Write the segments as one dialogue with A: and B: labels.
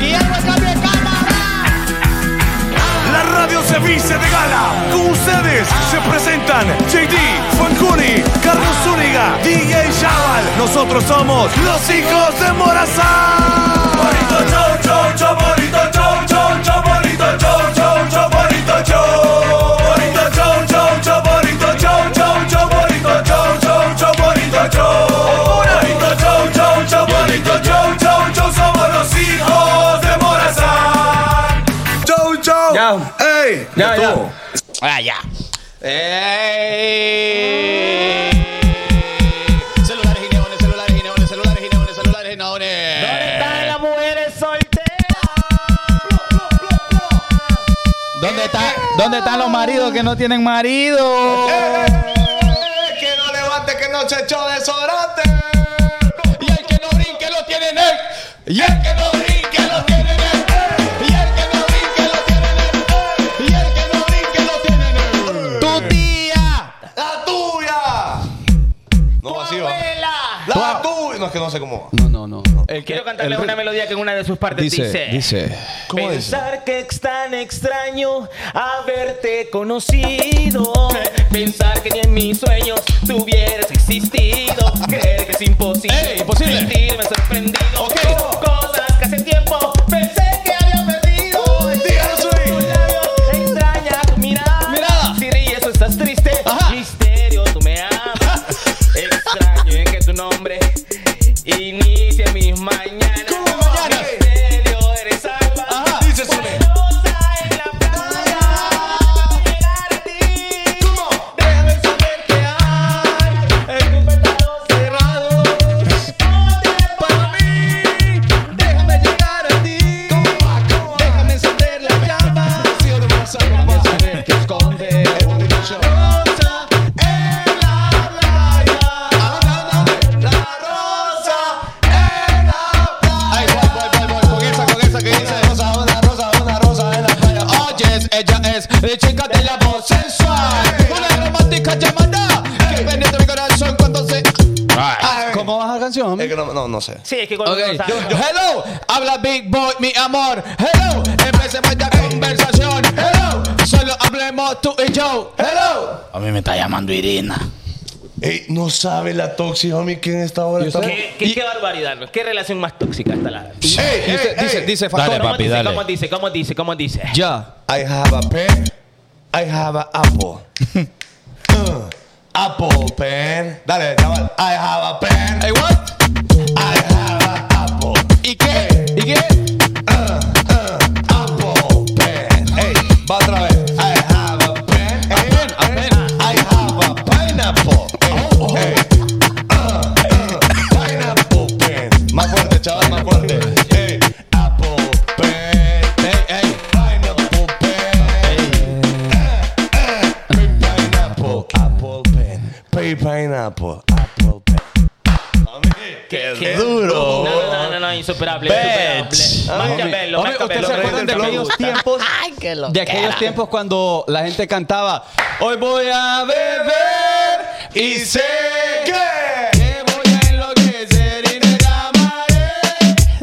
A: Y algo cambio de cámara.
B: La radio se viste de gala. Con ustedes se presentan JD, Fancuni, Carlos Zúñiga, DJ Chaval. Nosotros somos los hijos de Morazán. Bonito show, show, show, bonito show, show, show, bonito show, show, show, bonito show. Bonito show, show, show, bonito show, show, show, bonito show, show, show, bonito show. Bonito show, show, show, bonito show, show, show. Somos los hijos de Morazán. Chau, chau.
C: Ya.
B: Ey.
C: Ya, ya.
B: estuvo.
A: Ah, ya. ¡Ey! Celulares y neones, celulares y neones, celulares y neones, celulares y neones. ¿Dónde están las mujeres solteras? ¿Dónde, está, ¿Dónde están los maridos que no tienen marido?
B: Que no levante, que no se echó desodorante.
A: Y el que no brinque lo tiene en él. Y el que no brinque lo tiene en él. Y el que no brinque lo tiene en él. Y el que no brinque lo tiene en él. Tu tía.
B: ¡La tuya! No, así va. ¡La tuya! No, es que no sé cómo va.
C: No, no, no.
D: Quiero cantarles una melodía que en una de sus partes Eh, dice.
C: Dice, dice.
B: ¿Cómo dice?
D: Pensar que es tan extraño haberte conocido. Pensar que ni en mis sueños tú hubieras existido. Creer que es imposible.
A: ¡Ey, imposible!
D: Sentirme sorprendido.
A: Ok.
D: Por Cosas que hace tiempo pensé que había perdido.
B: dígalo, Sui.
D: Tus labios, extraña tu mirada.
A: Mirada.
D: Si ríes o estás triste.
A: Ajá.
D: Misterio, tú me amas. Extraño es que tu nombre inicie mis mañanas.
A: ¿Cómo mañanas?
D: Misterio, eres alma.
A: Ajá.
B: Dice Sune.
D: Poderosa en la playa. Llegar a ti. Déjame saber que hay en tu pétalo cerrado. Ponte para mí. Déjame llegar a ti. Déjame encender la llama. Déjame saber que esconde una rosa en la playa.
A: Ay, voy, voy, voy, voy, con esa, con esa que dice rosa, una rosa, una rosa en la playa. Oyes, ella es la chica de la voz sensual. Una romántica llamada que penetra mi corazón cuando se. Ay.
C: ¿Cómo vas a canción?
B: Es que no, no, no sé.
D: Sí, es que con
A: Ok,
D: los años-
A: yo- hello, habla Big Boy, mi amor. Hello, empecemos esta conversación. Hello, solo hablemos tú y yo. Hello.
E: A mí me está llamando Irina.
B: Ey, no sabe la Toxi, homie, que en esta hora está.
D: ¿Qué, qué, qué barbaridad, ¿no? ¿Qué relación más tóxica está la
B: Ey, ey,
C: Dice,
B: ey.
C: dice, dice,
E: Dale,
C: Factor.
D: ¿Cómo
E: papi,
D: dice,
E: dale.
D: ¿Cómo dice? ¿Cómo dice? ¿Cómo dice?
C: Ya.
B: I have a pen. I have a apple. Uh, apple pen. Dale, chaval. I have a pen.
A: Hey, what?
B: I have a apple.
A: ¿Y qué? ¿Y qué?
B: Apple pen. Ey, va otra vez. I have a pen. A pen,
A: a pen.
B: I have a pineapple. Ey, ey. Uh, uh, pineapple pen. Más fuerte, chaval, más fuerte. Ey, apple pen.
A: Hey, hey.
B: Pineapple pen. Uh, uh, pay pineapple. Apple pen. Pay pineapple. Apple pen.
D: Qué
B: duro.
D: No, no, no, no, insuperable.
E: Bitch.
D: insuperable. Maquiavelo,
C: Hombre, ¿ustedes se
D: Maquiavelo.
C: acuerdan de
B: me
C: aquellos
B: gusta.
C: tiempos? De aquellos tiempos cuando la gente cantaba Hoy voy a beber
B: Y sé que.
C: Que voy a enloquecer y me llamaré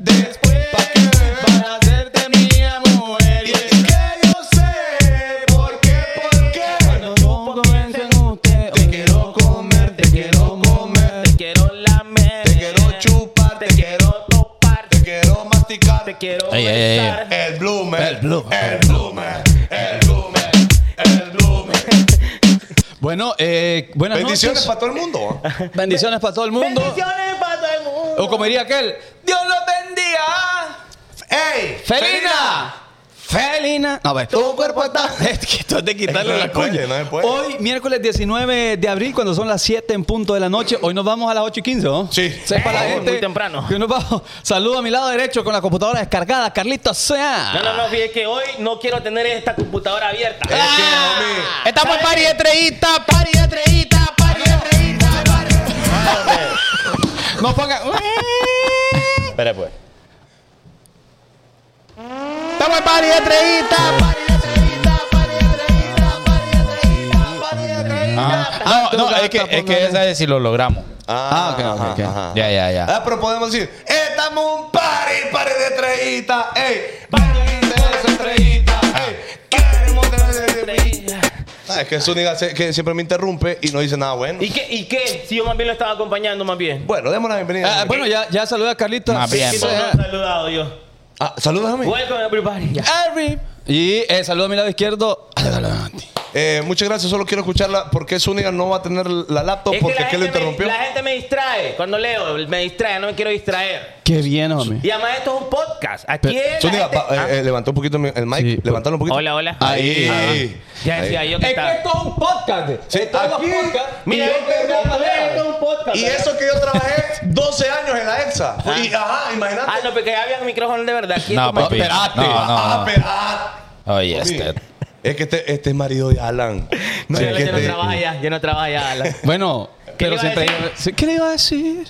C: Después para hacerte mía mujer
B: Y es que yo sé por qué, por qué.
C: No convence en usted
B: Te quiero comer, te quiero comer.
D: Te quiero lamer.
B: Te quiero chupar, te quiero.
D: topar.
B: Te quiero masticar.
D: Te quiero
E: Ey, ey, ey.
D: besar.
B: El bloomer.
E: El bloomer.
B: El bloomer. El bloomer. El bloomer.
C: Bueno, eh, buenas
B: Bendiciones
C: noches
B: para todo el mundo.
C: Bendiciones para todo el mundo
D: Bendiciones para todo el mundo.
C: O como diría aquel Dios los bendiga
B: ¡Ey!
C: Felina Felina A ver
B: Tu cuerpo está.
C: Es que esto es de quitarle
B: Es que no
C: la
B: se puede,
C: cuña.
B: no se puede.
C: Hoy, miércoles 19 de abril, cuando son las 7 en punto de la noche. Hoy nos vamos a las 8 y 15, ¿no?
B: Sí.
C: Sepa la
D: Muy
C: gente.
D: temprano.
C: Que nos vamos. Saludo a mi lado derecho con la computadora descargada. Carlitos sea.
D: No, no, no, fíjate que hoy no quiero tener esta computadora abierta. Ah.
B: homie.
E: Estamos en party de treíta, party de treíta, party de treíta.
C: No pongan.
D: Espera, pues.
E: Estamos en party de treíta.
A: Ah,
E: No, no, es que, es que esa es si lo logramos.
A: Ah, ok, ok, ok. Ya, ya, ya.
F: Ah, pero podemos decir, estamos un party, party de estrellita, ey. Bailen de esa estrellita,
A: Ah.
F: ey. Queremos de esa estrellita. Ah, es que Zúñiga se- que siempre me interrumpe y no dice nada bueno.
D: ¿Y qué? ¿Y qué? Si yo más bien lo estaba acompañando, más bien.
F: Bueno, démosle la bienvenida.
A: Ah, bueno, ya, ya saluda a Carlitos.
E: Más bien,
D: Sí,
A: Sí,
D: no, no,
A: sí.
D: saludado yo.
F: Ah, saludos a mí.
D: Welcome everybody. Ya.
A: Every- Y eh, saluda a mi lado izquierdo.
F: Eh, muchas gracias, solo quiero escucharla. ¿Por qué Zúñiga no va a tener la laptop?
D: Es que
F: porque
D: la
F: qué lo
D: gente me-
F: interrumpió?
D: la gente me distrae. Cuando leo, me distrae, no me quiero distraer.
A: Qué bien, hombre.
D: Y además esto es un podcast. Aquí es la
F: Zúñiga,
D: gente-
F: va, eh, eh, levantó un poquito mi- el mic.
A: Sí.
F: Levantalo un poquito.
D: Hola, hola.
F: Ahí.
D: Ya decía yo que estaba.
A: esto es un podcast. Esto es
F: aquí-
A: un podcast.
D: Mira,
A: Y yo
D: esto
F: este
A: que
D: es
A: voy a
D: un
A: hacer-
D: podcast, esto es un podcast.
F: Y
D: ¿verdad?
F: eso que yo trabajé 12 años en la EXA. Y, ajá, imagínate.
D: Ah, no, porque había micrófono de verdad. Aquí
E: No,
D: esto es
E: papi.
F: Espérate.
E: No, no,
F: Ah,
E: no.
F: espérate.
E: Oye, este.
F: Es que este, este es marido de Alan.
D: No,
F: Sí,
D: yo,
F: es que
D: yo no
F: este-
D: trabajo allá, yo no trabajo allá, Alan.
A: Bueno, pero
D: iba a
A: siempre.
D: decir?
A: Sí, ¿Qué le iba a decir?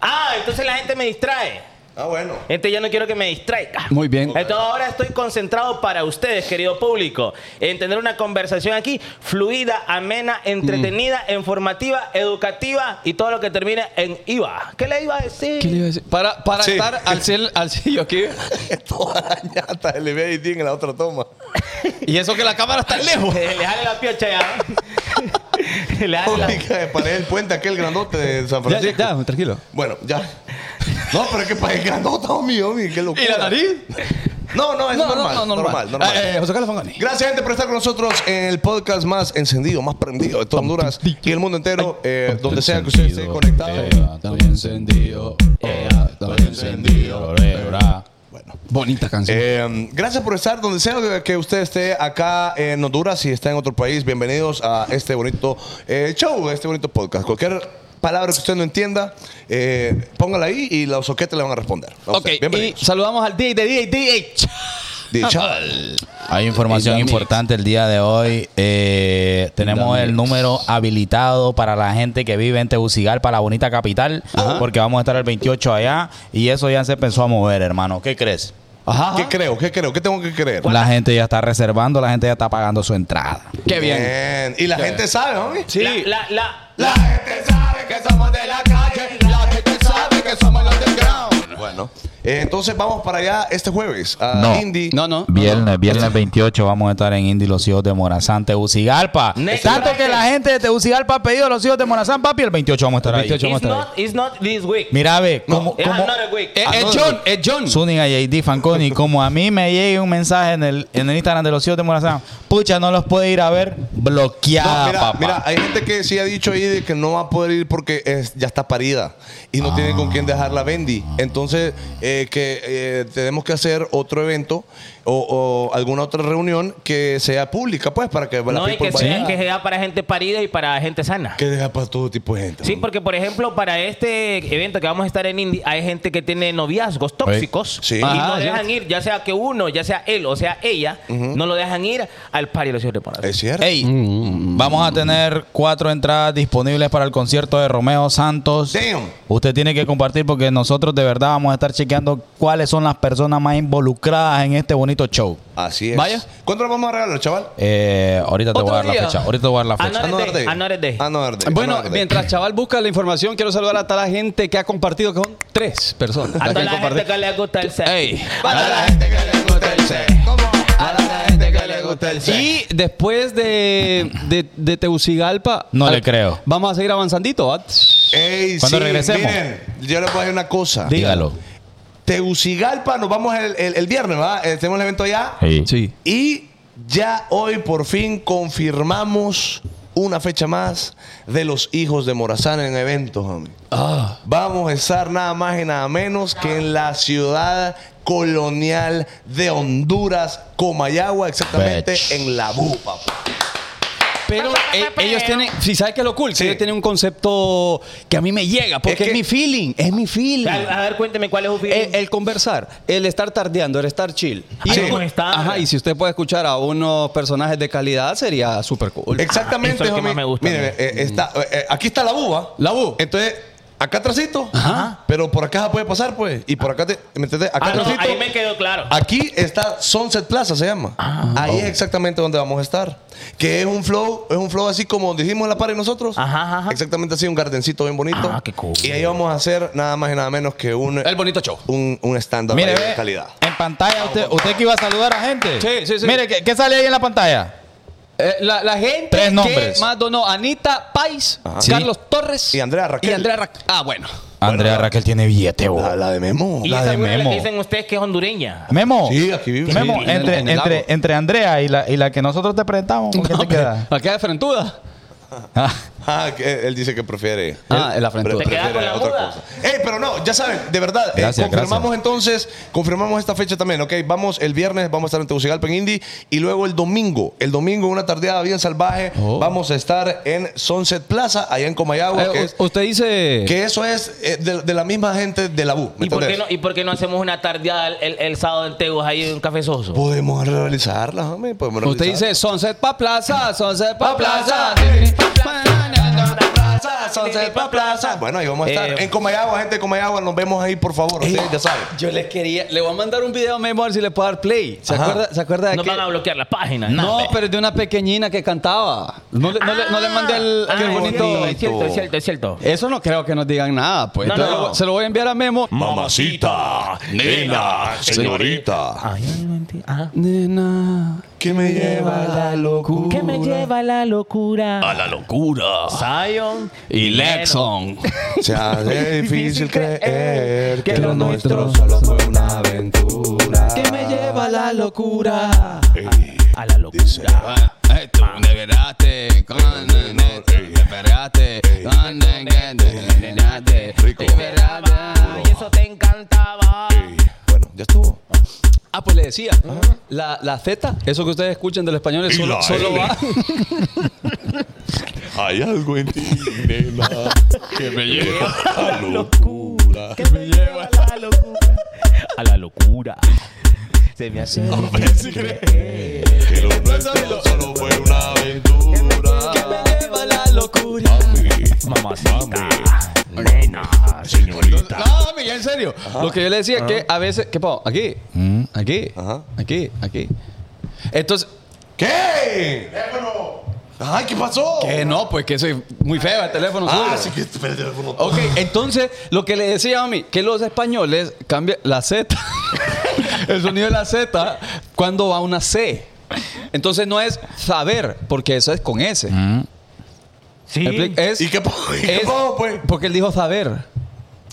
D: Ah, entonces la gente me distrae.
F: Ah, bueno.
D: Entonces yo no quiero que me distraiga.
A: Muy bien.
D: Entonces ahora estoy concentrado para ustedes, querido público, en tener una conversación aquí fluida, amena,
A: Mm.
D: entretenida, informativa, educativa y todo lo que termine en IVA. ¿Qué le iba a decir?
A: ¿Qué le iba a decir? Para, para
F: Sí.
A: estar al cielo, al cielo aquí.
F: Toda la ñata del BID en la otra toma.
A: Y eso que la cámara está lejos.
D: Eh, Le jale la piocha ya. Le jale Ah, la-
F: Oiga, paré el puente aquel grandote de San
A: Ya, ya,
F: Francisco.
A: ya, tranquilo.
F: Bueno, ya. No, pero es que para el grandote, homie, homie, qué locura.
A: ¿Y la nariz?
F: No, no, es normal, normal, normal.
A: Eh, eh, José Carlos Fangani.
F: Gracias, gente, por estar con nosotros en el podcast más encendido, más prendido de toda Honduras y el mundo entero, eh, donde sea que usted esté conectado.
E: Estoy encendido. Estoy encendido.
F: Bueno.
A: Bonita canción.
F: Eh, gracias por estar donde sea que usted esté acá en Honduras, si está en otro país, bienvenidos a este bonito eh, show, a este bonito podcast. Cualquier palabra que usted no entienda, eh, póngala ahí y los soquetes le van a responder. A
A: ok,
F: usted.
A: y
F: bienvenidos.
A: saludamos al DJ de DJ, DJ.
F: Dichal.
E: Hay información
A: Islamix.
E: importante el día de hoy. Eh, tenemos el número habilitado para la gente que vive en Tegucigalpa, la bonita capital, porque vamos a estar el 28 allá y eso ya se empezó a mover, hermano. ¿Qué crees?
A: Ajá.
F: ¿Qué creo? ¿Qué creo? ¿Qué tengo que creer?
E: La gente ya está reservando, la gente ya está pagando su entrada.
A: Qué bien.
F: Bien. Y la gente sabe, homie.
D: La, la, la-
F: La gente sabe que somos de la calle, la gente sabe que somos los del ground. Bueno, eh, entonces vamos para allá este jueves a
E: No.
F: Indy.
A: No, no.
E: Viernes, viernes 28 vamos a estar en Indy Los Hijos de Morazán, Tegucigalpa.
D: Next
E: Tanto
D: Friday.
E: que la gente de Tegucigalpa ha pedido a Los Hijos de Morazán, papi, el 28 vamos a estar
A: El
E: ahí.
A: 28
D: it's,
A: vamos a estar
D: not, it's not this week.
E: Mira, ve, como,
D: It's
E: como
D: another week.
E: Ah,
A: Eh, Es John, es John.
E: Zúñiga JD Fanconi, como a mí me llegue un mensaje en el, en el Instagram de Los Hijos de Morazán, pucha, no los puede ir a ver, bloqueada,
F: No, mira,
E: Ah, papá.
F: mira, hay gente que sí ha dicho ahí de que no va a poder ir porque es- ya está parida y no tiene con quién dejar la Bendy. Entonces, eh, que eh, tenemos que hacer otro evento o, o alguna otra reunión que sea pública, pues, para que la
D: No, y
F: people
D: que sea,
F: vaya.
D: que sea para gente parida y para gente sana.
F: Que deja para todo tipo de gente.
D: Sí,
F: hombre.
D: porque por ejemplo, para este evento que vamos a estar en Indy, hay gente que tiene noviazgos tóxicos
F: Sí.
D: y
A: Ajá,
D: no dejan
A: sí.
D: ir, ya sea que uno, ya sea él o sea ella, no lo dejan ir al party de los hijos de Morazán.
F: Es cierto.
E: Ey, vamos a tener cuatro entradas disponibles para el concierto de Romeo Santos.
F: Damn.
E: Usted tiene que compartir porque nosotros de verdad vamos a estar chequeando cuáles son las personas más involucradas en este bonito show.
A: Ah.
F: Así es.
A: Vaya.
F: ¿Cuánto le vamos a regalar, chaval?
E: Eh, ahorita te voy
A: Otro
E: a dar
A: día.
E: la fecha. Ahorita te voy a dar la
D: Ah,
E: fecha.
D: no. Another day,
F: Another
D: another day.
F: Another day,
A: Bueno,
F: another day.
A: mientras Chaval busca la información, quiero saludar a toda la gente que ha compartido con tres personas.
D: A toda
A: Que
D: la gente
A: comparti-
D: que le gusta el sexo.
A: Ey.
F: A la gente que le gusta el sex. A la gente que le gusta el sex.
A: Y después de, de, de Tegucigalpa.
E: No
A: al-
E: le creo.
A: Vamos a seguir avanzandito, ¿ah? ¿va?
F: Ey,
E: Cuando
F: sí,
E: regresemos.
F: Miren, yo les voy a decir una cosa.
E: Dígalo.
F: Tegucigalpa, nos vamos el, el- el viernes, ¿verdad? Eh, tenemos el evento ya.
A: Sí.
F: Y ya hoy por fin confirmamos una fecha más de los hijos de Morazán en eventos, homie. Ah. Vamos a estar nada más y nada menos que en la ciudad colonial de Honduras, Comayagua, exactamente
E: Bitch.
F: en La Bu, papá.
A: Pero eh, ellos tienen, si sabes que es lo cool,
F: Sí.
A: ellos tienen un concepto que a mí me llega, porque
F: Es
A: es,
F: que-
A: mi feeling, es mi feeling.
D: A, a ver, cuénteme cuál es su
A: El,
D: feeling.
A: el conversar, el estar tardeando, el estar chill.
D: Ay,
A: el-
D: ¿cómo está?
A: Ajá, y si usted puede escuchar a unos personajes de calidad, sería súper cool.
F: Exactamente,
D: Ah, Eso es lo que
F: homie.
D: más me gusta a
F: Miren,
D: mí.
F: eh, está, eh, eh, aquí está eh, la uva.
A: La U.
F: Entonces, acá atrásito. Pero por acá puede pasar, pues. Y por acá te. ¿Me entendés? Acá
D: Ah, no,
F: atrásito.
D: ahí me quedó claro.
F: Aquí está Sunset Plaza, se llama.
D: Ah,
F: Ahí es exactamente donde vamos a estar. Que es un flow, es un flow así como dijimos en la par nosotros.
D: Ajá, ajá.
F: Exactamente así, un gardencito bien bonito.
D: Ah, qué cool.
F: Y ahí vamos a hacer nada más y nada menos que un,
A: El bonito show.
F: un, un stand-up
E: Mire,
F: ahí
E: ve,
F: de calidad.
E: en pantalla, usted, usted que iba a saludar a gente.
A: Sí, sí, sí.
E: Mire, ¿qué, qué sale ahí en la pantalla?
A: Eh, la, la gente
E: Tres
A: que
E: nombres.
A: más donó Anita Pais,
E: Sí.
A: Carlos Torres
F: Y Andrea Raquel.
A: Y Andrea Raquel. Ah, bueno.
E: Andrea Raquel tiene billete, bo.
F: La, la de Memo.
D: Y
E: La
D: esa
E: de
D: güera le
E: Memo.
D: dicen ustedes que es hondureña.
E: Memo.
F: Sí, aquí vive.
E: Memo,
F: Sí.
A: en el-
E: entre,
A: en el
E: entre,
A: lago.
E: entre Andrea y la, y la que nosotros te presentamos, ¿con qué te queda?
A: ¿La queda de frentuda?
E: Ah,
F: Ah, que él dice que prefiere.
A: Ah, en la
F: Pre-
A: frentuda.
D: Te quedas con la muda.
F: Ey, pero no, ya saben, de verdad. eh,
E: Gracias,
F: confirmamos entonces, confirmamos esta fecha también, ¿ok? Vamos el viernes, vamos a estar en Tegucigalpa en Indy y luego el domingo, el domingo una tardeada bien salvaje, vamos a estar en Sunset Plaza, allá en Comayagua, que,
A: Oh. Eh,
F: es-
A: u- usted dice.
F: que eso es eh, de, de la misma gente de la U, ¿me
D: ¿Y por, qué
F: entendés?
D: no, ¿Y por qué no hacemos una tardeada el, el- el sábado en Teguas ahí en un café soso?
F: Podemos realizarla, hombre, podemos
A: Usted
F: realizarla.
A: dice Sunset pa' plaza, Sunset pa' plaza.
F: Plaza, Ah, Sunset Plaza. Bueno, ahí vamos a estar.
D: Eh,
F: en Comayagua, gente de Comayagua, nos vemos ahí, por favor.
A: Eh.
F: Ustedes ya saben.
A: Yo les quería, le voy a mandar un video a Memo a ver si le puedo dar play. ¿Se
F: Ajá.
A: acuerda, ¿se acuerda de
D: Nos
A: que-
D: van a bloquear la página.
A: No,
D: hombre.
A: pero es de una pequeñina que cantaba. No le, no le- no le mandé el,
D: Ah,
A: el
D: es
A: bonito.
D: cierto, Es cierto, es cierto, es cierto.
A: Eso no creo que nos digan nada, pues.
D: No,
A: Entonces,
D: no, no.
A: Se lo voy a enviar a Memo.
B: Mamacita, nena, señorita.
D: Ay, ay, ah. mentira. Ajá.
A: Nena.
F: Que me lleva la locura.
D: ¿Qué me lleva a la locura?
B: A la locura.
D: Zion
A: Y Lexon.
F: Se hace difícil creer que lo nuestro
A: nuestro
F: solo fue una aventura.
A: que me lleva a la locura.
D: A la locura.
G: Ey, tú deberate, con deberate, con deberate,
F: Rico.
G: liberate.
D: Y eso te encantaba.
F: Bueno, ya estuvo.
A: Ah, pues le decía, la, la Z, eso que ustedes escuchan del español, es
B: Y
A: solo,
B: la
A: solo
B: L.
A: va.
B: Hay algo en ti, nena, que me lleva a la locura.
D: Que me lleva a la locura. A la locura. Se me hace.
B: Que lo nuestro solo fue una aventura.
A: que me lleva a la locura.
D: Mamacita. Nena.
B: Señorita.
A: No, Miguel, en serio. Lo que yo le decía es que a veces, ¿qué pongo? Aquí,
B: Mm.
A: aquí,
F: Ajá.
A: aquí, aquí. Entonces,
F: ¿Qué? Ay, ¿qué pasó?
A: que no, pues que soy muy feo el teléfono.
F: Ah,
A: suyo.
F: sí que espera el teléfono.
A: Ok, entonces lo que le decía a mí, que los españoles cambian la Z, el sonido de la Z, cuando va una C. Entonces no es saber, porque eso es con S.
D: Sí.
A: Expli- Es,
F: Mm. ¿Y qué po- y qué
A: es-
F: po, pues?
A: Porque él dijo saber.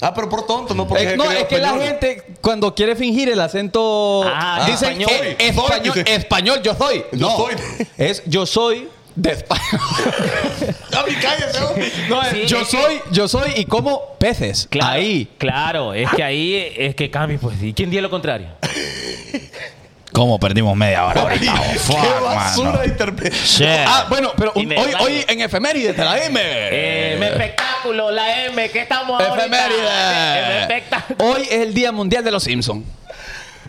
F: Ah, pero por tonto, no porque
A: Es- Eh, no, es que la
F: español.
A: gente cuando quiere fingir el acento
D: Ah,
A: dicen
D: español.
A: que
F: Soy, soy,
A: español,
F: dice.
A: español yo soy.
F: Yo
A: no,
F: soy.
A: es yo soy de España.
F: Gaby, cállese, hombre.
A: No, es
D: Sí,
A: yo
D: es que-
A: soy, yo soy y como peces.
D: Claro,
A: Ahí.
D: Claro, es que ahí es que cambia. Pues, ¿Y quién dice lo contrario?
E: ¿Cómo perdimos media hora ahorita? bo?
F: Qué
E: Fuck,
F: basura
E: mano.
F: de intervención.
D: Eh.
E: Shit.
A: Ah, bueno, pero un-
D: Dime,
A: hoy,
D: vale.
A: hoy en efeméride te la dime.
D: M Eh, espectáculo, la M, ¿qué estamos ahorita? M
A: Efeméride.
D: espectáculo.
A: Hoy es el Día Mundial de los Simpsons.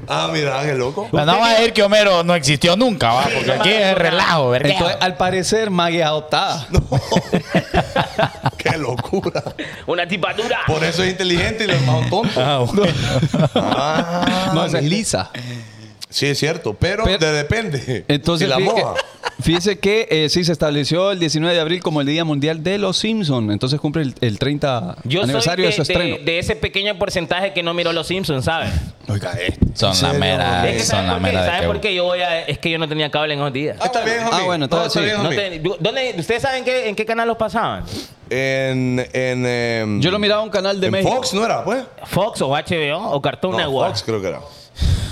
F: Ah, mira, qué loco.
E: Pero no va a decir que Homero no existió nunca, va, porque aquí es relajo, ¿verdad?
A: Entonces, al parecer, Maggie es adoptada.
F: Qué locura.
D: Una tipa dura.
F: Por eso es inteligente y lo más tonto.
E: Ah, bueno.
F: Ah,
A: No, esa es Lisa.
F: Sí, es cierto, pero,
A: Pero-
F: te depende.
A: Entonces,
F: y la
A: fíjese
F: moja.
A: que, fíjese que, eh, sí se estableció el 19 de abril como el Día Mundial de los Simpsons. Entonces cumple el, el 30
D: Yo
A: aniversario de,
D: soy
A: su estreno.
D: de ese pequeño porcentaje que no miró Los Simpsons, ¿sabes?
F: Oiga, este.
E: Son la
F: serio?
E: mera,
D: Es que
E: son
D: ¿sabes
E: la
D: por qué?
E: mera de
D: ¿Sabes
E: que-
D: por qué? Yo voy a... Es que yo no tenía cable en esos días.
F: Ah, está bien, homie.
A: Ah, bueno,
F: No,
A: entonces
F: está bien,
A: sí.
D: No
F: homie.
D: te- ¿dónde- ¿Ustedes saben qué, en qué canal los pasaban?
F: En, en em,
A: Yo lo miraba en un canal de
F: en
A: México.
F: Fox no era, pues.
D: ¿Fox o HBO o Cartoon
F: No,
D: Network?
F: Fox creo que era.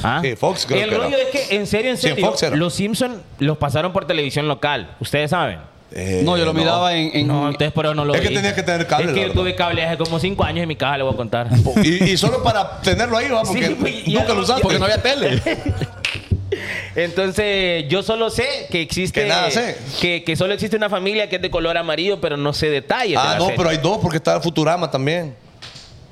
D: ¿Ah?
F: Sí, Fox creo
D: El
F: que era.
D: rollo es que, en serio, en
F: Sí, en
D: serio,
F: Fox era.
D: los Simpsons los pasaron por televisión local. Ustedes saben.
F: Eh,
A: no, yo lo miraba en, en-
D: No, entonces por eso no lo
F: Es que
D: vi.
F: tenías que tener cable,
D: Es que
F: la
D: yo
F: verdad.
D: tuve cable hace como 5 años en mi casa, le voy a contar.
F: Y, y solo para tenerlo ahí, va, porque
D: Sí, y- y
F: nunca
D: algo-
F: lo usaste.
A: porque no había tele.
D: Entonces, yo solo sé que existe.
F: Que nada sé.
D: Que, que solo existe una familia que es de color amarillo, pero no sé detalles. de
F: Ah,
D: la
F: no,
D: serie.
F: pero hay dos, porque estaba Futurama también.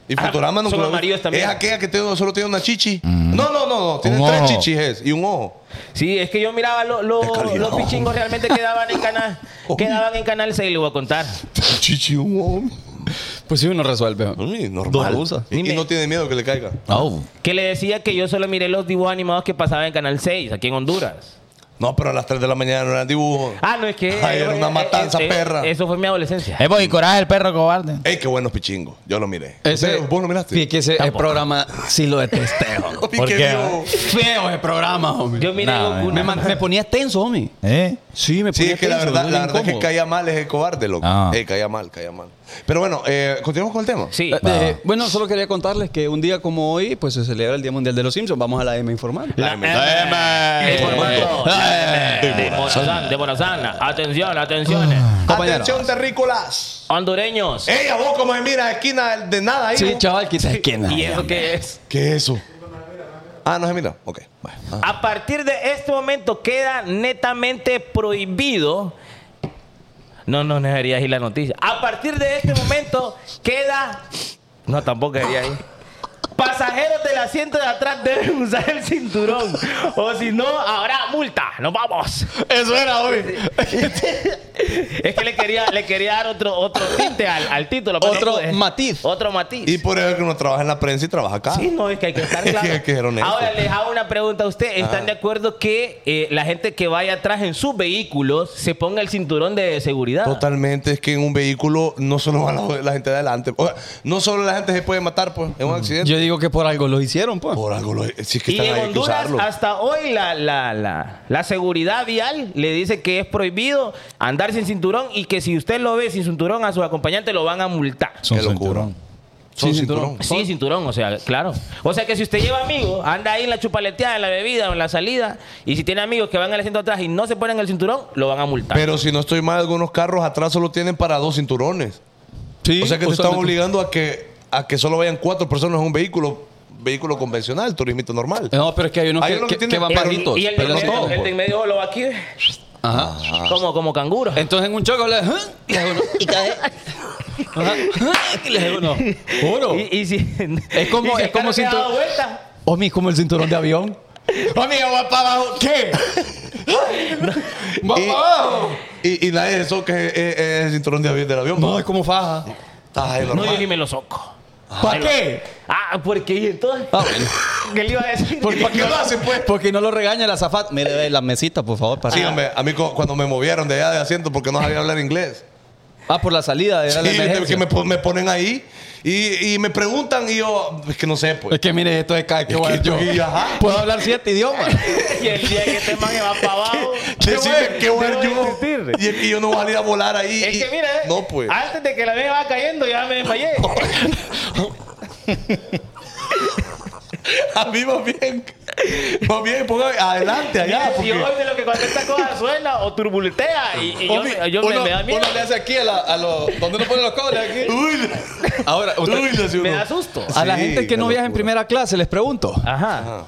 F: Y
D: Ah,
F: Futurama no
D: son
F: creo-
D: amarillos también.
F: Es aquella que tiene- solo tiene una chichi. No, no, no, no. Tiene
E: Un
F: tres
E: ojo.
F: chichis es, y un ojo.
D: Sí, es que yo miraba lo- lo-
F: Qué calidad.
D: los pichingos realmente quedaban en canal. Quedaban en canal 6, le voy a contar.
F: Chichi, un ojo.
A: Pues sí, uno resuelve.
F: Por mí, normal.
A: usa.
F: Y, y
D: Dime.
F: no tiene miedo que le caiga.
D: Que le decía que yo solo miré los dibujos animados que pasaban en Canal 6, aquí en Honduras.
F: No, pero a las 3 de la mañana no eran dibujos.
D: Ah, no, es que.
F: Ay, era una
D: eh,
F: matanza
D: eh, eh,
F: perra. Eh,
D: Eso fue mi adolescencia.
E: Es Eh, y coraje el perro cobarde.
F: Ey, qué buenos pichingos. Yo lo miré. Ustedes, ¿Vos lo miraste?
A: Sí, que ese el programa sí lo detesté, homie.
F: Papi,
E: ¿Por
F: qué
E: qué?
F: Dios.
A: Feo ese programa, homie.
D: Yo miré
E: Nah,
D: Goku,
E: man.
A: me,
D: nada
A: man- me ponía tenso, homie.
E: ¿Eh?
A: Sí, me
F: Sí,
A: ponía
F: es que la
A: tenso,
F: verdad,
A: me
F: la
A: ponía
F: verdad es que
A: incómodo.
F: caía mal es el cobarde, loco.
E: Ah.
F: Ey, caía mal, caía mal. Pero bueno, eh, continuamos con el tema.
D: Sí.
A: Eh, eh, bueno, solo quería contarles que un día como hoy, pues se celebra el Día Mundial de los Simpsons. Vamos a la M informal.
F: La M.
D: De Morazán,
F: Eh,
D: de Morazán, de Morazán. Atención, atención.
F: Ah.
A: Compañero.
F: Atención, terrícolas.
D: Hondureños.
F: Ey, a vos como me mira esquina de nada ahí.
A: Sí,
F: vos.
A: chaval, quita esquina.
D: ¿Y eso qué es?
F: ¿Qué es eso? Ah, no se mira. Ok. bueno. Ah.
D: A partir de este momento queda netamente prohibido. No, no, no debería ir la noticia. A partir de este momento queda. No, tampoco debería ir. Pasajeros del asiento de atrás deben usar el cinturón. O si no, habrá multa. Nos vamos.
A: Eso era, homie.
D: Es que le quería, le quería dar otro, otro tinte al, al título. pero no
A: Otro
D: pude.
A: matiz.
D: Otro matiz.
F: Y por eso es que uno trabaja en la prensa y trabaja acá.
D: Sí, no, es que hay que estar
F: Ah. Es que
D: claro.
F: hay que ser honesto. Ah.
D: Ahora les hago una pregunta a usted. ¿Están de acuerdo que eh, la gente que vaya atrás en sus vehículos se ponga el cinturón de seguridad?
F: Totalmente, es que en un vehículo no solo va la, la gente de adelante. O sea, no solo la gente se puede matar pues, en un accidente.
A: Mm. Yo digo que por algo lo hicieron, pues.
F: Por algo, lo- si es que
D: Y
F: están
D: en
F: ahí, hay que
D: Honduras,
F: usarlo.
D: hasta hoy, la, la, la, la seguridad vial le dice que es prohibido andar sin cinturón y que si usted lo ve sin cinturón a su acompañante lo van a multar.
F: Qué locura. Son
A: Sí,
F: cinturón.
A: cinturón.
D: Sí, cinturón, o sea, claro. O sea que si usted lleva amigos, anda ahí en la chupaleteada, en la bebida o en la salida, y si tiene amigos que van al asiento atrás y no se ponen el cinturón, lo van a multar.
F: Pero si no estoy mal, algunos carros atrás solo tienen para dos cinturones.
A: Sí,
F: o sea que te están
A: usualmente.
F: obligando a que, a que solo vayan cuatro personas en un vehículo, vehículo convencional, turismito normal.
A: No, pero es que hay unos
F: Hay
A: que,
F: unos que
A: que-
F: tienen-
A: que van
F: pero-
A: bajitos.
D: Y el de
A: pero
D: en
A: no
D: medio,
A: todos. pues.
D: el de en medio lo va aquí,
A: Ajá.
D: como, como canguro.
A: Entonces en un choque le y hago uno. Y cae. Ajá. Y le hago uno. Juro.
D: Y, y si,
A: Es como- es como si tú-
D: tú... vuelta.
A: Homie, es como el cinturón de avión. Homie, va para abajo. ¿Qué? Va
F: Y-
A: para abajo.
F: Y, y nadie de eso que es, es- es el cinturón de avión del avión.
A: No,
F: ¿va?
A: es como faja.
F: Estás ahí
D: No, yo
F: normal.
D: ni me lo soco.
A: ¿Para qué?
D: Ah, porque y entonces...
A: Ah, bueno.
D: ¿Qué le iba a decir?
A: Porque
F: ¿Para qué
A: no,
F: lo hace, pues?
A: Porque no lo regaña la zafat. Mire, ve la mesita, por favor. Para
F: Sí, hombre, a mí cu- cuando me movieron de allá de asiento porque no sabía hablar inglés.
A: Ah, por la salida. Era la
F: Sí, de-
A: emergencia.
F: que me, pon- me ponen ahí y, y me preguntan y yo, es que no sé, pues.
A: Es que mire, esto es cada que
F: Es
A: voy a
F: que
A: yo.
F: yo- y ajá.
A: Puedo hablar siete idiomas.
D: Y el día que este man va para abajo...
F: Decime qué voy a
D: debo
F: yo.
D: existir.
F: Y es que yo no voy a ir a volar ahí.
D: Es
F: y-
D: que mira, eh,
F: No, pues.
D: antes de que la vieja va cayendo, ya me desmayé.
F: A mí más bien. Más bien, póngame adelante allá.
D: Y
F: Porque,
D: yo de lo que cuando esta cosa suena o turbulentea y, y yo,
A: Homie,
D: yo me,
A: uno,
D: me da miedo.
A: uno le hace aquí a, la- a los. ¿Dónde uno pone los cables? Aquí.
F: uy,
A: Ahora, usted-
F: uy, le hace
D: Me
F: uno.
D: da susto.
A: a la
F: Sí,
A: gente que
F: qué
A: no viaja en
F: locura.
A: primera clase, les pregunto.
D: Ajá.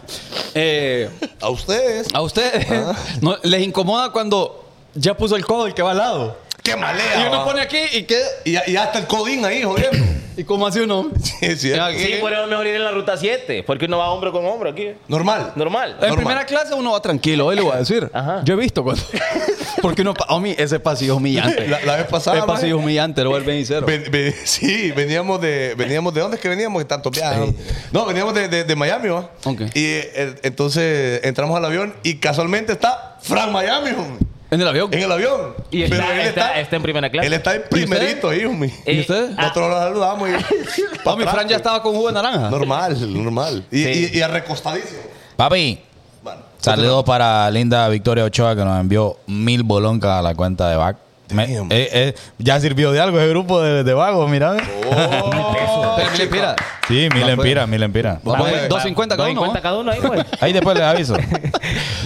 A: Eh,
F: A ustedes.
A: ¿A ustedes no, les incomoda cuando ya puso el codo el que va al lado?
F: Qué malea.
A: Y uno
F: va.
A: pone aquí y qué.
F: y, y hasta el codín ahí, jodiendo.
A: ¿Y cómo hace uno?
F: sí, es cierto.
A: Aquí.
D: Sí, por eso es mejor ir en la ruta 7, porque uno va hombro con hombro aquí.
F: Normal.
D: Normal.
A: En
F: Normal.
A: primera clase uno va tranquilo, hoy le voy a decir.
D: Ajá.
A: Yo he visto cuando. Porque uno. pa- Homie, ese pasillo es humillante.
F: La, la vez pasada.
A: ese
F: maje,
A: pasillo es humillante, lo vuelven y cero.
F: ven- ven- sí, veníamos de. Veníamos de dónde es que veníamos, que tantos viajes. No, veníamos de, de- de Miami, ¿va?
A: Ok.
F: Y eh, el- entonces entramos al avión y casualmente está Frank Miami, homie.
A: En el avión.
F: En el avión.
D: Y está, está- está en primera clase. Eh,
F: Él está en primerito ahí, homie.
A: ¿Y
D: ah.
A: ustedes?
F: Nosotros lo saludamos y. pa'
A: Homie,
F: atrás,
A: Fran ya
F: pues.
A: estaba con jugo de naranja.
F: Normal, normal. Y,
D: Sí.
F: y, y arrecostadísimo.
E: Papi,
F: Bueno,
E: saludos para linda Victoria Ochoa que nos envió mil boloncas a la cuenta de VAC. Me-
F: Damn.
E: eh, eh, ya sirvió de algo ese grupo de, de vagos, mira. ve.
A: Pero, mira, mira,
E: Sí, mil
A: fue.
E: empiras, mil empiras.
A: Vamos a ver, 250 cada uno.
D: 2.50 cada uno ahí, pues. güey.
E: Ahí después les aviso.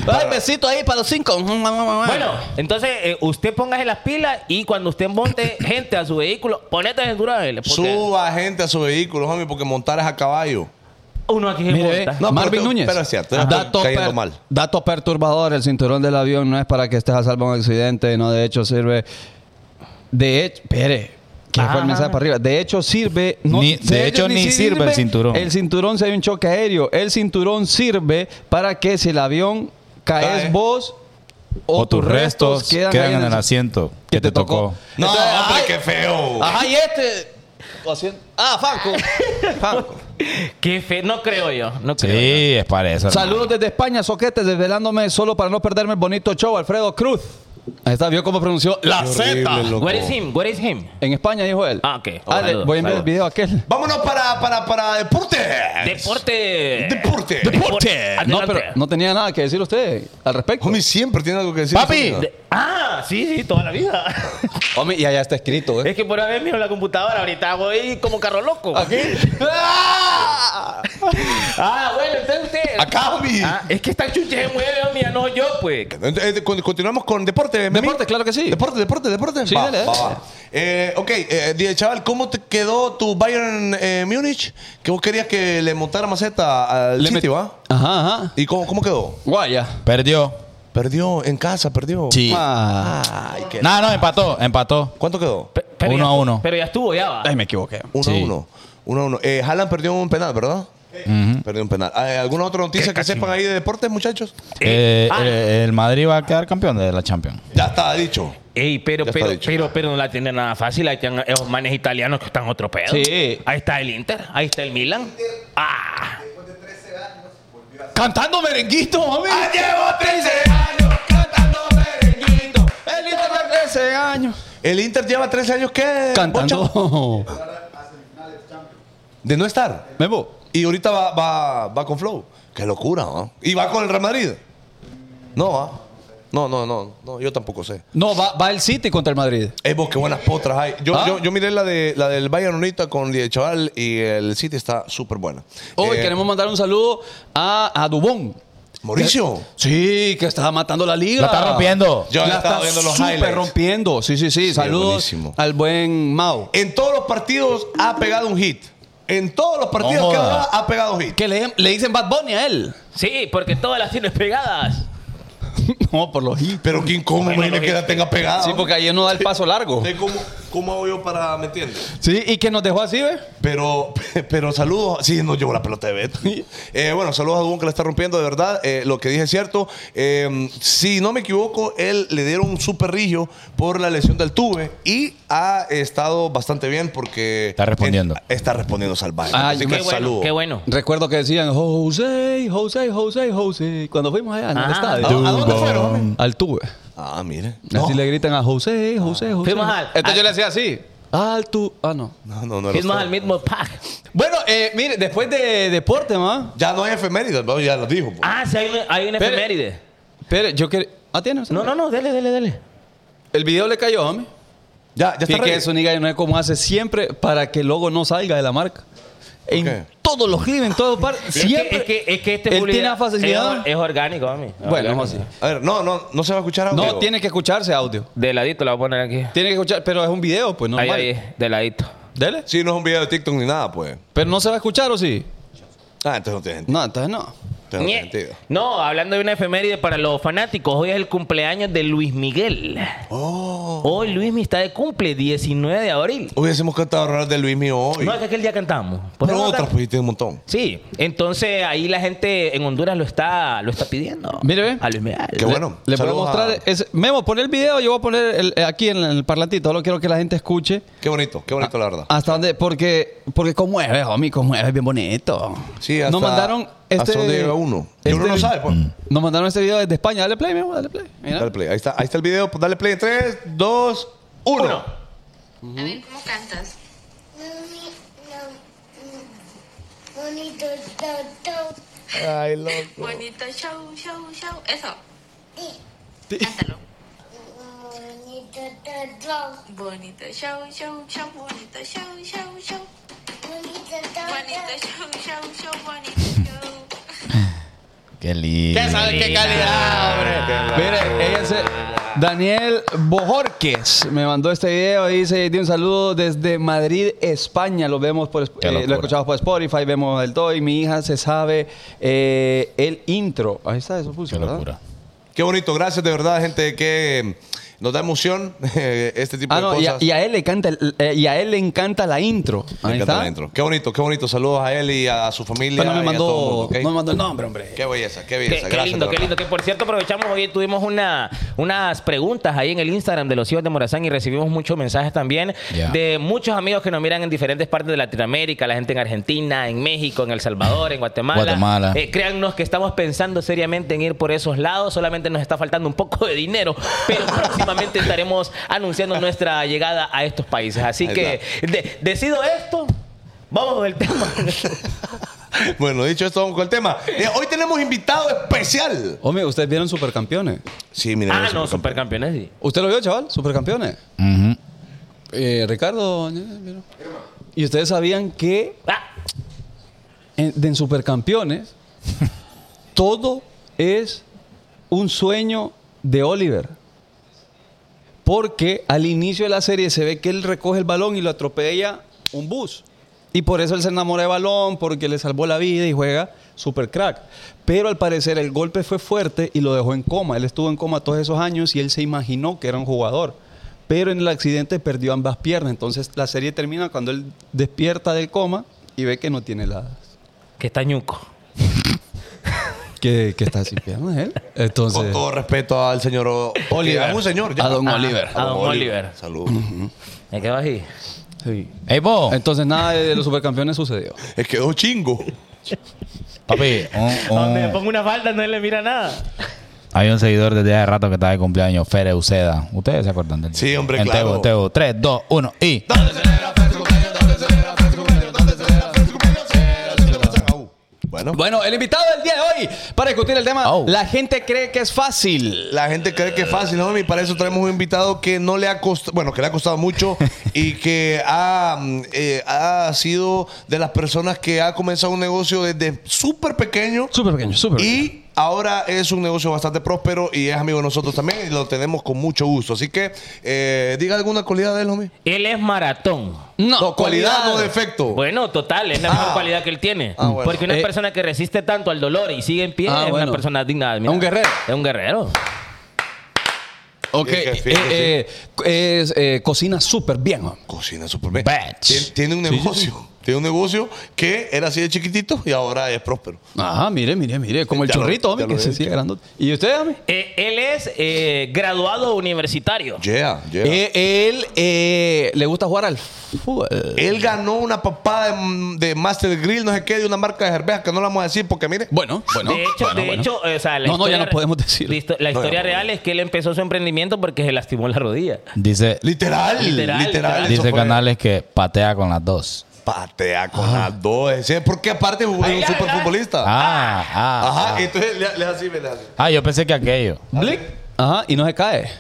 A: ¿va? Ay, besito ahí para los cinco.
D: Bueno,
A: Bueno.
D: entonces eh, usted póngase las pilas y cuando usted monte gente a su vehículo, ponete el durable. Porque
F: Suba gente a su vehículo, homie, porque montar es a caballo.
D: uno aquí se
A: Mire,
D: monta.
F: No, pero
A: Marvin
F: te-
A: Núñez.
F: pero es cierto,
A: Ajá.
F: estoy
A: dato,
F: cayendo
A: per-
F: mal.
A: dato perturbador: el cinturón del avión no es para que estés a salvo de un accidente, no, de hecho sirve. De hecho, espere, que fue
D: Ajá.
A: el mensaje para arriba. De hecho, sirve. no-
E: Ah. Ni- de hecho, ni sirve el cinturón.
A: El cinturón si hay un choque aéreo. El cinturón sirve para que si el avión caes
F: Cae.
A: vos o,
E: O tus restos quedan
A: ahí
E: en el asiento que te tocó.
F: No,
A: Entonces,
F: hombre,
A: ay,
F: qué feo.
A: Ajá, y este. o haciendo- Ah, Franco. Franco.
D: Qué fe, no creo yo, no creo. yo.
E: Sí, es para eso. hermano.
A: Saludos desde España, Soquetes, desvelándome solo para no perderme el bonito show. Alfredo Cruz. Ahí está, vio cómo pronunció la Z.
D: Where is him? Where is him?
A: En España, dijo él.
D: Ah, ok.
A: Ah, le-
D: Saludos,
A: voy a enviar el
D: saludos.
A: video aquel.
F: Vámonos para, para, para deporte.
D: Deporte.
F: Deporte.
D: Deporte.
A: No,
D: Adelante.
A: pero no tenía nada que decir usted al respecto.
F: Homie siempre tiene algo que decir.
E: Papi.
F: Esa
D: De- ah, sí, sí, toda la vida.
A: Homie, y allá está escrito, ¿eh?
D: es que por haber miro la computadora, ahorita voy como carro loco.
A: ¡Ah!
D: Ah, bueno, entonces usted.
F: señora. Acá, homie.
D: Ah, es que esta chucha se mueve, homie, ya no yo, pues.
F: Ent- eh, con- Continuamos con deporte. Memi.
A: Deporte, claro que sí.
F: Deporte, deporte, deporte.
A: Sí, dale, dale.
F: Eh, ok, eh, dile, chaval, ¿cómo te quedó tu Bayern eh, Múnich? Que vos querías que le montara maceta al
A: Le
F: City,
A: met-
F: ¿va?
A: Ajá, ajá.
F: ¿Y cómo, cómo quedó?
A: Guaya.
E: Perdió.
F: Perdió en casa, perdió.
E: Sí.
A: Ah.
F: Ay, qué-
E: No, no, empató, empató.
F: ¿Cuánto quedó?
D: Pe- pero
E: Uno
D: ya
E: a
D: estuvo-
E: uno.
D: Pero ya estuvo, ya va.
A: Ay, me equivoqué.
F: 1
E: Sí.
F: a 1. 1 a 1. Eh, Haaland perdió un penal, ¿verdad? Perdió un penal. Eh, ¿Alguna otra noticia que sepan ahí de deportes, muchachos?
E: Eh, eh, el Madrid va a quedar campeón de la Champions.
F: Ya está dicho.
D: Ey, pero,
F: Ya está
D: pero,
F: dicho.
D: pero, pero no la tiene nada fácil. Ahí están esos manes italianos que están otro pedo.
A: Sí.
D: Ahí está el Inter, ahí está el Milan. Ah.
A: Cantando merenguito, homie.
F: llevo 13
A: El Inter de 13 años.
F: El Inter lleva 13 años que. Bocha,
A: Cantando.
F: De no estar.
A: Memo.
F: Y ahorita va, va, va con Flow. Qué locura, ¿no? Y va con el Real Madrid. No, ¿ah? No, no, no, no, yo tampoco sé.
A: No, va, va el City contra el Madrid.
F: Eh, vos, qué buenas potras hay. Yo,
A: ¿Ah?
F: yo, yo miré la, de, la del Bayern ahorita con el chaval y el City está súper buena.
A: Hoy
F: Eh,
A: queremos mandar un saludo a, a Dubón.
F: Mauricio.
A: Eh. Sí, que está matando la liga.
E: La está rompiendo.
F: Yo
A: la
F: he estado
A: está
F: viendo los
A: súper
F: highlights.
A: rompiendo. Sí, sí, sí. Saludos
F: buenísimo.
A: al buen Mao.
F: En todos los partidos ha pegado un hit. En todos los partidos
E: No
F: que
E: joda.
F: va ha pegado un hit.
A: Que le, le dicen Bad Bunny a él.
D: Sí, porque todas las tienes pegadas.
A: No, por los hits.
F: Pero qué incómodo,
D: Bueno,
F: imagínate que la tenga pegada.
A: Sí, porque ahí no da el paso largo.
F: Sé ¿Cómo, ¿Cómo hago yo para, me entiendes?
A: Sí, y que nos dejó así, ¿ves?
F: Pero, pero saludos. Sí, no llevo la pelota de Beto. Eh, bueno, saludos a Dubón que la está rompiendo, de verdad. Eh, lo que dije es cierto. Eh, si no me equivoco, él le dieron un super rigio por la lesión del tuve y ha estado bastante bien porque.
E: Está respondiendo.
F: en- está respondiendo salvaje.
A: Ah,
F: Así
A: qué
F: que
D: Qué bueno,
F: saludos.
D: qué bueno.
A: Recuerdo que decían José, José, José, José. Cuando fuimos allá en el
D: Ah.
A: estadio.
F: ¿A, a dónde fueron? hombre?
A: Al tuve.
F: Ah, mire.
A: Así le gritan a José, José, José.
D: Fuimos al-
A: Entonces
D: al-
A: yo le hacía así. Al tu. Ah, no.
F: No, no, no. era
D: Firmas
F: usted.
D: al mismo pack.
A: Bueno, eh, mire, después de deporte, ma.
F: Ya no hay efemérides, ¿no? ya lo dijo. pues.
D: Ah, sí, hay una, hay una
A: Pero-
D: efeméride.
A: Pero yo que. Ah, tiene.
D: No, no, no, dele, dele, dele.
A: El video le cayó, homie.
F: Ya, ya está
A: Pique
F: ready.
A: es un no es como hace siempre para que el logo no salga de la marca. En
F: Ok.
A: todos los clips, en todos partes. Siempre.
D: Es que, es que, es que este
A: Él
D: publicidad
A: tiene la facilidad.
D: Es, es orgánico, mami.
A: Bueno, José.
F: A ver, no, no, no se va a escuchar
A: No,
F: audio.
A: tiene que escucharse audio.
D: De ladito la voy a poner aquí.
A: Tiene que escuchar, pero es un video, pues normal.
D: Ahí, ahí, de ladito.
A: Dele.
F: Sí, no es un video de TikTok ni nada, pues.
A: Pero no se va a escuchar, ¿o sí?
F: Ah, entonces no tiene sentido.
A: No, entonces no.
F: Entonces no tiene
D: Ñe.
F: sentido.
D: No, hablando de una efeméride para los fanáticos, hoy es el cumpleaños de Luis Miguel. Hoy Luis Miguel está de cumple, 19 de abril.
F: Hubiésemos cantado rolas de Luis mío hoy.
D: No, es que aquel día cantamos.
F: Pero
D: ¿Podemos
F: otras,
D: cantar?
F: pues, y tiene un montón.
D: Sí, entonces ahí la gente en Honduras lo está, lo está pidiendo.
A: Mire, ve.
D: A Luis Miguel.
F: Qué bueno.
A: Le voy a
F: Saludos
A: mostrar.
F: a-
A: ese- Memo, pon el video, yo voy a poner el- eh, aquí en el parlantito. Solo quiero que la gente escuche.
F: Qué bonito, qué bonito, la verdad.
A: Hasta donde, porque, porque conmueve, homie, conmueve, bien bonito.
F: Sí, hasta,
A: Nos mandaron este.
F: hasta dónde llega uno. Y uno
A: este-
F: no sabe, pues.
A: Nos mandaron este video desde España. Dale play, Memo, dale play. Mira.
F: Dale play. Ahí está, ahí está el video. Pues dale play. 3, 2, 1.
H: A ver cómo cantas.
I: Bonito, chau, chau.
F: Ay, loco.
H: Bonito show, show, show. Eso. Cántalo.
I: Bonito, chau, chau.
H: Bonito show, show, show. Bonito show, show, show.
I: Bonito, chau,
H: Bonito
I: chau.
H: show, show, show. Bonito show.
E: Qué lindo.
A: qué calidad, hombre? Mire, ella se- Daniel Bojorques me mandó este video y dice, di un saludo desde Madrid, España. Lo vemos por, Sp-
E: Qué
A: eh, lo
E: locura.
A: escuchamos por Spotify, vemos el todo y mi hija se sabe eh, el intro. Ahí está, eso puso,
E: Qué
A: ¿verdad?
E: locura.
F: Qué bonito. Gracias, de verdad, gente. Qué nos da emoción eh, este tipo
A: Ah,
F: de
A: no, y a,
F: cosas.
A: y a él le encanta, el- eh, y a él le encanta la intro.
F: Me
A: Ahí
F: encanta
A: está.
F: la intro. Qué bonito, qué bonito. Saludos a él y a su familia.
A: Pero no me
F: y a
A: mandó,
F: todo el mundo, ¿ok?
A: no me mandó el nombre, hombre.
F: Qué belleza, qué
D: Qué,
F: belleza.
D: qué
F: Gracias,
D: lindo,
F: de
D: qué
F: verdad.
D: lindo. Que por cierto aprovechamos hoy tuvimos una, unas preguntas ahí en el Instagram de los hijos de Morazán y recibimos muchos mensajes también
E: Ya.
D: de muchos amigos que nos miran en diferentes partes de Latinoamérica, la gente en Argentina, en México, en El Salvador, en Guatemala.
E: Guatemala.
D: Eh, créannos que estamos pensando seriamente en ir por esos lados, solamente nos está faltando un poco de dinero, pero próximamente estaremos anunciando nuestra llegada a estos países. Así
F: Ahí
D: que de- decido esto. Vamos con el tema.
F: Bueno, dicho esto, vamos con el tema. Eh, hoy tenemos invitado especial.
A: Hombre, ustedes vieron Supercampeones.
F: Sí, mira.
D: ah,
F: es
D: no,
F: un campeón.
D: supercampeones. sí.
A: ¿Usted lo vio, chaval? Supercampeones.
E: Ujú.
A: Eh, Ricardo. ¿no? ¿Vieron? Y ustedes sabían que
D: Ah,
A: en, de en Supercampeones todo es un sueño de Oliver. Porque al inicio de la serie se ve que él recoge el balón y lo atropella un bus. Y por eso él se enamora de balón, porque le salvó la vida y juega super crack. Pero al parecer el golpe fue fuerte y lo dejó en coma. Él estuvo en coma todos esos años y él se imaginó que era un jugador. Pero en el accidente perdió ambas piernas. Entonces la serie termina cuando él despierta del coma y ve que no tiene las,
D: que está ñuco.
A: que, que está sin piernas él. Entonces,
F: Con todo respeto al señor O- Oliver. Es un señor. ya.
A: a don
D: Ah,
A: Oliver.
D: A don Oliver.
F: Salud.
D: Me quedo así.
A: Sí.
E: Ey, Bo,
A: Entonces nada de los supercampeones sucedió.
F: Es que dos chingo.
E: papi, un- un-
D: Donde me
A: Oh.
D: pongo una falda no le mira nada.
E: hay un seguidor desde hace rato que está de cumpleaños, Fere Uceda. Ustedes se acuerdan del
F: Sí, hombre,
E: En
F: claro.
E: Tebo, Tebo. 3, 2, 1 y.
F: Bueno.
A: Bueno, el invitado del día de hoy para discutir el tema,
E: Oh.
A: la gente cree que es fácil.
F: La gente cree que es fácil, ¿no? Y para eso traemos un invitado que no le ha costado, bueno, que le ha costado mucho y que ha, mm, eh, ha sido de las personas que ha comenzado un negocio desde súper pequeño
A: Súper pequeño, súper
F: y ahora es un negocio bastante próspero y es amigo de nosotros también y lo tenemos con mucho gusto. Así que eh, diga alguna cualidad de él, homie.
D: Él es maratón.
A: No,
F: cualidad, no defecto.
D: Bueno, total, es la mejor cualidad que él tiene.
F: Ah, bueno.
D: Porque una
A: Eh.
D: persona que resiste tanto al dolor y sigue en pie
A: Ah,
D: es
A: bueno.
D: una persona digna de admirar.
A: Es un guerrero.
D: Es un guerrero.
A: Ok,
F: Sí, es que
A: eh,
F: sí,
A: eh, es, eh, cocina súper bien. hombre.
F: Cocina súper bien.
E: Batch.
F: Tien- Tiene un negocio. Tiene un negocio que era así de chiquitito y ahora es próspero.
A: Ajá, mire, mire, mire, como el
F: Ya lo-
A: churrito, hombre,
F: ya lo
A: que se
F: dije.
A: sigue grandote. ¿Y usted, hombre?
D: Eh, él es eh, graduado universitario.
F: Yeah, yeah.
A: Eh, él eh, le gusta jugar al fútbol.
F: Él ganó una papada de, de Master Grill, no sé qué, de una marca de cerveza que no la vamos a decir porque mire.
A: Bueno, bueno.
D: de hecho,
A: bueno,
D: de
A: bueno.
D: hecho, eh, o sea, la
A: No, no, ya
D: historia-
A: no podemos decirlo.
D: listo, La
F: No,
D: historia
F: ya no.
D: real es que él empezó su emprendimiento porque se lastimó la rodilla.
E: Dice,
F: Literal,
D: Literal,
F: literal.
D: literal.
F: eso
E: dice
F: fue.
E: Canales que patea con las dos.
F: Patea con las dos. ¿sí? Porque aparte jugó
D: Ay,
F: un
D: ay,
F: superfutbolista.
E: Ah, ah.
F: Ajá,
E: ah.
F: entonces le, le hace así, ve, le hace.
E: Ah, yo pensé que aquello.
A: Blick. Ajá, y no se cae.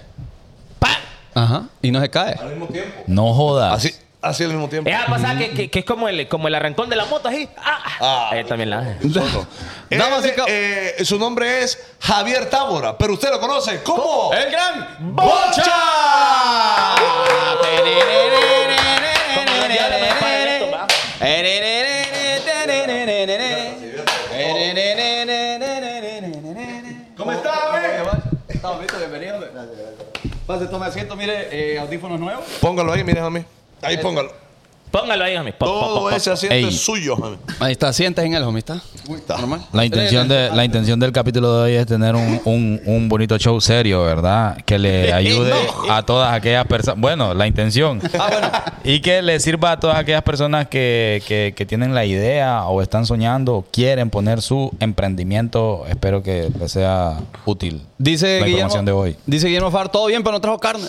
A: ¡Pam! Ajá, y no se cae.
F: Al mismo tiempo.
E: No jodas.
F: Así, así al mismo tiempo.
D: Es a pasar eh, ah, que, que- que es como el, como el arrancón de la moto así. Ah,
F: Ah.
D: Ahí también la hace.
F: Solo. Él,
A: Damas y cab-
F: eh, su nombre es Javier Tábora, pero usted lo conoce como
A: ¡El gran
F: Bocha.
A: ¿Cómo está, Estamos listos, bienvenido. Pase, tome asiento, mire, eh, audífonos nuevos.
F: Póngalo ahí, mire, mami. Ahí póngalo.
D: Póngalo ahí, homie. Pop, pop, pop,
F: Todo
D: pop.
F: ese asiento
E: Ey.
F: es suyo, mami.
A: Ahí está, sientes en el homie, ¿está? Eh,
F: Normal.
E: La intención, de, la intención del capítulo de hoy es tener un, un- un bonito show serio, ¿verdad? Que le ayude a todas aquellas personas. Bueno, la intención.
A: Ah,
E: Y que le sirva a todas aquellas personas que, que- que tienen la idea o están soñando o quieren poner su emprendimiento. Espero que les sea útil
A: Dice
E: la información
A: Guillermo,
E: de hoy.
A: Dice Guillermo Far, todo bien, pero no trajo carne.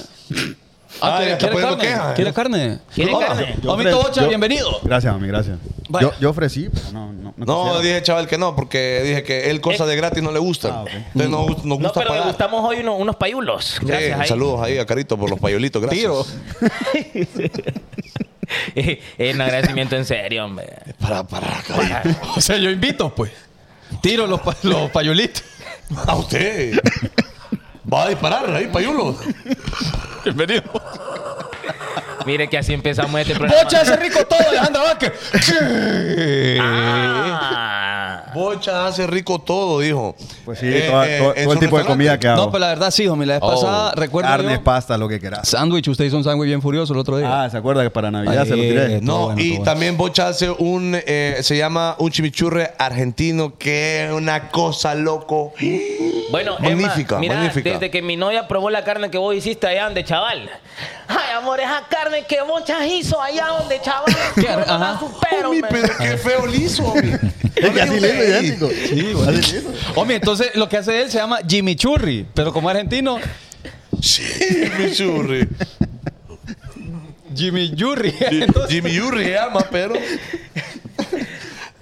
F: Ah, ya está poniendo
A: carne?
F: queja, ¿eh?
A: ¿Quiere carne?
D: ¿Quiere
A: Hola.
D: carne?
J: Yo
A: Homito
J: ofre-
A: Bocha,
J: yo-
A: bienvenido.
J: Gracias, mami, gracias.
A: Vaya.
J: Yo, yo ofrecí, pero no, no, no
F: No,
J: quisieron.
F: dije chaval que no, porque dije que él cosas de gratis no le gustan.
J: Ah, ok.
F: Entonces nos, gust- nos
D: No,
F: gusta
D: pero le
F: pagar.
D: gustamos hoy uno- unos payulos.
F: Sí,
D: Gracias. ahí.
F: saludos ahí a Carito por los payolitos, gracias.
A: Tiro.
D: Es un agradecimiento Eh, en serio, hombre.
F: Para, para, Carito.
A: O sea, yo invito, pues. Tiro los, pa- los payolitos.
F: A usted. Va a disparar ahí, payulo.
A: Bienvenido.
D: Mire que así empezamos este programa.
A: Bocha ese rico todo, Alejandra Vázquez.
D: Ah.
F: bocha hace rico todo, dijo.
J: Pues sí,
F: Eh,
J: toda-
F: eh,
J: todo,
F: es
J: todo el
F: un
J: tipo de
F: restaurante.
J: comida que hago.
A: No, pero la verdad sí, homie. La vez
F: Oh.
A: pasada, recuerdo
J: Carnes,
A: yo-
J: pasta, lo que querás.
A: Sándwich. Usted hizo un sándwich bien furioso el otro día.
J: Ah, ¿se acuerda que para Navidad
A: Ay,
J: se lo tiré?
A: todo
F: No,
A: bueno,
F: y
A: todo bueno.
F: también Bocha hace un, eh, se llama un chimichurre argentino, que es una cosa loco.
D: Bueno,
F: Magnífica,
D: Emma, mira,
F: magnífica.
D: desde que mi novia probó la carne que vos hiciste allá donde chaval. Ay, amor, esa carne que Bochas hizo allá donde chaval.
A: Qué-
D: yo no la
A: ajá.
D: supero,
F: Homie,
D: me.
F: pero qué feo liso, homie.
J: Es que así le hizo idéntico. Así le hizo.
A: Homie, entonces lo que hace él se llama Jimmy Churri, pero como argentino,
F: Chimichurri.
A: Jimmy Yurri.
F: Jimmy Yurri se llama, pero...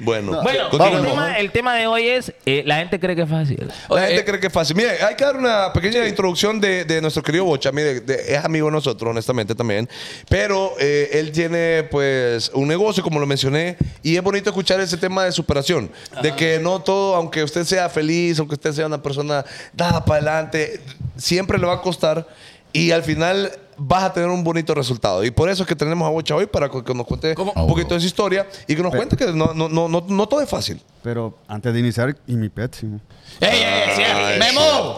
F: Bueno,
D: Bueno, el
F: continuemos.
D: tema, el tema de hoy es, eh, la gente cree que es fácil.
F: La gente cree que es fácil. Mire, hay que dar una pequeña introducción de, de nuestro querido Bocha. Mire, de- es amigo de nosotros, honestamente también. Pero eh, él tiene, pues, un negocio, como lo mencioné. Y es bonito escuchar ese tema de superación. De que no todo, aunque usted sea feliz, aunque usted sea una persona dada para adelante, siempre le va a costar. Y al final vas a tener un bonito resultado. Y por eso es que tenemos a Bocha hoy para que que nos cuente un poquito de su historia y que nos cuente que no, no, no, no, no todo es fácil.
J: Pero antes de iniciar, y mi Pepsi. ¿no?
A: ¡Ey, ey, sí, ¡Memo!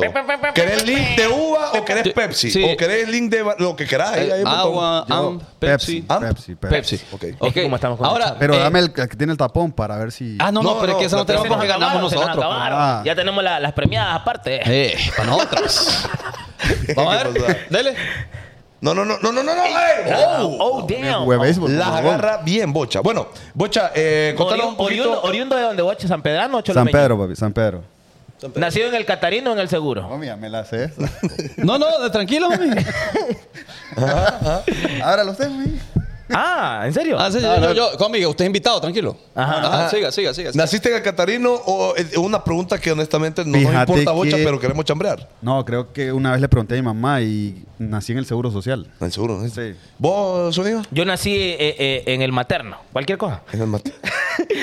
F: ¿Querés link de uva o querés Pepsi?
A: Sí.
F: ¿O querés link de va- lo que querás? Ahí hay un
A: Agua,
J: Yo-
A: am, Pepsi.
F: Am-
J: Pepsi,
A: Pepsi.
F: Ok.
A: Ok,
D: Es que como estamos con
A: Ahora,
J: Pero
A: eh,
J: dame el el que tiene el tapón para ver si.
A: Ah, no, no,
F: No,
A: pero es
F: no,
A: que esa no
F: la
A: tenemos
F: tercera
A: porque
D: Se nos
A: ganamos
D: acabaron, se nos
A: nosotros.
D: acabaron.
J: Ah.
D: Ya tenemos la- las premiadas aparte.
A: Eh, para nosotros. Vamos a
F: ¿Qué pasó?
A: ver, dele.
F: No, no, no, no, no, no, no. ey,
D: Oh,
F: oh.
D: oh, damn.
J: Juega béisbol,
F: Las
J: por favor.
F: agarra bien, Bocha. Bueno, Bocha, eh, contanos un
D: Oriundo, oriundo,
F: poquito.
D: oriundo de donde Bocha, San Pedrano o
J: San
D: Cholomeño?
J: Pedro, papi, San Pedro.
D: Nacido en el Catarino o en el Seguro.
J: No, mira, me la sé. esa.
A: No, no, de- tranquilo, mami.
J: Ahora lo sé, güey.
D: Ah, ¿en serio?
A: Ah, sí, yo, yo, yo, conmigo, usted es invitado, tranquilo.
D: Ajá.
A: Ajá, siga, siga, siga. siga.
F: ¿Naciste en el Catarino o eh, una pregunta que honestamente no nos
J: Fíjate
F: importa, Bocha,
J: que-
F: pero queremos chambrear?
J: No, creo que una vez le pregunté a mi mamá y nací en el Seguro Social.
F: El seguro, ¿no?
J: Sí.
F: ¿Vos, sonido?
D: Yo nací eh, eh, en el materno. Cualquier cosa.
F: En el mate.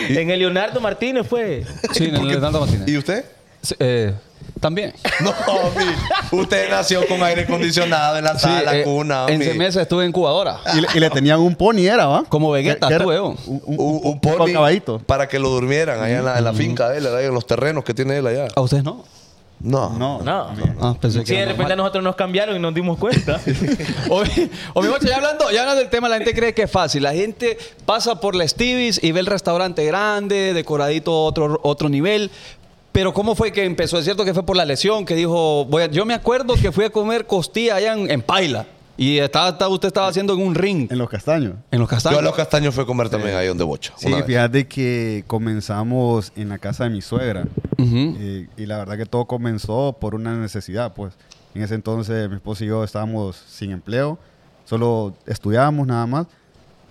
D: En el Leonardo Martínez fue.
A: Sí, no, Leonardo Martínez.
F: ¿Y usted?
A: Sí, eh, también.
F: No, mi, usted nació con aire acondicionado en la
A: Sí,
F: sala,
A: eh,
F: cuna.
A: en
F: mi.
A: seis meses estuve en Cubadora.
J: Y le, y le tenían un pony, era, ¿va?
A: Como Vegeta,
J: ¿Qué- qué era?
A: tú, weón.
J: Un, un-
F: Un, un
J: un Mm.
F: pony
J: caballito.
F: para que lo durmieran allá en la, en la finca de él, allá en los terrenos que tiene él allá.
A: ¿A ustedes no?
F: No.
J: Oh. No.
D: No.
A: Ah, pensé
D: Sí, de
A: era
D: repente a
A: normal.
D: nosotros nos cambiaron y nos dimos cuenta.
A: Oye, oye, Bocha, ya hablando, ya hablando del tema, la gente cree que es fácil. La gente pasa por la Stevie's y ve el restaurante grande, decoradito otro, otro nivel. Pero ¿cómo fue que empezó? Es cierto que fue por la lesión, que dijo, voy a- yo me acuerdo que fui a comer costilla allá en, en Paila. Y estaba, estaba- usted estaba haciendo en un ring,
J: En los castaños.
A: en los
F: Yo a
A: castaños.
F: los castaños fui a comer también ahí donde bocha.
J: Sí,
F: una vez.
J: fíjate que comenzamos en la casa de mi suegra.
A: Ujú.
J: y, y la verdad que todo comenzó por una necesidad, pues. En ese entonces mi esposo y yo estábamos sin empleo, solo estudiábamos nada más.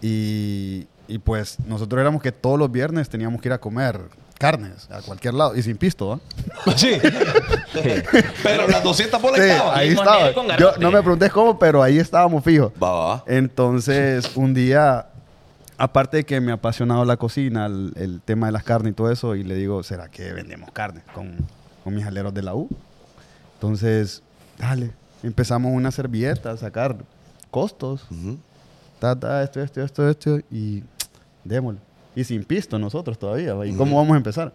J: Y, y, pues nosotros éramos que todos los viernes teníamos que ir a comer carnes a cualquier lado y sin pisto, ¿va?
A: Sí.
F: Pero las 200 bolas
J: Sí,
F: estaban.
J: ahí
D: Mismo
J: estaba.
D: nivel con
J: Yo,
D: garrote.
J: no me preguntes cómo, pero ahí estábamos fijos.
F: Va, va,
J: Eh.
F: va.
J: Entonces, un día, aparte de que me ha apasionado la cocina, el, el tema de las carnes y todo eso, y le digo, ¿será que vendemos carnes con, con mis aleros de la U? Entonces, dale, empezamos una servilleta a sacar costos. Ta, ta, esto, esto, esto, esto, y démosle. Y sin pisto nosotros todavía, ¿va? ¿y cómo vamos a empezar?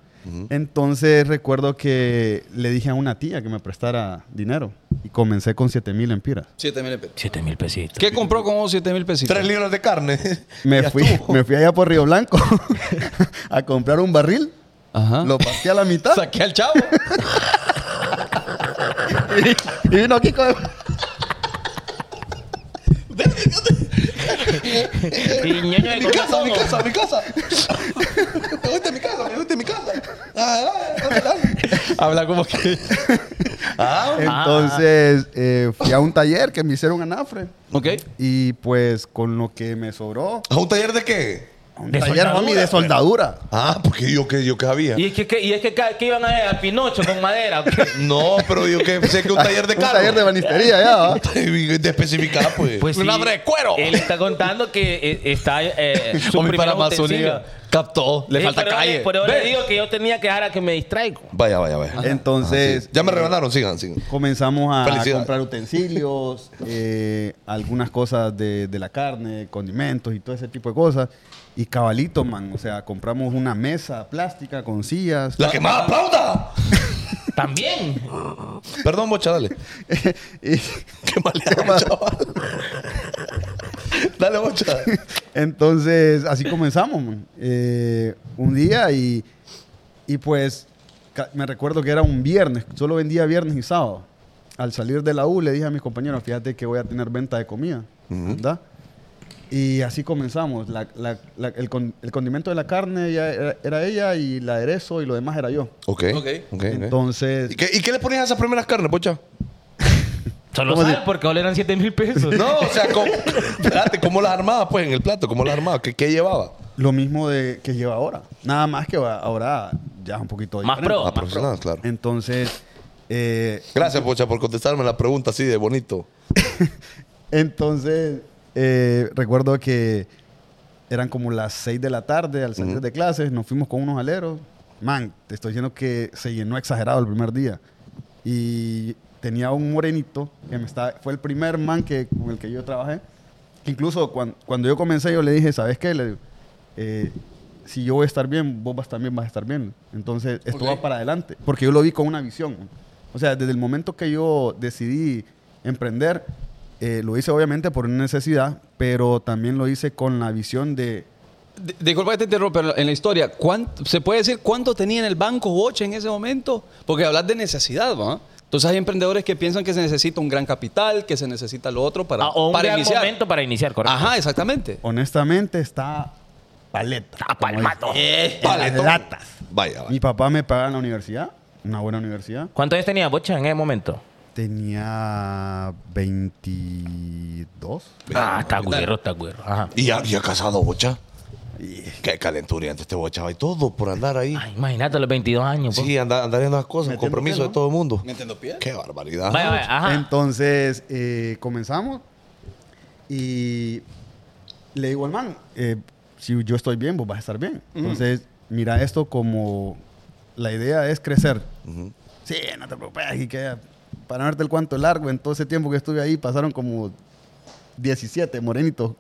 J: Entonces recuerdo que le dije a una tía que me prestara dinero y comencé con 7 mil empiras.
D: Siete mil pesitos.
A: ¿Qué compró con 7 mil pesitos?
F: Tres libras de carne.
J: Me
F: Ya
J: fui,
F: estuvo.
J: me fui allá por Río Blanco a comprar un barril,
A: Ajá.
J: lo partí a la mitad
A: Saqué al chavo.
J: y vino aquí con...
D: Y ñoño de
F: Mi casa, mi
D: Cocosomo.
F: casa, mi casa. Me gusta mi casa, me gusta mi casa. Ah, ah, ah, ah.
A: Habla como que...
J: Entonces eh, fui a un taller que me hicieron anafre
A: Ok.
J: y pues con lo que me sobró,
F: ¿A un taller de pues. qué?
J: un
D: De
J: taller
D: soldadura,
J: homie, de soldadura.
F: Ah, porque yo que yo que sabía.
D: Y es que, que- y es que, ca- que iban a, a Pinocho con madera. ¿o qué?
F: No, pero yo que sé que un taller de
J: Un
F: carne.
J: taller de banistería ya, ¿va?
F: De especificar, pues.
D: Pues
A: Un
D: sí,
A: hambre de cuero.
D: Él está contando que eh, está eh, su
A: Hombre, para
D: primer
A: Amazonía.
D: utensilio.
A: Captó, le
D: Sí,
A: falta
D: Eh, pero
A: calle.
D: le- pero le
A: Ve.
D: digo que yo tenía que dejar a que me distraigo.
F: Vaya, vaya, vaya.
J: Ah. Entonces,
F: Ah,
J: eh,
F: Ya me rebanaron, sigan, sigan.
J: comenzamos a
F: Felicidades.
J: comprar utensilios, eh, algunas cosas de, de la carne, condimentos y todo ese tipo de cosas. Y cabalito, man, o sea, compramos una mesa plástica con sillas.
F: ¡La que más aplauda!
D: También.
F: Perdón, bocha, dale.
J: Y-
F: Qué maleado, chaval. dale, bocha.
J: Entonces, así comenzamos, man. Eh, un día y, y pues ca- me recuerdo que era un viernes, solo vendía viernes y sábado. Al salir de la U le dije a mis compañeros, fíjate que voy a tener venta de comida, ¿verdad? Y así comenzamos. La- la- la- el, con- el condimento de la carne ya era, era ella y el aderezo y lo demás era yo.
F: Ok. Ok. ok.
J: Entonces,
F: ¿Y, qué, ¿Y qué le ponías a esas primeras carnes, bocha?
D: Solo
J: ¿Cómo
D: sal,
J: se-
D: porque valen 7 mil pesos.
F: No, o sea, ¿cómo, espérate, ¿cómo las armabas, pues, en el plato? ¿Cómo las armabas? ¿Qué, qué llevaba?
J: lo mismo de que lleva ahora. Nada más que va- ahora ya es un poquito
D: Más
J: diferente.
D: pro.
F: Ah, profesional, claro.
J: Entonces, eh,
F: Gracias, bocha, por contestarme la pregunta así de bonito.
J: Entonces, eh, recuerdo que eran como las 6 de la tarde al salir de clases, nos fuimos con unos aleros. Man, te estoy diciendo que se llenó exagerado el primer día. Y tenía un morenito que me estaba, fue el primer man que, con el que yo trabajé. Que incluso cuan- cuando yo comencé, yo le dije, ¿sabes qué? Le digo, "Eh, si yo voy a estar bien, vos vas también vas a estar bien. Entonces, esto va para adelante. Porque yo lo vi con una visión. O sea, desde el momento que yo decidí emprender, eh, lo hice obviamente por una necesidad, pero también lo hice con la visión de...
A: Di- Disculpa que te interrumpa, pero en la historia, ¿cuánto- ¿se puede decir cuánto tenía en el banco Bocha en ese momento? Porque hablas de necesidad, ¿va? Entonces hay emprendedores que piensan que se necesita un gran capital, que se necesita lo otro para,
D: Ah, o un
A: para
D: gran
A: iniciar.
D: momento para iniciar, correcto.
A: Ajá, exactamente.
J: Honestamente, está paleta.
D: Ah, palmato.
J: Vale,
F: Paletón.
J: latas.
F: Vaya,
J: Mi
F: vaya.
J: papá me pagaba en la universidad, una buena universidad.
D: ¿Cuántos años tenía Bocha en ese momento?
J: Tenía 22.
D: Ah, está güero, está güero. Ajá.
F: ¿Y ya, ya casado, bocha? Qué calenturiante este bocha, y todo por andar ahí.
D: Ay, imagínate a los 22 años. pues. po.
F: Sí, andar, andar en las cosas,
J: Metiendo
F: compromiso
J: pie, ¿no?
F: de todo el mundo.
K: ¿Metiendo pie?
F: Qué barbaridad.
D: Vaya, vaya, ajá.
J: Entonces eh, comenzamos y le digo al man, eh, si yo estoy bien, vos vas a estar bien. Entonces, mira esto como la idea es crecer. Sí, no te preocupes, y que para darte el cuanto largo, en todo ese tiempo que estuve ahí pasaron como 17 morenitos.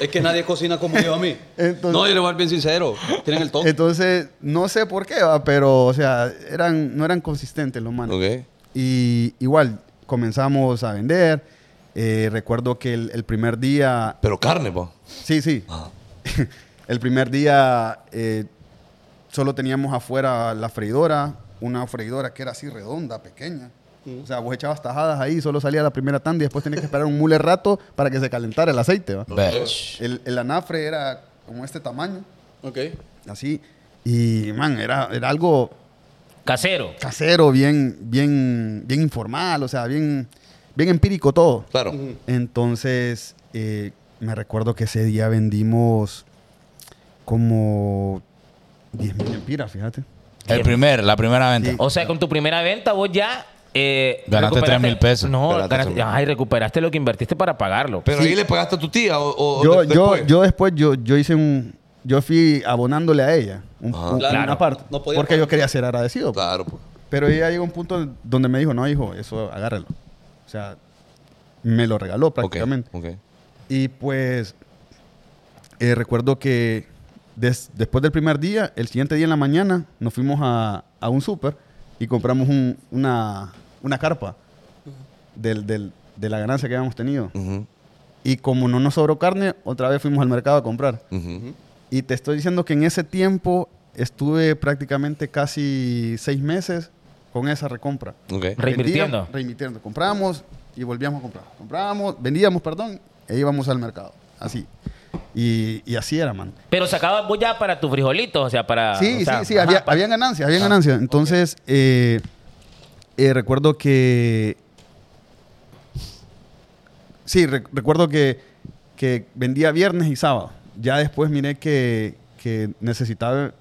A: es que nadie cocina como yo a mí.
J: Entonces-
A: no, yo le voy a ser bien sincero. Tienen el toque.
J: Entonces, no sé por qué, va, pero, o sea, eran, no eran consistentes los manos.
F: Ok.
J: Y igual, comenzamos a vender. Eh, recuerdo que el, el primer día,
F: Pero carne, po.
J: sí, sí,
F: Ah.
J: el primer día eh, solo teníamos afuera la freidora, una freidora que era así redonda, pequeña. O sea, vos echabas tajadas ahí, solo salía la primera tanda y después tenías que esperar un mule rato para que se calentara el aceite. ¿va?
E: Bitch.
J: El, el anafre era como este tamaño,
A: Ok.
J: así. Y, man, era, era algo
D: Casero.
J: casero, bien, bien, bien informal, o sea, bien, bien empírico todo.
F: Claro.
J: Entonces, eh, me recuerdo que ese día vendimos como 10 mil empiras, fíjate.
E: El primer, la primera venta.
J: Sí.
D: O sea, con tu primera venta vos ya... Eh,
E: Ganaste
D: recuperaste-
E: 3.000 pesos.
D: No,
F: Ganaste
D: ganaste-
F: 3.000.
D: ay, recuperaste lo que invertiste para pagarlo.
F: Pero ahí le pagaste a tu tía o, o
J: Yo,
F: Oh, de-
J: yo,
F: después.
J: yo después, yo, yo hice un, yo fui abonándole a ella, un-
F: Ajá.
J: un-
A: Claro.
J: una parte,
A: No podía
J: porque
A: pagar.
J: yo quería ser agradecido. pues.
F: Claro, po.
J: Pero ella llegó a un punto donde me dijo, no, hijo, eso agárralo. O sea, me lo regaló prácticamente.
F: Ok, ok.
J: Y pues eh, recuerdo que des- después del primer día, el siguiente día en la mañana, nos fuimos a, a un súper y compramos un- una, una carpa del- del- de la ganancia que habíamos tenido.
F: Ujú,
J: Y como no nos sobró carne, otra vez fuimos al mercado a comprar.
F: ujú.
J: Y te estoy diciendo que en ese tiempo estuve prácticamente casi seis meses con esa recompra.
F: Ok.
D: Reinvirtiendo.
J: Vendíamos- reinvirtiendo. Comprábamos y volvíamos a comprar. Comprábamos, vendíamos, perdón, e íbamos al mercado. Así. Y, y así era, man.
D: Pero sacabas vos ya para tus frijolitos, o sea, para...
J: sí,
D: o sea,
J: sí, sí,
D: ajá,
J: había,
D: pa- Ah,
J: habían ganancias, habían ganancias. Entonces, eh, eh, recuerdo que... Sí, rec- recuerdo que, que vendía viernes y sábado. Ya después miré que, que necesitaba...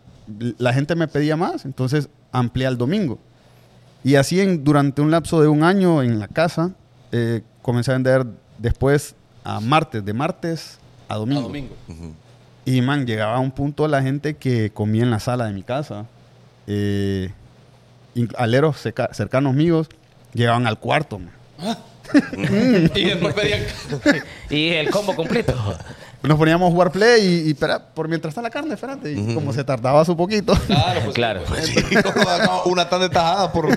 J: La gente me pedía más, entonces amplié al domingo. Y así en, durante un lapso de un año en la casa, eh, comencé a vender después a martes, de martes a domingo.
A: domingo.
J: Y, man, llegaba a un punto la gente que comía en la sala de mi casa. Eh, inc- aleros cerca- cercanos míos llegaban al cuarto, man.
A: Y después pedían.
D: Y el combo completo.
J: Nos poníamos a jugar play y, y espera, por mientras está la carne, espérate. Y como se tardaba su poquito.
A: Claro, pues.
D: Claro.
F: Una tan de tajada por.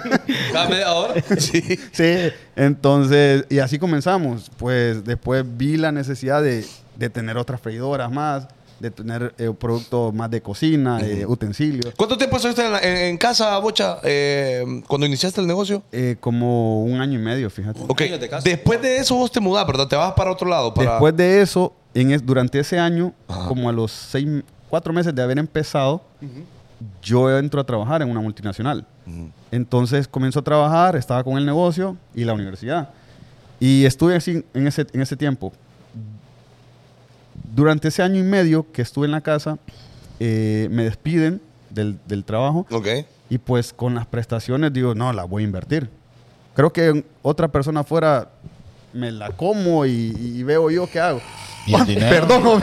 A: Cada media hora.
J: sí, entonces, y así comenzamos. Pues después vi la necesidad de, de tener otras freidoras más, de tener eh, productos más de cocina, eh, utensilios.
F: ¿Cuánto tiempo estuviste en, la- en- en casa, Bocha, eh, cuando iniciaste el negocio?
J: Eh, como un año y medio, fíjate.
F: Ok,
A: año de casa.
F: después de eso vos te mudás, ¿verdad? Te vas para otro lado. Para...
J: Después de eso, en es- durante ese año, como a los seis, cuatro meses de haber empezado, yo entro a trabajar en una multinacional. Entonces comienzo a trabajar, estaba con el negocio y la universidad. Y estuve así en ese, en ese tiempo. Durante ese año y medio que estuve en la casa, eh, me despiden del, del trabajo
F: Ok.
J: y pues con las prestaciones digo, no, la voy a invertir. Creo que otra persona fuera me la como y, y veo yo qué hago.
E: ¿Y el dinero?
J: Perdón, homie.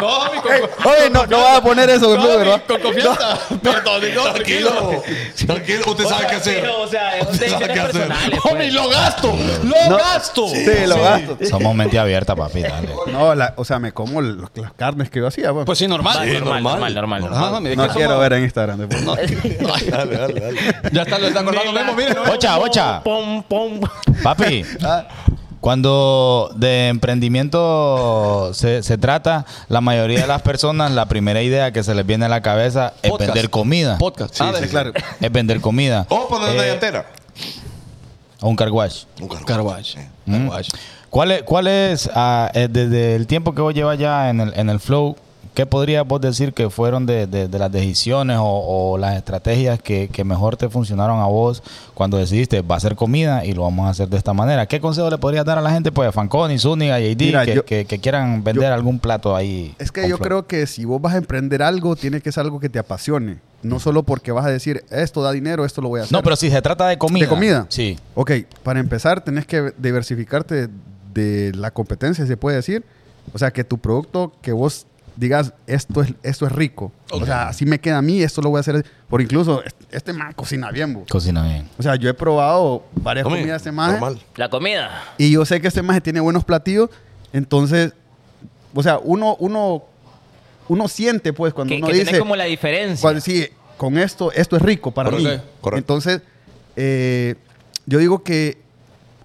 A: No, mi
J: Ey, homie, no, no vas a poner eso en blue, ¿verdad?
A: Con confianza. Perdón, no, tranquilo.
F: Tranquilo, tranquilo, usted sabe qué hacer.
D: O sea, es
F: Usted sabe qué hacer.
D: personales.
A: Homie, lo gasto. Lo gasto.
J: Sí, lo gasto.
E: Somos mente abierta, papi, dale.
J: No, la- o sea, me como lo- las carnes que yo hacía. pues.
A: Pues sí, normal.
D: Normal, normal, normal, normal.
A: Ajá, mami, es
J: no
A: que
J: quiero
A: somos-
J: ver en Instagram. después.
F: Ay, dale, dale, dale.
A: Ya está, lo está acordando Memo, miren.
E: Bocha, bocha.
D: Pom, pom.
E: Papi, cuando de emprendimiento se, se trata, la mayoría de las personas, la primera idea que se les viene a la cabeza es
A: Podcast.
E: vender comida.
A: Podcast.
J: Sí, sí, Ah, claro.
E: Es vender comida.
F: O poner una
E: Eh,
F: llantera.
E: A un carwash.
F: Un carro.
A: Carwash.
E: Mm.
A: Carwash.
E: ¿Cuál es, cuál es ah, eh, desde el tiempo que vos llevas ya en el, en el flow, qué podrías vos decir que fueron de, de- de las decisiones o, o las estrategias que, que mejor te funcionaron a vos cuando decidiste va a ser comida y lo vamos a hacer de esta manera? ¿Qué consejo le podrías dar a la gente, pues, a Fanconi, Zúñiga, JD,
J: Mira,
E: que,
J: yo-
E: que- que quieran vender
J: yo-
E: algún plato ahí?
J: Es que
E: con
J: yo
E: flow?
J: creo que si vos vas a emprender algo, tiene que ser algo que te apasione. No solo porque vas a decir, esto da dinero, esto lo voy a hacer.
E: No, pero si se trata de comida.
J: ¿De comida?
E: Sí.
J: Ok, para empezar, tenés que diversificarte de la competencia, se puede decir. O sea, que tu producto, que vos digas, esto es, esto es rico. O sea, así me queda a mí, esto lo voy a hacer. Por incluso, est- este man cocina bien, bo.
E: Cocina bien.
J: O sea, yo he probado varias
F: Hombre,
J: comidas de este maje.
F: Normal.
D: La comida.
J: Y yo sé que este maje tiene buenos platillos. Entonces, o sea, uno, uno, uno siente, pues, cuando
D: Que,
J: uno
D: que
J: dice...
D: tenés como la diferencia.
J: Cuando sí, con esto, esto es rico para mí.
F: Correcto, correcto.
J: Entonces, eh, yo digo que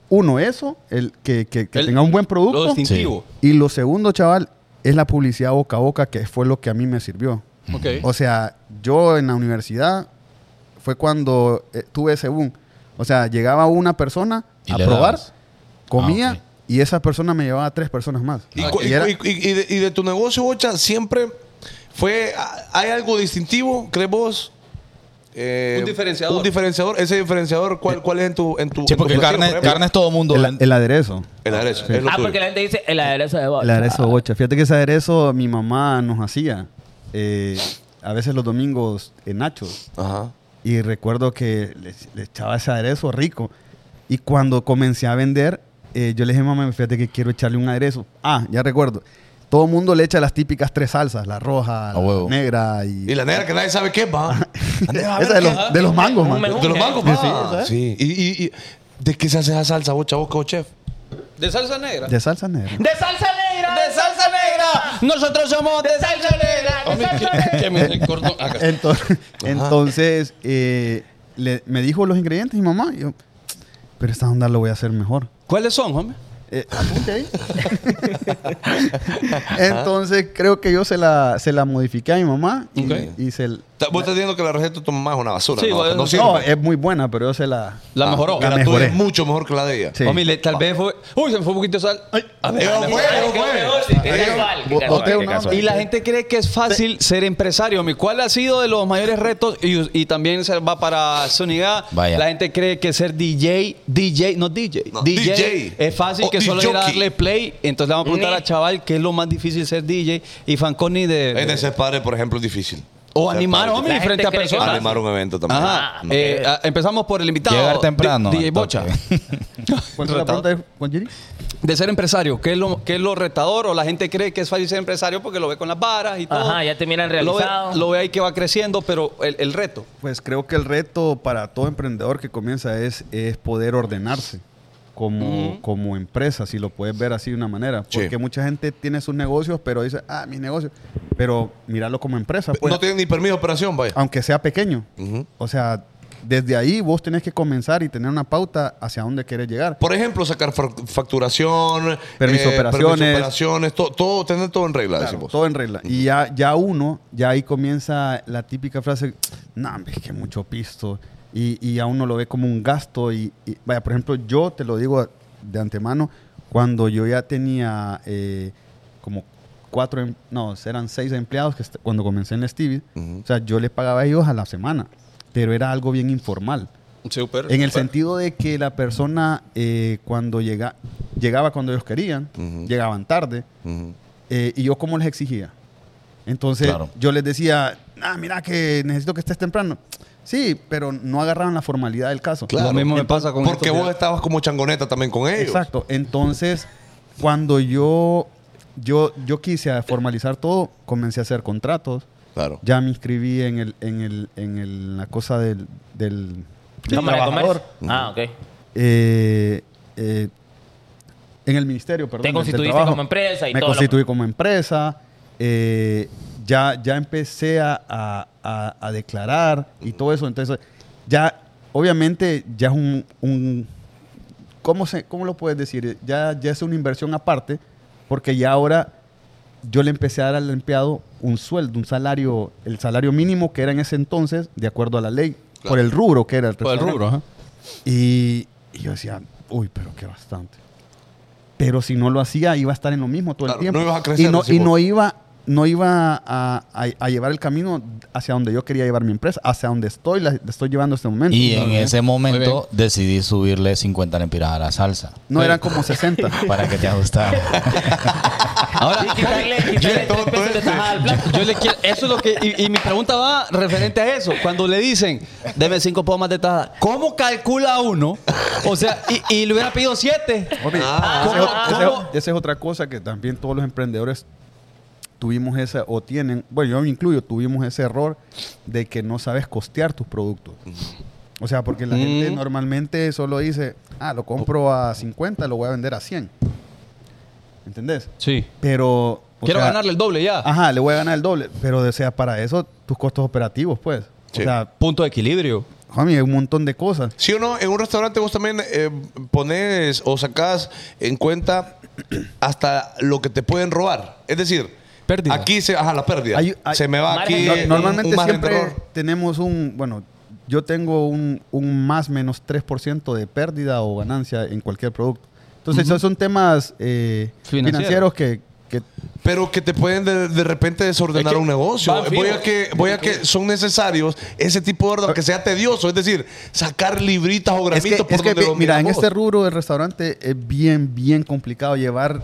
J: uno, eso, el que, que- que
A: El-
J: tenga un buen
A: Lo
J: producto.
A: distintivo.
J: Y lo segundo, chaval, es la publicidad boca a boca, que fue lo que a mí me sirvió.
A: Ok.
J: O sea, yo en la universidad fue cuando eh, tuve ese boom. O sea, llegaba una persona
E: Y
J: a
E: le
J: probar,
E: dabas.
J: comía,
E: Ah, ok.
J: y esa persona me llevaba a tres personas más. Ah,
F: Y,
J: Y
F: cu- y-
J: era-
F: y- y- y de, y de tu negocio, Bocha, siempre fue. a- ¿Hay algo distintivo, crees vos? Eh,
A: Un diferenciador.
F: Un diferenciador. Ese diferenciador, ¿cuál, cuál es en tu. En
E: Sí,
F: tu en tu
E: porque
F: platillo,
E: carne,
F: por ejemplo?
E: carne es todo mundo.
J: el, el aderezo.
F: El aderezo. es lo
D: Ah,
F: tuyo.
D: porque la gente dice el aderezo de bocha.
J: El aderezo bocha. Fíjate que ese aderezo mi mamá nos hacía. eh, a veces los domingos en nachos.
F: Ajá.
J: Y recuerdo que le, le echaba ese aderezo rico. Y cuando comencé a vender, eh, yo le dije, mamá, fíjate que quiero echarle un aderezo. Ah, ya recuerdo. Todo el mundo le echa las típicas tres salsas. La roja,
E: A
J: la
E: huevo.
J: negra y...
F: Y la negra que nadie sabe qué va. Anda, a ver
J: Esa de
F: qué.
J: los, de los mangos,
D: Un
J: man.
D: menú.
F: De los bancos,
J: Sí,
F: pa.
J: sí, ¿sabes?
F: Sí. Y, y- y- ¿De qué se hace esa salsa, Bocha, vos como chef?
A: De salsa negra.
J: De salsa negra.
D: ¡De salsa negra!
A: ¡De salsa negra! Nosotros somos de salsa negra.
D: ¡De salsa negra!
A: Que me dé el cordón. Acá está.
J: Entonces, entonces, eh, le- me dijo los ingredientes mi mamá. y yo, pero esta onda lo voy a hacer mejor.
A: ¿Cuáles son, hombre?
J: Eh, apunte ahí. Entonces creo que yo se la, se la modifiqué a mi mamá y,
A: Ok.
J: y se l-
F: Ta- Vos estás diciendo que la receta de tu mamá es una basura.
A: Sí,
F: no,
A: vos-
F: no sirve.
J: No, es muy buena, pero yo se la...
A: La mejoró.
F: Que
J: la
F: la tuya
J: mejoré.
F: es mucho mejor que la de ella.
J: Sí.
A: Homie, le- tal vez fue. Uy, se me fue un poquito de sal. A ver,
F: Pero
A: la
F: fue,
A: mejor.
F: pero
D: Qué
F: fue.
D: mejor, sí, qué casual, qué
J: Bo-
D: casual,
J: boté
D: qué
J: una-
D: casual.
J: y
A: Y la gente cree que es fácil ser empresario. homie. ¿Cuál ha sido de los mayores retos? Y, y también se va para Soniga.
E: Vaya.
A: La gente cree que ser DJ, DJ, no DJ,
F: No,
A: DJ,
F: DJ.
A: es fácil
F: O
A: que solo
F: DJ.
A: ir a darle play. Entonces le vamos a preguntar
D: Ni.
A: a Chaval qué es lo más difícil ser DJ y Fanconi de.
F: En
A: de-
F: ese padre, por ejemplo, es difícil.
A: O animar,
F: parte.
A: homie,
D: La
A: frente
D: gente
A: a
D: cree que
A: personas.
F: Animar Ah, un evento también.
A: Ajá.
D: Ah,
A: Eh,
D: ok.
A: ah, empezamos por el invitado.
E: Llegar temprano,
A: D- DJ
E: al
A: Bocha.
E: toque.
J: ¿Cuál fue la
A: Retador.
J: pregunta de Juan Giri?
A: De ser empresario, ¿qué es, lo, ¿qué es lo retador? O la gente cree que es fácil ser empresario porque lo ve con las varas y todo.
D: Ajá, ya te miran
A: Lo ve,
D: realizado.
A: lo ve ahí que va creciendo, pero el, el reto.
J: Pues creo que el reto para todo emprendedor que comienza es, es poder ordenarse como, como empresa, si lo puedes ver así de una manera.
F: Sí.
J: Porque mucha gente tiene sus negocios, pero dice, ah, mis negocios. Pero míralo como empresa, pues,
F: no tienen ni permiso de operación, vaya.
J: aunque sea pequeño.
F: Ujú.
J: O sea, desde ahí vos tenés que comenzar y tener una pauta hacia dónde quieres llegar.
F: Por ejemplo, sacar fac- facturación, eh,
J: Permiso de operaciones.
F: permiso de operaciones, to- todo, tener todo en regla,
J: Claro,
F: decimos.
J: todo en regla. Y ya, ya uno, ya ahí comienza la típica frase, no, hombre, es que mucho pisto. Y, y a uno lo ve como un gasto. Y, y- vaya, por ejemplo, yo te lo digo de antemano, cuando yo ya tenía eh, como cuatro, em- no, eran seis empleados que est- cuando comencé en la Stevie, o sea, yo les pagaba a ellos a la semana, pero era algo bien informal.
A: Super.
J: En el sentido de que la persona eh, cuando llega, llegaba cuando ellos querían, llegaban tarde,
F: Ujú.
J: eh, y yo como les exigía. Entonces
E: Claro.
J: yo les decía, ah, mira que necesito que estés temprano. Sí, pero no agarraban la formalidad del caso.
A: Lo mismo me pasa con
F: Porque
A: esto,
F: vos
A: ya.
F: estabas como changoneta también con ellos.
J: Exacto. Entonces, cuando yo, yo, yo quise formalizar todo, comencé a hacer contratos.
F: Claro.
J: Ya me inscribí en, el, en, el, en el- la cosa del, del, del
D: Cámara de
J: trabajador.
D: comercio. Ah, ok.
J: eh, eh, en el ministerio, perdón.
D: Te
J: del- del
D: constituiste
J: trabajo.
D: como empresa y
J: Me
D: todo lo-
J: constituí como empresa. eh, ya, ya empecé a, a- a- a declarar y todo eso. Entonces, ya, obviamente, ya es un. un- ¿cómo, se, ¿Cómo lo puedes decir? Ya, ya es una inversión aparte, porque ya ahora yo le empecé a dar al empleado un sueldo, un salario, el salario mínimo que era en ese entonces, de acuerdo a la ley, por el rubro que era el
A: Por el
J: restaurante.
A: rubro, ajá.
J: Y, y yo decía, uy, pero qué bastante. Pero si no lo hacía, iba a estar en lo mismo todo
F: Claro,
J: el tiempo.
F: no ibas a crecer,
J: y no,
F: decís
J: y no
F: vos.
J: iba, no iba a, a- a llevar el camino hacia donde yo quería llevar mi empresa, hacia donde estoy, la, la estoy llevando en este momento.
E: Y en ese
A: Muy
E: momento decidí subirle 50 lempiras a la salsa.
J: No eran como 60.
E: Para que te ajustara.
A: Ahora,
D: Y quitarle, quitarle tres pesos de tajada al plato.
A: yo le quiero, eso es lo que, y, y mi pregunta va referente a eso. Cuando le dicen, deme cinco pomas de tajada, ¿cómo calcula uno? O sea, y, y le hubiera pedido siete.
J: Hombre,
F: Ah.
J: esa, es, o-
A: Ah.
J: esa es o-
A: ¿Cómo?
J: esa es otra cosa que también todos los emprendedores tuvimos esa o tienen, bueno, yo me incluyo, tuvimos ese error de que no sabes costear tus productos. O sea, porque la gente normalmente solo dice, ah, lo compro a 50, lo voy a vender a 100. ¿Entendés?
A: Sí.
J: Pero... o
A: Quiero
J: sea,
A: ganarle el doble ya.
F: Ah.
J: Ajá, le voy a ganar el doble. Pero, o sea, para eso, tus costos operativos, pues.
F: Sí.
J: O sea,
A: Punto de equilibrio.
J: homie, hay un montón de cosas.
F: Si o no, en un restaurante vos también eh, pones o sacás en cuenta hasta lo que te pueden robar. Es decir,
A: Pérdida.
F: aquí se, ajá, la pérdida.
J: Hay- hay-
F: se me va
D: Margen
F: aquí.
D: de-
F: un-
J: No- normalmente
F: un margen de
J: siempre
F: error.
J: tenemos un, bueno, yo tengo un, un más menos 3% de pérdida o ganancia en cualquier producto. Entonces, esos son temas eh,
A: Financiero.
J: financieros que, que
F: Pero que te pueden de, de repente desordenar
A: Es que
F: un negocio.
A: van
F: Voy a,
A: fijo.
F: que, voy a que son necesarios ese tipo de orden, que sea tedioso. Es decir, sacar libritas o
J: es
F: gramitos
J: que,
F: por
J: es que,
F: donde lo
J: mira, en
F: miramos.
J: este rubro del restaurante es bien, bien complicado llevar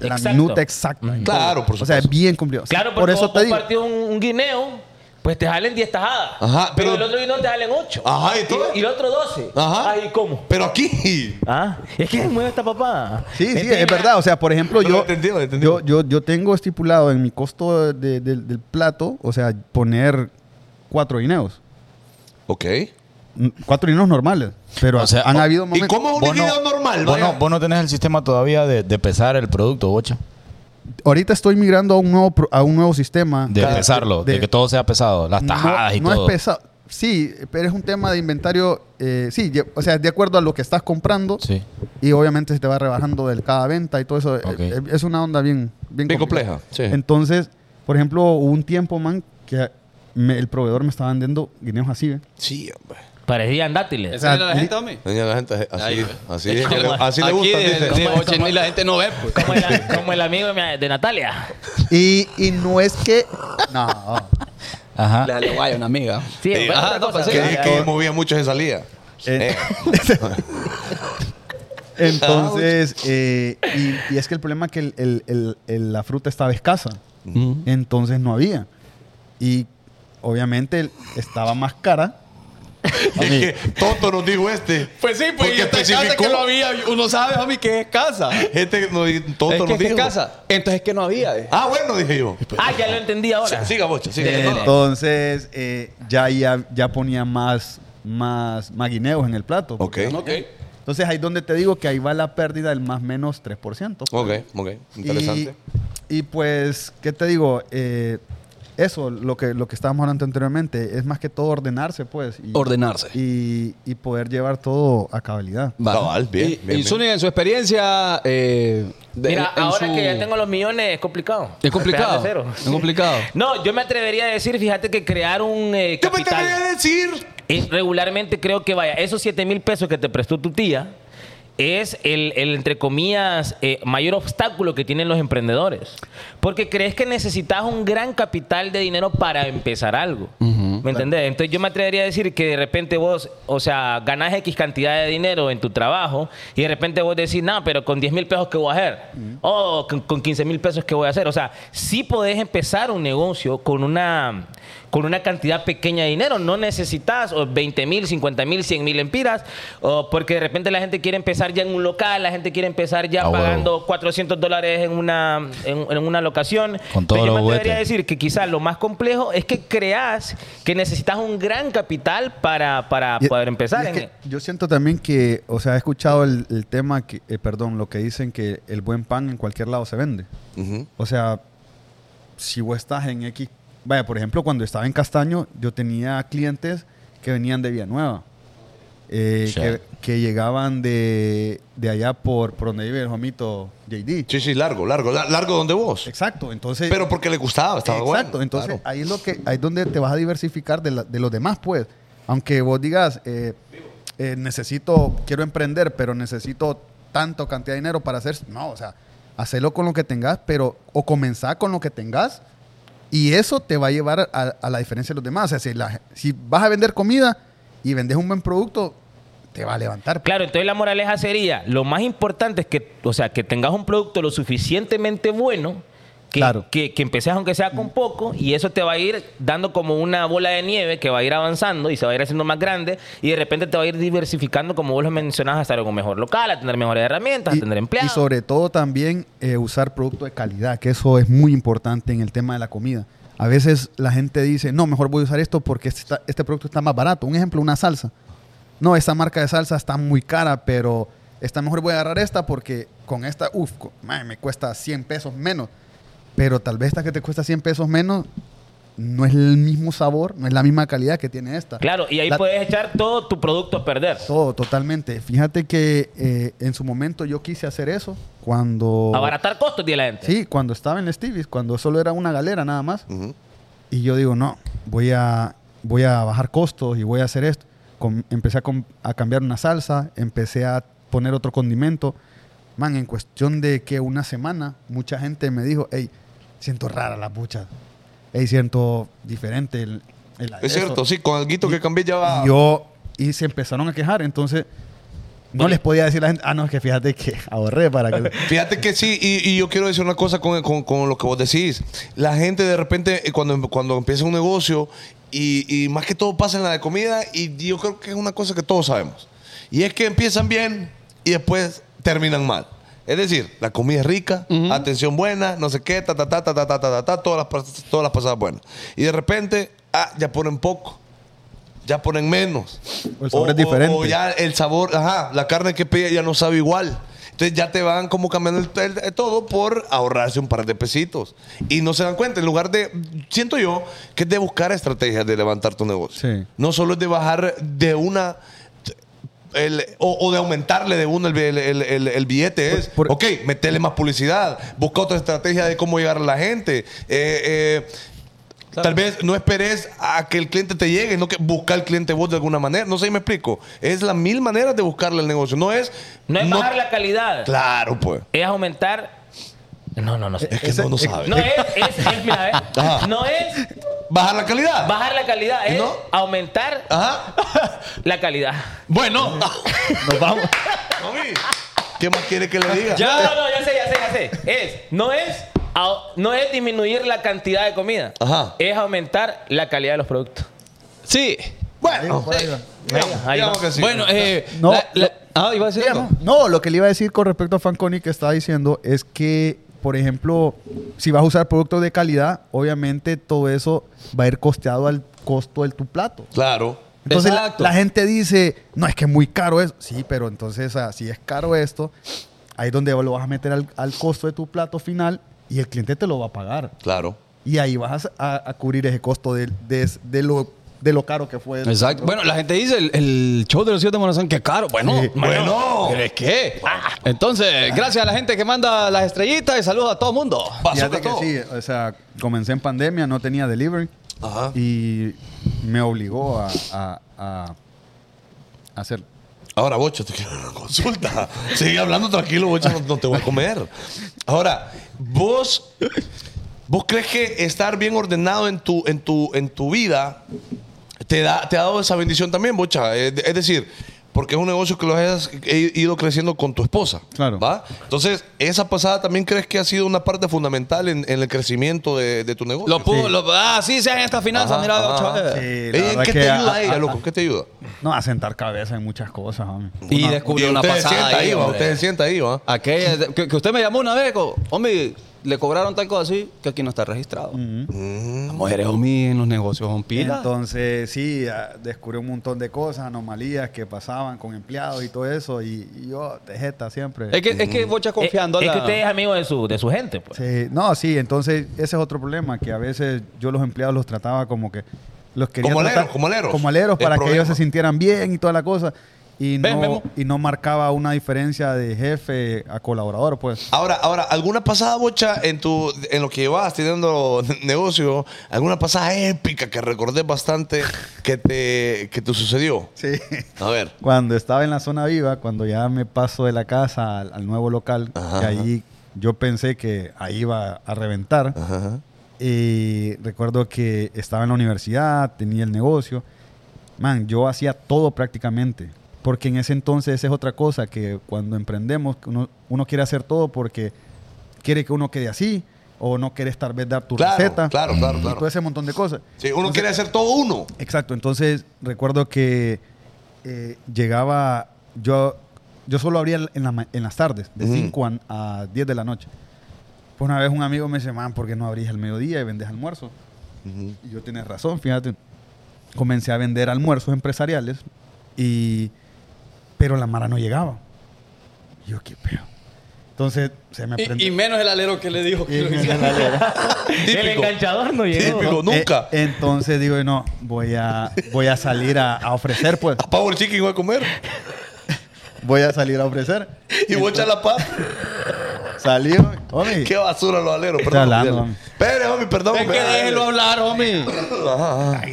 J: la
D: Exacto.
J: minuta exacta.
D: Ujú.
F: Claro, por
J: O sea, es
F: supuesto.
J: bien complicado.
D: Claro,
J: por eso te digo.
D: un, un guineo, pues te jalen 10 tajadas.
F: Ajá, pero-
D: pero, el otro guineo te jalen 8.
F: Ajá, ¿y todo?
D: Y, el otro 12.
F: Ajá.
D: Ay, ¿cómo?
F: Pero aquí.
D: Ah, es que es muy esta papá. Este,
J: Sí, sí,
D: Entiende
J: es verdad. O sea, por ejemplo,
F: No, lo
J: yo,
F: entendí, lo entendí.
J: yo, yo, yo tengo estipulado en mi costo de- de- del plato, o sea, poner cuatro guineos.
F: Ok.
J: Mm, Cuatro guineos normales. Pero
E: O sea,
J: han
E: o-
J: habido
F: ¿Y
J: momentos.
F: cómo es un
E: Vos no-
F: video normal?
E: Vos
F: vaya?
E: no, vos no tenés el sistema todavía de, de pesar el producto, bocha.
J: Ahorita estoy migrando a un nuevo, pro- a un nuevo sistema.
E: De pesarlo, de,
J: de-
E: que todo sea pesado. Las tajadas
J: no,
E: y
J: no
E: todo.
J: es pesado. Sí, pero es un tema de inventario. eh, sí, lle- o sea, de acuerdo a lo que estás comprando.
E: Sí.
J: Y obviamente se te va rebajando del cada venta y todo eso. Eh,
E: Ok.
J: eh, Es una onda bien, bien,
F: Bien
J: complicada.
F: compleja. Sí.
J: Entonces, por ejemplo, hubo un tiempo, man, que me- el proveedor me estaba vendiendo guineos así, ¿eh?
F: Sí, hombre.
D: Parecían dátiles.
A: ¿Esa
J: sea,
A: era la
J: li-
A: gente, homie?
F: Doña, la gente así,
A: Ahí.
F: así, es que le- así le
A: Aquí
F: gusta.
A: de-
F: dice.
A: de ocho, no, y la gente no ve, pues.
D: Como el, como el amigo de, mi- de Natalia.
J: Y, y no es que... No.
E: Ajá.
A: Le guay una amiga.
D: Sí,
F: Eh,
D: bueno,
A: ajá,
D: otra
A: no, pues,
D: cosa.
A: sí.
F: que,
D: Ay,
F: que
D: ay.
F: movía mucho se salía. Eh,
J: Eh, Entonces, eh, y, y es que el problema es que el- el- el- el- la fruta estaba escasa. Entonces no había. Y obviamente estaba más cara.
F: Es que tonto nos dijo este.
A: Pues sí, pues
F: Porque
A: y esta casa que
F: especificó.
A: no había, uno sabe, homie, que es casa.
F: Este no, tonto
A: es que
F: nos
A: es que es
F: dijo.
A: casa. Entonces es que no había. eh.
F: Ah, bueno, dije yo. Eh,
D: Ah, ya lo entendí ahora.
F: Siga, bocha, siga.
J: Entonces, eh, ya, ya, ya ponía más, más, más guineos en el plato.
F: Ok,
A: Ok.
J: Entonces, ahí donde te digo que ahí va la pérdida del más menos 3%.
F: ok, ok. Interesante.
J: Y, y, pues, ¿qué te digo? Eh, eso, lo que, lo que estábamos hablando anteriormente, es más que todo ordenarse, pues. Y,
A: Ordenarse.
J: Y, y poder llevar todo a cabalidad.
A: Vale.
F: Cabal, bien,
A: Y,
F: bien,
A: y
F: bien.
A: Zúñiga, en su experiencia. eh, de-
D: Mira,
A: en
D: ahora
A: su-
D: que ya tengo los millones, es complicado.
A: Es complicado.
D: Empezar de
A: Es
D: cero.
A: complicado.
D: No, yo me atrevería a decir, fíjate que crear un eh,
F: ¿Qué me te voy
D: capital.
F: a decir?
D: Es regularmente creo que vaya, esos 7 mil pesos que te prestó tu tía es el, el, entre comillas, eh, mayor obstáculo que tienen los emprendedores. Porque crees que necesitas un gran capital de dinero para empezar algo. ¿Me entendés? Entonces yo me atrevería a decir que de repente vos, o sea, ganás X cantidad de dinero en tu trabajo y de repente vos decís, no, pero con 10 mil pesos, ¿qué voy a hacer? O con, con 15 mil pesos, ¿qué voy a hacer? O sea, sí podés empezar un negocio con una, con una cantidad pequeña de dinero. No necesitas o 20 mil, 50 mil, 100 mil empiras, o porque de repente la gente quiere empezar ya en un local, la gente quiere empezar ya
E: Ah, huevo.
D: pagando 400 dólares en una, en, en una locación.
E: Con todos
D: Pero yo
E: los
D: me atrevería a
E: juguetes.
D: decir que quizás lo más complejo es que creas que necesitas un gran capital para, para
J: Y-
D: poder empezar.
J: y es
D: en- e-
J: que yo siento también que, o sea, he escuchado el, el tema, que, eh, perdón, lo que dicen que el buen pan en cualquier lado se vende.
F: Ujú.
J: O sea, si vos estás en X, vaya, por ejemplo, cuando estaba en Castaño, yo tenía clientes que venían de Villanueva, eh,
E: Sí.
J: que, que llegaban de, de allá por, por donde vive el homito JD.
F: Sí, sí, largo, largo. la- Largo donde vos.
J: Exacto, entonces...
F: Pero porque le gustaba, estaba bueno.
J: Exacto, entonces
F: Claro.
J: ahí es lo que ahí es donde te vas a diversificar de, la- de los demás, pues. Aunque vos digas, eh, eh, necesito, quiero emprender, pero necesito tanto cantidad de dinero para hacer. No, o sea, hacerlo con lo que tengas, pero o comenzar con lo que tengas y eso te va a llevar a, a la diferencia de los demás. O sea, si, la- si vas a vender comida y vendes un buen producto, te va a levantar. pues.
D: Claro, entonces la moraleja sería, lo más importante es que, o sea, que tengas un producto lo suficientemente bueno que,
J: Claro.
D: que, que empeces aunque sea con poco y eso te va a ir dando como una bola de nieve que va a ir avanzando y se va a ir haciendo más grande y de repente te va a ir diversificando como vos lo mencionas a estar en un mejor local, a tener mejores herramientas, a tener empleados.
J: y sobre todo también eh, usar producto de calidad, que eso es muy importante en el tema de la comida. A veces la gente dice, no, mejor voy a usar esto porque este, está- este producto está más barato. Un ejemplo, una salsa. No, esta marca de salsa está muy cara, pero está mejor voy a agarrar esta porque con esta, uff, me cuesta 100 pesos menos. Pero tal vez esta que te cuesta 100 pesos menos no es el mismo sabor, no es la misma calidad que tiene esta.
D: Claro, y ahí
J: La-
D: puedes echar todo tu producto a perder.
J: Todo, totalmente. Fíjate que eh, en su momento yo quise hacer eso cuando...
D: Abaratar costos de la gente.
J: Oh. Sí, cuando estaba en Stevie's, cuando solo era una galera nada más.
F: Ujú.
J: Y yo digo, no, voy a, voy a bajar costos y voy a hacer esto. Com- empecé a, com- a cambiar una salsa, empecé a poner otro condimento. Man, en cuestión de que una semana, mucha gente me dijo, hey, siento rara la bucha. Hey, siento diferente el, el aderezo".
F: Es cierto, sí, con el guito que cambié ya va.
J: Y yo, y se empezaron a quejar, entonces... No les podía decir a la gente, ah, no, es que fíjate que ahorré para que...
F: Fíjate que sí, y, y yo quiero decir una cosa con, con- con lo que vos decís. La gente de repente, eh, cuando, cuando empieza un negocio, y, y más que todo pasa en la de comida, y yo creo que es una cosa que todos sabemos. Y es que empiezan bien y después terminan mal. Es decir, la comida es rica, atención buena, no sé qué, ta, ta, ta, ta, ta, ta, ta, ta, ta, todas las, pas- todas las pasadas buenas. Y de repente, ah, ya ponen poco. Ya ponen menos.
J: O el sabor es diferente.
F: o ya el sabor, ajá, la carne que pide ya no sabe igual. Entonces ya te van como cambiando el, el- el todo por ahorrarse un par de pesitos. Y no se dan cuenta, en lugar de, siento yo, que es de buscar estrategias de levantar tu negocio.
J: Sí.
F: No solo es de bajar de una... el- o, o de aumentarle de uno el, bi- el- el- el- el billete es,
J: por-
F: ok, meterle más publicidad, busca otra estrategia de cómo llegar a la gente. Eh, eh, Tal vez no esperes a que el cliente te llegue, no que busca al cliente vos de alguna manera. No sé si me explico. Es las mil maneras de buscarle al negocio. No es.
D: No es bajar la calidad,
F: Claro, pues.
D: es aumentar... No, no, no sé.
F: Es que no, no sabe.
D: No es, es, es, mira, eh.
J: Ah.
F: Ajá.
D: no es
F: Bajar la calidad.
D: bajar la calidad, es
F: ¿No?
D: aumentar
A: Ah.
F: Ajá.
D: la calidad.
A: Bueno,
J: Nos vamos.
F: Mami, ¿Qué más quiere que le diga?
D: No, no, ya sé, ya sé, ya sé. Es, no es Au- No es disminuir la cantidad de comida,
F: Ajá.
D: es aumentar la calidad de los productos.
A: Sí.
F: Bueno, digamos,
D: ahí
F: digamos
D: va.
F: que sí.
A: Bueno, eh.
J: No,
A: la- la- ah, iba a decir algo.
J: No, lo que le iba a decir con respecto a Fanconi que estaba diciendo es que, por ejemplo, si vas a usar productos de calidad, obviamente todo eso va a ir costeado al costo de tu plato.
F: Claro.
J: Entonces la,
A: Exacto.
J: la gente dice, no, es que es muy caro eso. Sí, pero entonces ah, si es caro esto, ahí es donde lo vas a meter al, al costo de tu plato final y el cliente te lo va a pagar.
F: Claro.
J: Y ahí vas a, a cubrir ese costo de, de- de lo, de lo caro que fue.
A: Exacto. Bueno, la gente dice el, el show de los siete de Morazán, que caro. Bueno,
J: Sí.
A: bueno. ¿Pero es qué? Ah. Entonces, gracias a la gente que manda las estrellitas y saludos a todo el mundo.
F: Pasó
J: Fíjate
F: que
J: que
F: todo.
J: sí, o sea, comencé en pandemia, no tenía delivery
F: Ajá.
J: y me obligó a, a, a hacerlo.
F: Ahora, Bocho, te quiero dar una consulta. Sigue hablando tranquilo, Bocho, no, no te voy a comer. Ahora, vos, vos crees que estar bien ordenado en tu, en tu, en tu vida te, da, te ha dado esa bendición también, Bocha. Es, de- es decir, porque es un negocio que lo has he ido creciendo con tu esposa.
J: Claro.
F: ¿va? Entonces, esa pasada también crees que ha sido una parte fundamental en, en el crecimiento de, de tu negocio.
A: Lo pudo, lo- ah, sí, se hacen estas finanzas,
F: Ajá,
A: mira, eh.
F: ajá.
A: chaval.
J: Sí, la
F: Ey, ¿En
J: verdad
F: qué
J: que
F: te
J: a-
F: ayuda
J: a-
F: ella,
J: a-
F: loco? ¿Qué te ayuda?
J: No, a sentar cabeza en muchas cosas, hombre.
A: Y
J: Una-
A: descubrió una
F: usted se
A: pasada
F: sienta
A: ahí,
F: va,
A: hombre.
F: usted se sienta ahí, va.
A: Aquella de- que, que usted me llamó una vez, co- homie, le cobraron tal cosa así que aquí no está registrado. Las mujeres, homie, en los negocios son pilas.
J: Entonces, sí, ah, descubrí un montón de cosas, anomalías que pasaban con empleados y todo eso. Y, y yo, tejeta siempre.
A: es que, es que Bocha confiando a
D: es, Eh,
A: la-
D: es que usted es amigo de su, de su gente, pues.
J: Sí, no, sí, entonces ese es otro problema, que a veces yo los empleados los trataba como que los quería
F: Como aleros,
J: tratar-
F: como aleros.
J: como aleros
F: El
J: para que ellos
F: problema.
J: se sintieran bien y toda la cosa. Y
A: ¿Ves,
J: no,
A: Memo?
J: y no marcaba una diferencia de jefe a colaborador, pues.
F: Ahora, ahora, ¿alguna pasada, Bocha, en tu, en lo que llevas teniendo n- negocio, alguna pasada épica que recordes bastante que te, que te sucedió?
J: Sí.
F: A ver.
J: Cuando estaba en la zona viva, cuando ya me paso de la casa al, al nuevo local,
F: Ajá,
J: que ahí yo pensé que ahí iba a reventar. Y recuerdo que estaba en la universidad, tenía el negocio. Man, yo hacía todo prácticamente. Porque en ese entonces esa es otra cosa, que cuando emprendemos, uno, uno quiere hacer todo porque quiere que uno quede así, o no quieres tal vez dar tu
F: Claro,
J: receta.
F: claro, claro,
J: y
F: claro.
J: todo ese montón de cosas.
F: Sí, uno
J: Entonces-
F: quiere hacer todo uno.
J: Exacto, entonces recuerdo que eh, llegaba, yo, yo solo abría en, la ma- en las tardes, de
F: Ujú.
J: 5 a, a 10 de la noche. Pues una vez un amigo me dice, man, ¿por qué no abrís al mediodía y vendés almuerzo? Y yo tenés razón, fíjate. Comencé a vender almuerzos empresariales, y, pero la mara no llegaba. Y yo, qué pedo. Entonces se me prendió.
A: y, y menos el alero que le dijo que lo hiciera.
D: El enganchador no llegó.
F: Típico, nunca.
J: Eh, entonces digo, no, voy a, voy a salir a, a ofrecer, pues.
F: A Power Chicken voy a comer.
J: Voy a salir a ofrecer.
F: Y Bocha la paz.
J: Salió. Homie.
F: Qué basura los aleros,
J: Está
F: perdón.
J: hablando,
F: dele.
J: homie.
F: Espere, homie, perdón.
A: Es que
F: espere.
A: déjelo hablar, homie.
F: Ajá, ajá.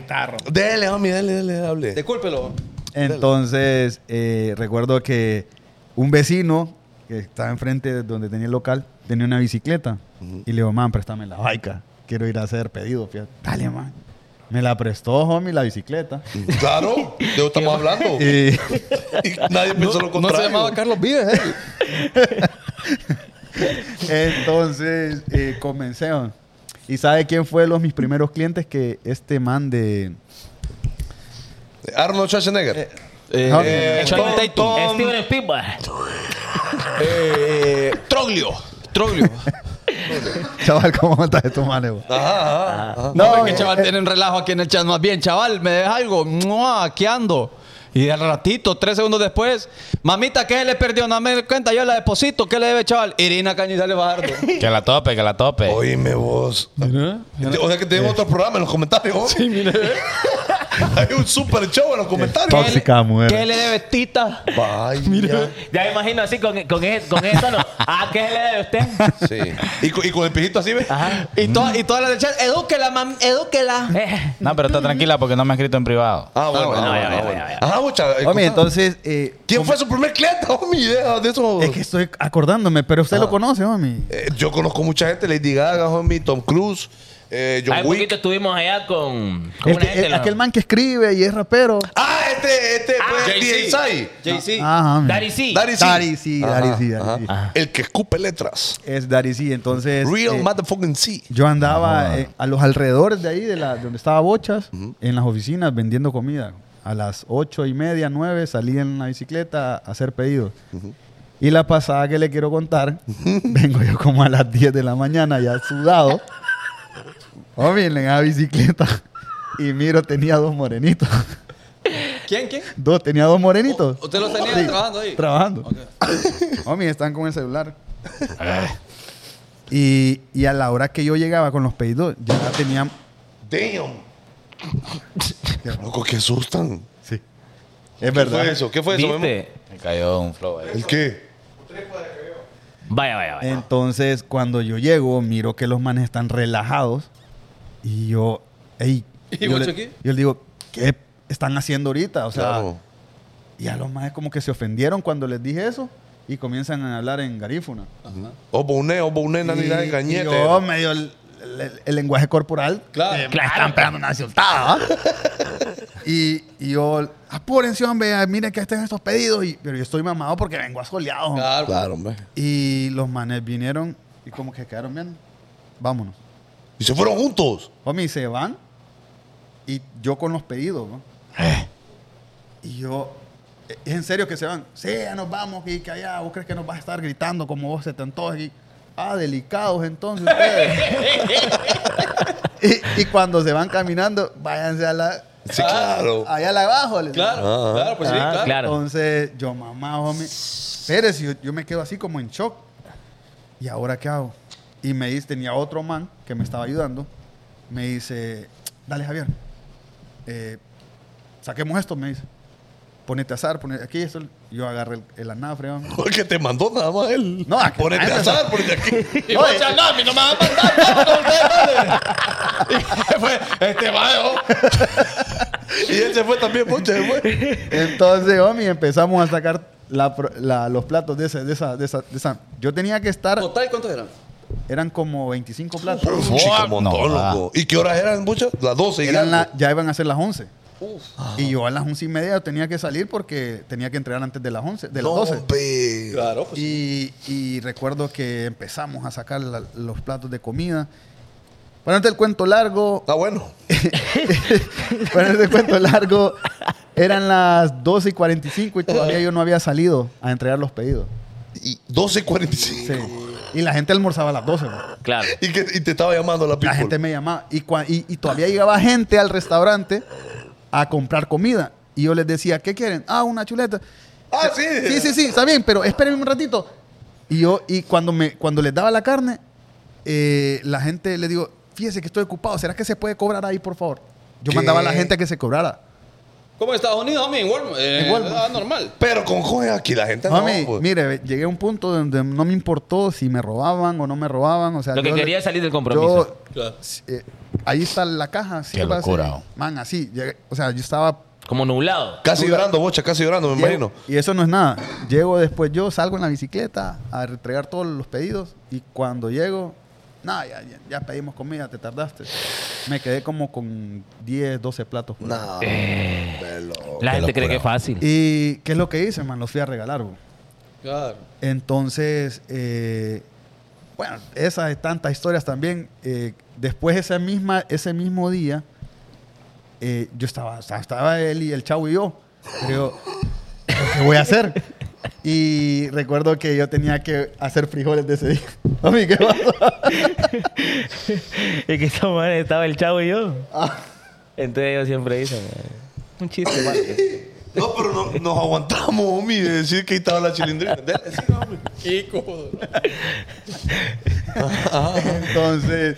F: Dele, homie, dele, dele, hable.
A: Discúlpelo.
J: Entonces, eh, recuerdo que un vecino que estaba enfrente de donde tenía el local tenía una bicicleta. Y le digo, man, préstame la baica. Quiero ir a hacer pedido. fíjate". Dale, man. Me la prestó, homie, la bicicleta.
F: Claro, de eso estamos hablando.
J: Y
F: Y nadie pensó lo
A: No se
F: contrario.
A: llamaba Carlos Vives, eh.
J: entonces eh, comencé. man. ¿Y sabe quién fue de los mis primeros clientes? Que este man de.
F: Arnold Schwarzenegger.
J: Homie.
F: eh,
D: Channing
F: Tom,
D: Tatum,
F: Tom.
D: Steven Spielberg.
F: eh,
A: Troglio. Troglio.
J: Chaval, ¿cómo estás Este eh, de tu manes, vos?
F: ajá, ajá.
A: No, que
J: eh,
A: chaval,
J: eh,
A: tienen relajo aquí en el chat. Más bien, chaval, me deja algo. Mua, Aquí ando. Y al ratito, tres segundos después, mamita, ¿qué se le perdió? No me doy cuenta, yo la deposito. ¿Qué le debe, chaval? Irina Cañizales Bajardo.
E: Que la tope, que la tope.
F: Oíme vos. O sea que tenemos otro programa en los comentarios. ¿no? Hay un super show en los comentarios.
J: Tóxica mujer.
A: ¿Qué le debe, Tita?
F: Vaya.
D: Ya me imagino así con, con, ese, con ese tono. ¿A qué le debe usted?
F: Sí. Y, con- y con el pijito así, ¿ves?
D: Ajá.
A: Y, todas y todas las del chat, edúquela, mami, edúquela.
D: Eh,
E: No, pero está tranquila porque no me ha escrito en privado.
F: Ah, bueno.
D: bueno,
F: ah,
D: ya,
F: bueno,
D: ya,
F: ah, bueno.
D: ya, ya.
F: Ajá, mucha. eh,
J: Homie,
F: cosa-
J: entonces. eh,
F: ¿Quién fue su primer cliente? Homie, idea de eso.
J: Es que estoy acordándome,
F: Ah.
J: pero usted lo conoce, mami.
F: Eh, yo conozco mucha gente. Lady Gaga, homie, Tom Cruise, eh, John
D: hace
F: Wick.
D: poquito estuvimos allá con, con
J: El
D: una
J: que-
D: gente.
J: el-
D: ¿no?
J: aquel man que escribe y es rapero.
F: Ah, este, este, pues,
D: Ah,
F: DJ
D: Jay-Z.
F: Sai.
D: Jay-Z.
J: Ajá, mira.
D: Daddy C.
F: Daddy C.
J: Dari sí, Dari sí,
F: Ajá.
J: Dari sí.
F: El que escupe letras.
J: Es Dari sí, entonces.
F: Real
J: eh,
F: motherfucking C.
J: Yo andaba eh, a los alrededores de ahí, de la, donde estaba Bochas, en las oficinas vendiendo comida. A las ocho y media, nueve, salí en la bicicleta a hacer pedidos. Y la pasada que le quiero contar, vengo yo como a las 10 de la mañana ya sudado. Hombre, en la bicicleta. Y miro, tenía dos morenitos.
A: ¿Quién, quién?
J: Dos, tenía dos morenitos.
A: ¿Usted los tenía trabajando ahí?
J: Trabajando. Homie, están con el celular. Eh. y, y a la hora que yo llegaba con los pedidos, ya tenían.
F: Damn. Loco, que asustan.
J: Es
F: ¿Qué fue
J: verdad.
F: eso? ¿Qué fue eso, Memo?
D: ¿Viste?
E: Me cayó un flow ahí.
F: ¿El qué?
D: Vaya, vaya, vaya.
J: Entonces, cuando yo llego, miro que los manes están relajados. Y yo. Ey,
A: ¿Y
J: yo,
A: vos
J: le,
A: aquí?
J: yo le digo, ¿qué están haciendo ahorita? O sea,
F: Claro.
J: y a los manes como que se ofendieron cuando les dije eso. Y comienzan a hablar en garífuna.
F: O boné, o boné,
J: Y-
F: nani, nani,
J: y
F: gañete.
J: yo medio el, el- el lenguaje corporal.
A: Claro.
J: Me están pegando una insultada. ¿va? y, y yo, apúrense, hombre, ay, miren que estén estos pedidos. Y, pero yo estoy mamado porque vengo asoleado. hombre.
A: Claro.
F: Claro, hombre.
J: Y los manes vinieron y como que quedaron viendo. Vámonos.
F: Y se fueron juntos.
J: Homie, se van. Y yo con los pedidos, ¿no? Y yo, ¿es en serio que se van? Sí, ya nos vamos, y que allá, vos crees que nos vas a estar gritando como vos se te antoja aquí. Ah, delicados entonces ustedes. y, y cuando se van caminando, váyanse a la,
F: Sí, claro.
J: allá a la abajo. les digo.
A: Claro, claro, pues sí,
D: Ah,
A: claro.
D: claro.
J: Entonces, yo mamá, homie. Pérez, yo, yo me quedo así como en shock. ¿Y ahora qué hago? Y me dice, tenía otro man que me estaba ayudando. Me dice, dale Javier, eh, saquemos esto, me dice. Ponete azar, ponete aquí, esto. Yo agarré el, el anafre, homie.
F: Porque te mandó nada más él.
J: No, a que-
F: Ponete
J: a
F: a
J: eso-
F: azar, ponete aquí.
A: Y vos, Chanami, no me van a mandar tanto, ustedes, dale. Y fue, este vago.
F: y él se fue también, ponche, se fue.
J: Entonces, homie, empezamos a sacar la pro- la- los platos de, ese- de esa, de, esa, de esa. Yo tenía que estar,
A: Total, ¿cuántos eran?
J: eran como 25 platos.
F: Un chico montón,
E: no, va.
F: loco. ¿Y qué horas eran, muchas? Las 12. y
J: Eran la-
F: algo.
J: ya iban a ser las 11. Y yo a las 11 y media tenía que salir porque tenía que entregar antes de las 11, de las
F: No,
J: 12.
F: hombre.
A: Claro, pues.
J: Y, y recuerdo que empezamos a sacar la- los platos de comida. Para no hacer el cuento largo,
F: Ah, bueno.
J: para no hacer el cuento largo, eran las 12 y 45 y todavía yo no había salido a entregar los pedidos.
F: Y 12.45.
J: Sí. Y la gente almorzaba a las 12. bro.
D: Claro.
F: Y, que, y te estaba llamando la people.
J: La gente me llamaba. Y, cua- y, y todavía llegaba gente al restaurante a comprar comida. Y yo les decía, ¿qué quieren? Ah, una chuleta.
F: Ah, sí.
J: Sí, sí, sí, está bien, pero espérenme un ratito. Y yo, y cuando, me, cuando les daba la carne, eh, la gente le digo, fíjese que estoy ocupado, ¿será que se puede cobrar ahí, por favor? Yo
F: ¿Qué?
J: mandaba a la gente a que se cobrara.
A: ¿Cómo en Estados Unidos, homie? En Walmart. Eh,
J: En Walmart.
A: ah, normal.
F: Pero con Jorge aquí la gente
J: Mami,
F: no. pues.
J: mire, llegué a un punto donde no me importó si me robaban o no me robaban. O sea,
D: Lo que
J: yo
D: quería
J: le-
D: es salir del compromiso.
J: yo, eh, ahí está la caja. sí,
E: Qué
J: va a ser.
E: locura, oh.
J: Man, así. llegué- o sea, yo estaba
D: Como nublado.
F: Casi llorando, bocha, casi llorando, me
J: Llego-
F: imagino.
J: y eso no es nada. Llego después yo, salgo en la bicicleta a entregar todos los pedidos y cuando llego, nada, ya, ya- ya pedimos comida, te tardaste. Me quedé como con 10, 12 platos. por ahí.
F: No. velo.
D: La
E: Qué
D: gente cree
E: locura.
D: que es fácil.
J: ¿Y qué es lo que hice, man? Los fui a regalar. bro.
A: Claro.
J: Entonces, eh, bueno, esas y tantas historias también. eh, después esa misma, ese mismo día, eh, yo estaba, estaba- estaba él y el chavo y yo. Pero, ¿qué voy a hacer? Y recuerdo que yo tenía que hacer frijoles de ese día. Mami, ¿qué pasó?
D: Es que esta madre estaba el chavo y yo.
J: Ah.
D: Entonces yo siempre hice. man. Un chiste, man.
F: No, pero no- nos aguantamos, homie, de decir que ahí estaba la chilindrina. Dale, sí, homie.
A: Qué cómodo.
J: Entonces,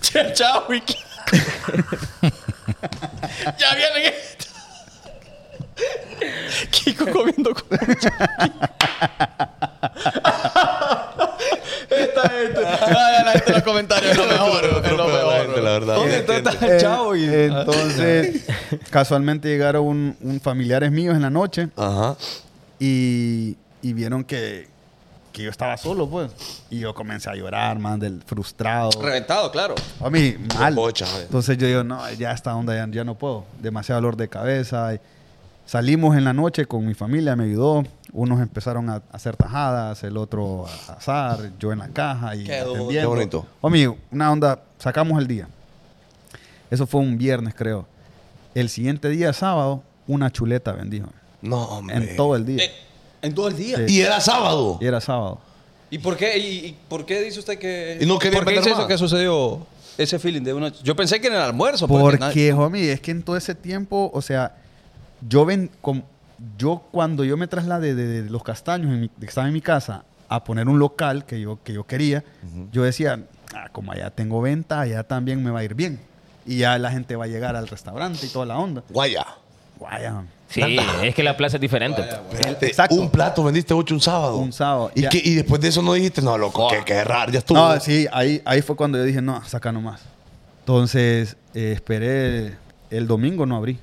A: Che, Chao, Wiki. ya vienen. Kiko comiendo con Esta gente. Ay, la gente en los comentarios es lo mejor. Es lo
F: Atropella a la
A: mejor.
F: gente, la verdad.
A: ¿Dónde tú
F: Entiendo.
A: estás,
J: eh,
A: chavo? Y...
J: entonces casualmente llegaron un, un familiares míos en la noche.
F: Ajá.
J: y, y vieron que, que yo estaba solo, pues. Y yo comencé a llorar, man, del frustrado.
A: Reventado, claro.
J: A mí, mal.
F: bocha, eh.
J: Entonces yo digo, no, ya esta onda ya, ya no puedo. Demasiado dolor de cabeza. Y, Salimos en la noche con mi familia, me ayudó. Unos empezaron a hacer tajadas, el otro a asar, yo en la caja y atendiendo.
F: Qué bonito.
J: Homie, una onda, sacamos el día. Eso fue un viernes, creo. El siguiente día, sábado, una chuleta vendí. homie.
F: No, hombre.
J: En todo el día.
A: Eh, En todo el día.
J: Sí.
F: Y era sábado.
J: Y era sábado.
A: ¿Y por qué, y, y por qué dice usted que.?
F: Y no quería
A: ¿Por qué
F: vender
A: dice
F: más.
A: eso que sucedió? Ese feeling de una. Yo pensé que en el almuerzo.
J: Porque,
A: pues, nadie-
J: homie, es que en todo ese tiempo, o sea, yo ven, com- yo cuando yo me trasladé de, de los castaños, en mi- que estaba en mi casa, a poner un local que yo, que yo quería, yo decía, "Ah, como allá tengo venta, allá también me va a ir bien. Y ya la gente va a llegar al restaurante y toda la onda.
F: Guaya.
J: Guaya, homie.
D: Sí, es que la plaza es diferente.
F: Espérate,
J: Exacto.
F: Un plato vendiste ocho un sábado.
J: Un sábado.
F: ¿Y,
J: Ya.
F: qué- y después de eso no dijiste, no, loco, que, que raro, ya estuvo.
J: No, sí, ahí, ahí fue cuando yo dije, no, saca nomás. Entonces, eh, esperé, el, domingo no abrí.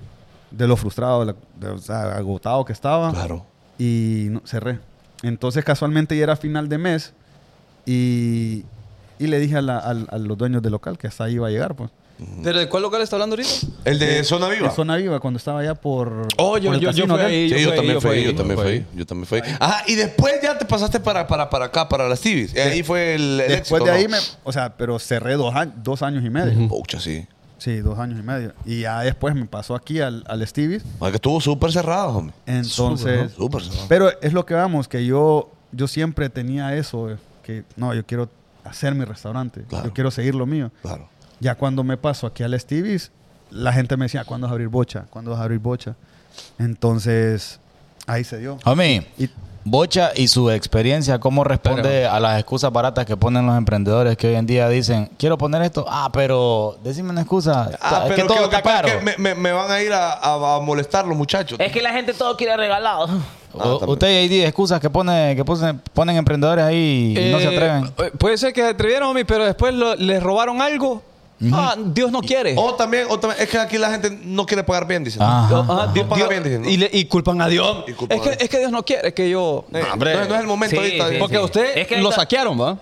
J: De lo frustrado, de la- de- o sea, agotado que estaba.
F: Claro.
J: Y no- cerré. Entonces, casualmente ya era final de mes y, y le dije a, la- al- a los dueños del local que hasta ahí iba a llegar, pues.
A: ¿Pero de cuál local está hablando ahorita?
F: El de Zona Viva.
J: En Zona Viva, cuando estaba allá por...
A: Oh, yo-
J: por el
A: yo- yo
J: casino
A: fui
J: aquel.
A: ahí.
F: Sí, yo,
A: fui,
F: también
A: yo
F: fui,
A: fui,
F: yo
A: yo
F: también
A: fui.
F: fui, yo también fui. Ajá, y después ya te pasaste para, para, para acá, para las TVs. Eh, Ahí fue el, el
J: Después
F: éxito,
J: de ahí,
F: ¿no?
J: me, o sea, pero cerré dos, a- dos años y medio.
F: Pucha, sí.
J: Sí, dos años y medio. Y ya después me pasó aquí al, al Stevie's.
F: Ah, que estuvo súper cerrado, hombre.
J: Entonces,
F: Súper cerrado.
J: pero es lo que vamos, que yo, yo siempre tenía eso, eh, que no, yo quiero hacer mi restaurante,
F: Claro.
J: yo quiero seguir lo mío.
F: Claro.
J: Ya cuando me paso aquí al Stevie's, la gente me decía, ¿cuándo vas a abrir bocha? ¿Cuándo vas a abrir bocha? Entonces, ahí se dio.
E: Homie,
J: Y-
E: Bocha y su experiencia, ¿cómo responde a las excusas baratas que ponen los emprendedores que hoy en día dicen, quiero poner esto? Ah, pero decime una excusa.
F: Ah,
E: es
F: pero
E: que todo
F: lo que
E: está
F: pasa
E: caro.
F: es que me, me- me van a ir a, a- a molestar los muchachos.
D: Es que la gente todo quiere regalado.
F: Ah,
E: O-
F: también.
E: usted, JD, excusas que, pone, que puse- ponen emprendedores ahí y no se
A: Eh,
E: atreven.
A: eh, Puede ser que se atrevieron, homie, pero después lo- les robaron algo. Ah, Dios no quiere.
F: O también, o también, es que aquí la gente no quiere pagar bien, dicen.
E: Ajá.
A: Yo, ajá, Dios-
F: paga
A: ah, Dios-
F: bien, dicen, ¿no?
A: y, le- y culpan a Dios.
F: Y culpan
A: es,
F: a
A: que,
F: Dios.
A: es que Dios no quiere, es que yo. Ah,
F: Eh, entonces no es el momento
D: Sí,
F: ahorita.
D: sí,
A: Porque
D: sí.
A: a usted
D: Es que
A: lo
D: ahorita-
A: saquearon, ¿va?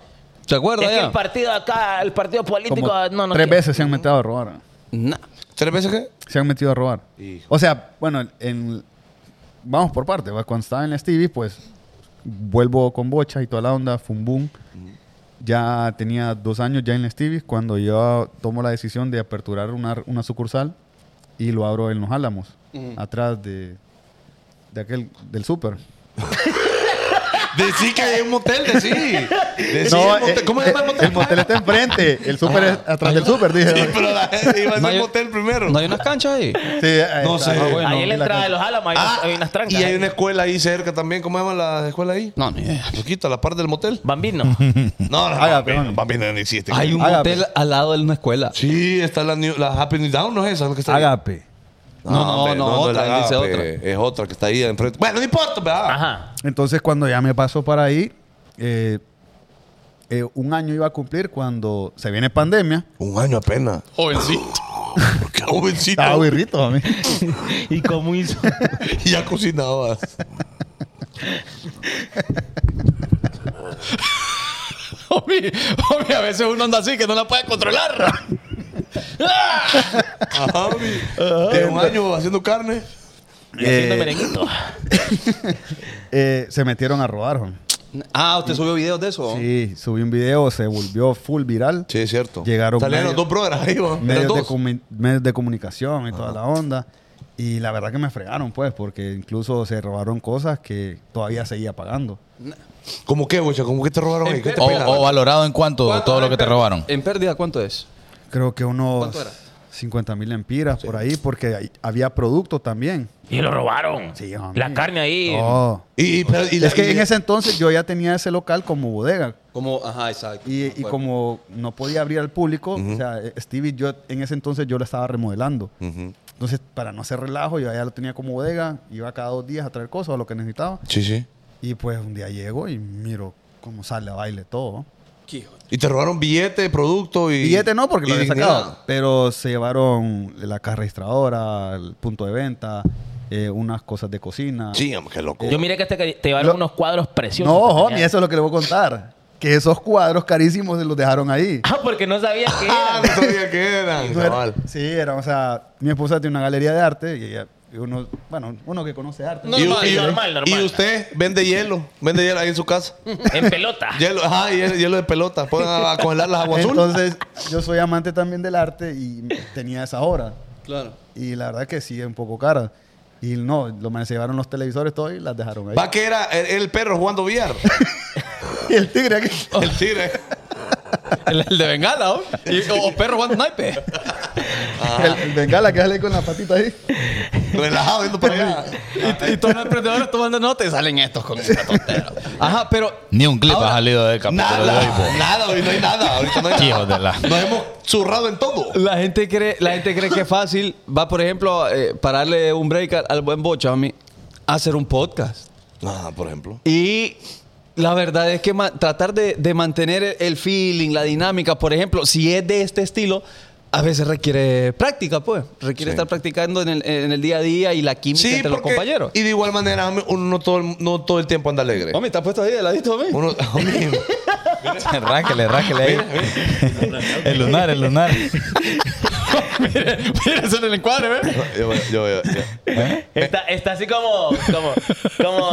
A: ¿Se acuerda
D: Es que
A: ya?
D: el partido acá, el partido político,
J: Como
D: ah, no, no.
J: tres
D: quiere.
J: veces se han metido a robar.
A: Nah.
F: ¿Tres veces qué?
J: Se han metido a robar. O sea, bueno, en, vamos por parte. ¿va? Cuando estaba en la Stevie, pues vuelvo con bocha y toda la onda, fum boom. Ya tenía dos años ya en la Stevie cuando yo tomo la decisión de aperturar una, una sucursal y lo abro en Los Álamos, atrás de, de aquel, del súper.
F: Decí que hay un motel, decí. Decí el motel.
J: eh,
F: ¿Cómo se
J: eh,
F: llama el motel? Ah.
J: El motel está enfrente, el súper es atrás del súper, dije.
F: Sí, pero la gente iba a
A: No
F: ser
A: hay-
F: motel primero.
A: No hay unas canchas ahí.
J: Sí, ahí
F: No
J: está.
F: sé.
J: Ah, bueno,
D: ahí en la
J: y la
D: entrada
J: can-
D: de los Álamos hay,
F: Ah,
D: unas- hay unas trancas.
F: Y hay
D: ahí.
F: una escuela ahí cerca también. ¿Cómo se llama la escuela ahí?
A: No, ni idea.
F: Loquito, a la par del motel.
D: Bambino.
F: No, no,
J: Ah, ya,
F: Bambino,
J: perdón.
F: Bambino no existe.
A: Hay un
J: Hágame.
A: hotel al lado de una escuela.
F: Sí, está la, new- la Happy New Down, ¿no es esa? la que está ahí?
J: Agape.
F: No,
A: No, no,
F: hombre,
A: no, otra,
F: la
A: él dice
F: Agape,
A: otra.
F: Es otra que está ahí enfrente. Bueno, no importa, ¿verdad?
D: Ajá.
J: Entonces, cuando ya me pasó para ahí, eh, eh, un año iba a cumplir cuando se viene pandemia.
F: Un año apenas.
A: Jovencito.
F: Qué jovencito.
J: Estaba birrito a mí.
D: ¿Y cómo hizo?
F: Y ya cocinabas.
A: Homie, homie, a veces uno anda así que no la puede controlar.
F: Ajá, mi. De Ah, un año haciendo carne.
D: Y haciendo merenguito.
J: Eh, se metieron a robar, Juan.
A: ah, ¿usted subió videos de eso?
J: Sí, subí un video, se volvió full viral.
F: Oh. Sí, es cierto.
J: Llegaron
F: Salieron los
J: medios-
F: dos brothers ahí, ¿va? Eran
J: medios, de
F: dos.
J: comu- medios de comunicación y toda la onda. Y la verdad que me fregaron, pues, porque incluso se robaron cosas que todavía seguía pagando.
F: ¿Cómo qué, güey? ¿Cómo que te robaron ahí? ¿Qué te
J: Oh,
E: O,
F: pegaron?
J: ah.
E: o valorado en cuánto, todo lo que te
F: eh,
E: robaron.
A: En pérdida, ¿cuánto es?
J: Creo que unos
A: ¿Cuánto era?
J: 50 mil empiras por ahí, porque ahí había producto también.
D: Y lo robaron.
J: Sí, hombre.
D: la carne ahí.
J: Oh.
F: Y, y- pero- y la-
J: es que
F: y-
J: en ese entonces yo ya tenía ese local como bodega
A: Como, ajá, exacto.
J: y, y como no podía abrir al público, o sea, eh, Stevie, yo en ese entonces yo la estaba remodelando. Entonces, para no hacer relajo, yo ya lo tenía como bodega, iba cada dos días a traer cosas o lo que necesitaba.
F: Sí, sí.
J: Y pues un día llego y miro cómo sale a baile todo.
F: Y te robaron billete, producto y.
J: Billete no, porque lo
F: y
J: había
F: dignidad.
J: sacado. Pero se llevaron la caja registradora, el punto de venta, eh, unas cosas de cocina.
F: Sí, hombre, qué loco.
D: Yo miré que te, te llevaron
J: Lo-
D: unos cuadros preciosos.
J: No,
D: que tenías.
J: homie, eso es lo que le voy a contar. Que esos cuadros carísimos se los dejaron ahí.
D: Ah, porque no sabía que
F: Ah,
D: era.
F: no sabía que era.
J: No era-
F: Ah, cabal.
J: sí, era, o sea, mi esposa tiene una galería de arte y ella uno, bueno, uno que conoce arte.
F: Y-
D: Normal,
F: y,
D: normal, normal.
F: y usted vende hielo, vende hielo ahí en su casa.
D: En pelota.
F: Hielo, ajá, hielo, hielo de pelota. Pueden a, a congelar las aguas azules.
J: Entonces, yo soy amante también del arte y tenía esa obra.
A: Claro.
J: Y la verdad que sí, es un poco cara. Y no, lo más se llevaron los televisores todo y las dejaron ahí.
F: Va que era el, el perro jugando billar.
J: Y el tigre aquí.
F: El tigre.
A: El, el de Bengala, ¿o? Y- o, o perro jugando naipe.
F: Ah.
J: El, el bengala que sale con la patita ahí.
F: Relajado viendo para allá.
A: Y, y todos los emprendedores tomando nota y salen estos con esta tontera. Ajá, pero
E: Ni un clip
A: Ahora-
E: ha salido del capítulo de hoy,
F: Nada, nada, hoy no hay nada. Ahorita no hay
E: Hijo de
F: nada.
E: la-
F: Nos hemos zurrado en todo.
A: La gente cree, la gente cree que es fácil, va por ejemplo, eh, pararle un break al, al buen Bocha, a mí, a hacer un podcast.
F: Ajá, Ah, por ejemplo.
A: Y la verdad es que ma- tratar de, de mantener el- el feeling, la dinámica, por ejemplo, si es de este estilo, a veces requiere práctica, pues. Requiere estar practicando en el, en el día a día y la química entre los
F: porque-
A: compañeros.
F: Y de igual manera, uno no todo, el- no todo el tiempo anda alegre.
A: Hombre, ¿te has puesto ahí de ladito, hombre?
F: Uno, hombre,
E: güey. ráquele, ráquele ahí. el lunar, el lunar.
A: Mira, mira, eso en el encuadre, ¿ves?
F: yo, yo, yo- yo.
D: Está, está así como. como. como.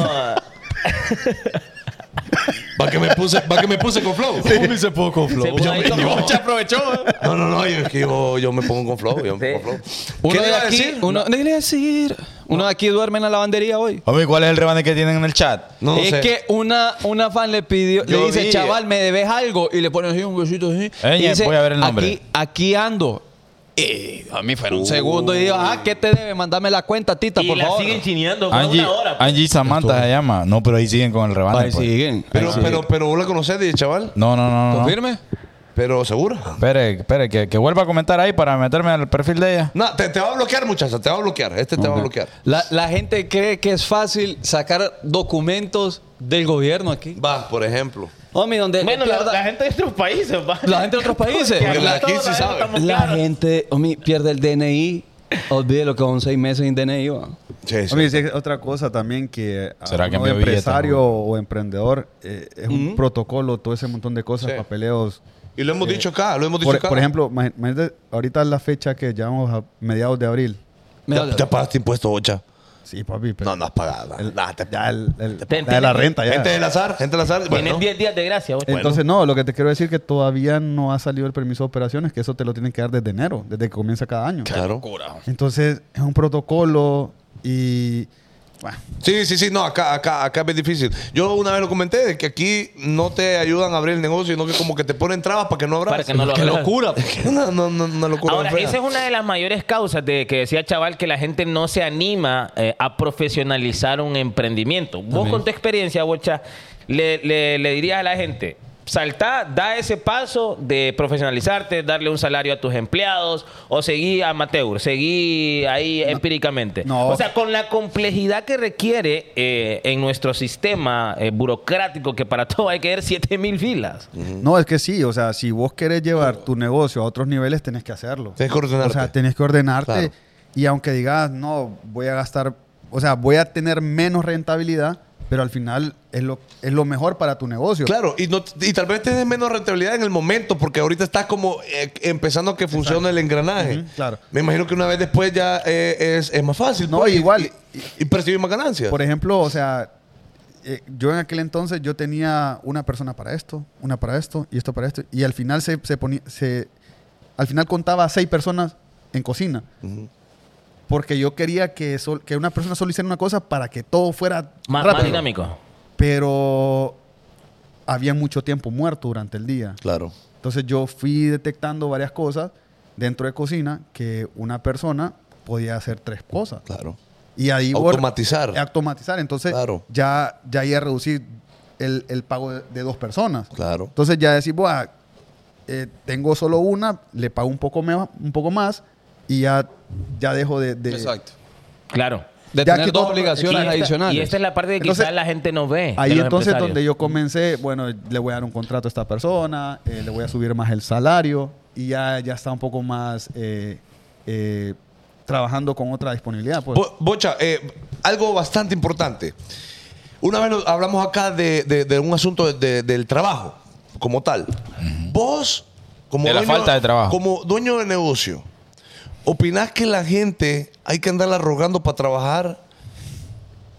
F: Va que me puse, va que me puse con flow.
A: Hombre, se pudo con flow.
D: Se puso ahí
A: Y
D: como-
A: Bocha aprovechó. ¿eh?
F: No, no, no, yo, es que yo, yo me pongo con flow. Yo me
D: Sí.
F: pongo con flow. ¿Qué
A: Uno
F: le
A: de
F: iba a
A: aquí,
F: decir?
A: uno, déjale decir, uno de aquí duerme en la lavandería hoy.
E: Hombre, ¿cuál es el rebane que tienen en el chat?
F: No
A: es
F: sé.
A: que una, una fan le pidió, le
E: Yo
A: dice,
E: vi.
A: chaval, me debes algo. Y le pone así un besito así.
E: Ey,
A: y dice,
E: voy a ver el nombre.
A: Aquí, aquí ando. Y a mí fueron un segundo. Y digo, ah, ¿qué te debe? Mandame la cuenta, tita,
D: y
A: por
D: la
A: favor.
D: siguen chineando por
E: Angie,
D: una hora. pues.
E: Angie Samantha se llama. No, pero ahí siguen con el rebane.
A: Ahí
E: pues.
A: siguen.
F: Pero,
A: Ahí siguen.
F: pero, pero vos la conocés, DJ, chaval.
E: No, no, no, no, no.
A: ¿Confirme?
F: Pero seguro.
E: Espere, espere, que, que vuelva a comentar ahí para meterme al perfil de ella.
F: No, te, te va a bloquear, muchacha, te va a bloquear. Este te va a bloquear.
A: La, la gente cree que es fácil sacar documentos del gobierno aquí.
F: Va, por ejemplo.
A: Hombre, donde
D: pues. Bueno, la,
A: pierda-
D: la gente de otros países, pa.
A: la gente de otros países.
D: Porque
F: la-
D: todos
F: aquí sí
D: la-
F: sabe.
D: estamos
A: La
D: claros.
A: gente, homie, pierde el DNI. Olvide lo que son seis meses sin DNI. va.
F: Sí, sí.
J: Hombre, sí, es otra cosa también que a
E: ¿Será que
J: uno
E: envió billetes,
J: empresario
E: no?
J: o emprendedor eh, es un protocolo, todo ese montón de cosas,
F: Sí.
J: papeleos.
F: Y lo hemos
A: eh,
F: dicho acá, lo hemos dicho
J: Por, e-
F: acá.
J: por ejemplo, imagi- imagínate, ahorita es la fecha que llevamos a mediados de abril.
A: Mira,
F: ya, ya pagaste impuestos, ocha.
J: Sí, papi, pero
F: No, no has pagado. Nah, te-
J: ya el, el-
D: Ten-
J: la de la
D: ten-
J: renta ya.
F: Gente del azar, gente del azar.
D: Tienes
F: Bueno,
D: 10 días de gracia, pues, vos.
J: Entonces, no, lo que te quiero decir es que todavía no ha salido el permiso de operaciones, que eso te lo tienen que dar desde enero, desde que comienza cada año.
F: claro.
J: Entonces, es un protocolo y... bueno,
F: Sí, sí, sí, no, acá, acá, acá es difícil. Yo una vez lo comenté, de que aquí no te ayudan a abrir el negocio, sino que como que te ponen trabas para que no abras.
D: Para que no lo
F: Qué
D: abras.
F: locura. pues. no, no, no, una locura.
D: Ahora,
F: fea.
D: esa es una de las mayores causas de que decía Chaval que la gente no se anima eh, a profesionalizar un emprendimiento. Vos con tu experiencia, Bocha, le, le- le dirías a la gente, saltá, da ese paso de profesionalizarte, darle un salario a tus empleados o seguí amateur, seguí ahí empíricamente.
J: no.
D: O sea, con la complejidad que requiere eh, en nuestro sistema eh, burocrático que para todo hay que ver 7000 filas.
J: No, es que sí, o sea, si vos querés llevar tu negocio a otros niveles, tenés que hacerlo.
F: Tenés que ordenarte.
J: O sea, tenés que ordenarte.
F: Claro.
J: Y aunque digas, no, voy a gastar, o sea, voy a tener menos rentabilidad, pero al final es lo, es lo mejor para tu negocio.
F: Claro, y, no, y tal vez tenés menos rentabilidad en el momento, porque ahorita estás como eh, empezando a que funcione el engranaje.
J: Ujú, claro.
F: Me imagino que una vez después ya eh, es, es más fácil.
J: No,
F: pues, y-
J: igual.
F: Y, y percibir más ganancias.
J: Por e- ejemplo, o sea, eh, yo en aquel entonces yo tenía una persona para esto, una para esto y esto para esto. Y al final se, se ponía, se, al final contaba a seis personas en cocina. Porque yo quería que, sol- que una persona solo hiciera una cosa para que todo fuera
D: Más, más
J: rápido.
D: dinámico.
J: Pero había mucho tiempo muerto durante el día.
F: claro.
J: Entonces yo fui detectando varias cosas dentro de cocina que una persona podía hacer tres cosas.
F: Claro.
J: Y ahí bor-
F: Automatizar.
J: eh, Automatizar. Entonces,
F: Claro.
J: ya, ya iba a reducir el, el pago de, de dos personas.
F: Claro.
J: Entonces, ya decís, "Buah, eh, tengo solo una, le pago un poco, me- un poco más y ya, ya dejo de. de-
A: Exacto.
D: Claro.
A: De
J: Ya
A: tener
J: quitó-
A: dos
D: Y
A: obligaciones
D: esta-
A: adicionales.
D: Y este esta es la parte que quizás
J: Entonces,
D: la gente no ve. de
J: Ahí
D: los
J: entonces
D: empresarios.
J: donde yo comencé, bueno, le voy a dar un contrato a esta persona, eh, le voy a subir más el salario y ya, ya está un poco más eh, eh, trabajando con otra disponibilidad. Pues.
F: Bo- Bocha, eh, algo bastante importante. Una vez lo- hablamos acá de, de- de un asunto de- de- del trabajo, como tal. Vos, como
E: De la falta de trabajo.
F: Como dueño de negocio, ¿Opinás que la gente hay que andarla rogando para trabajar?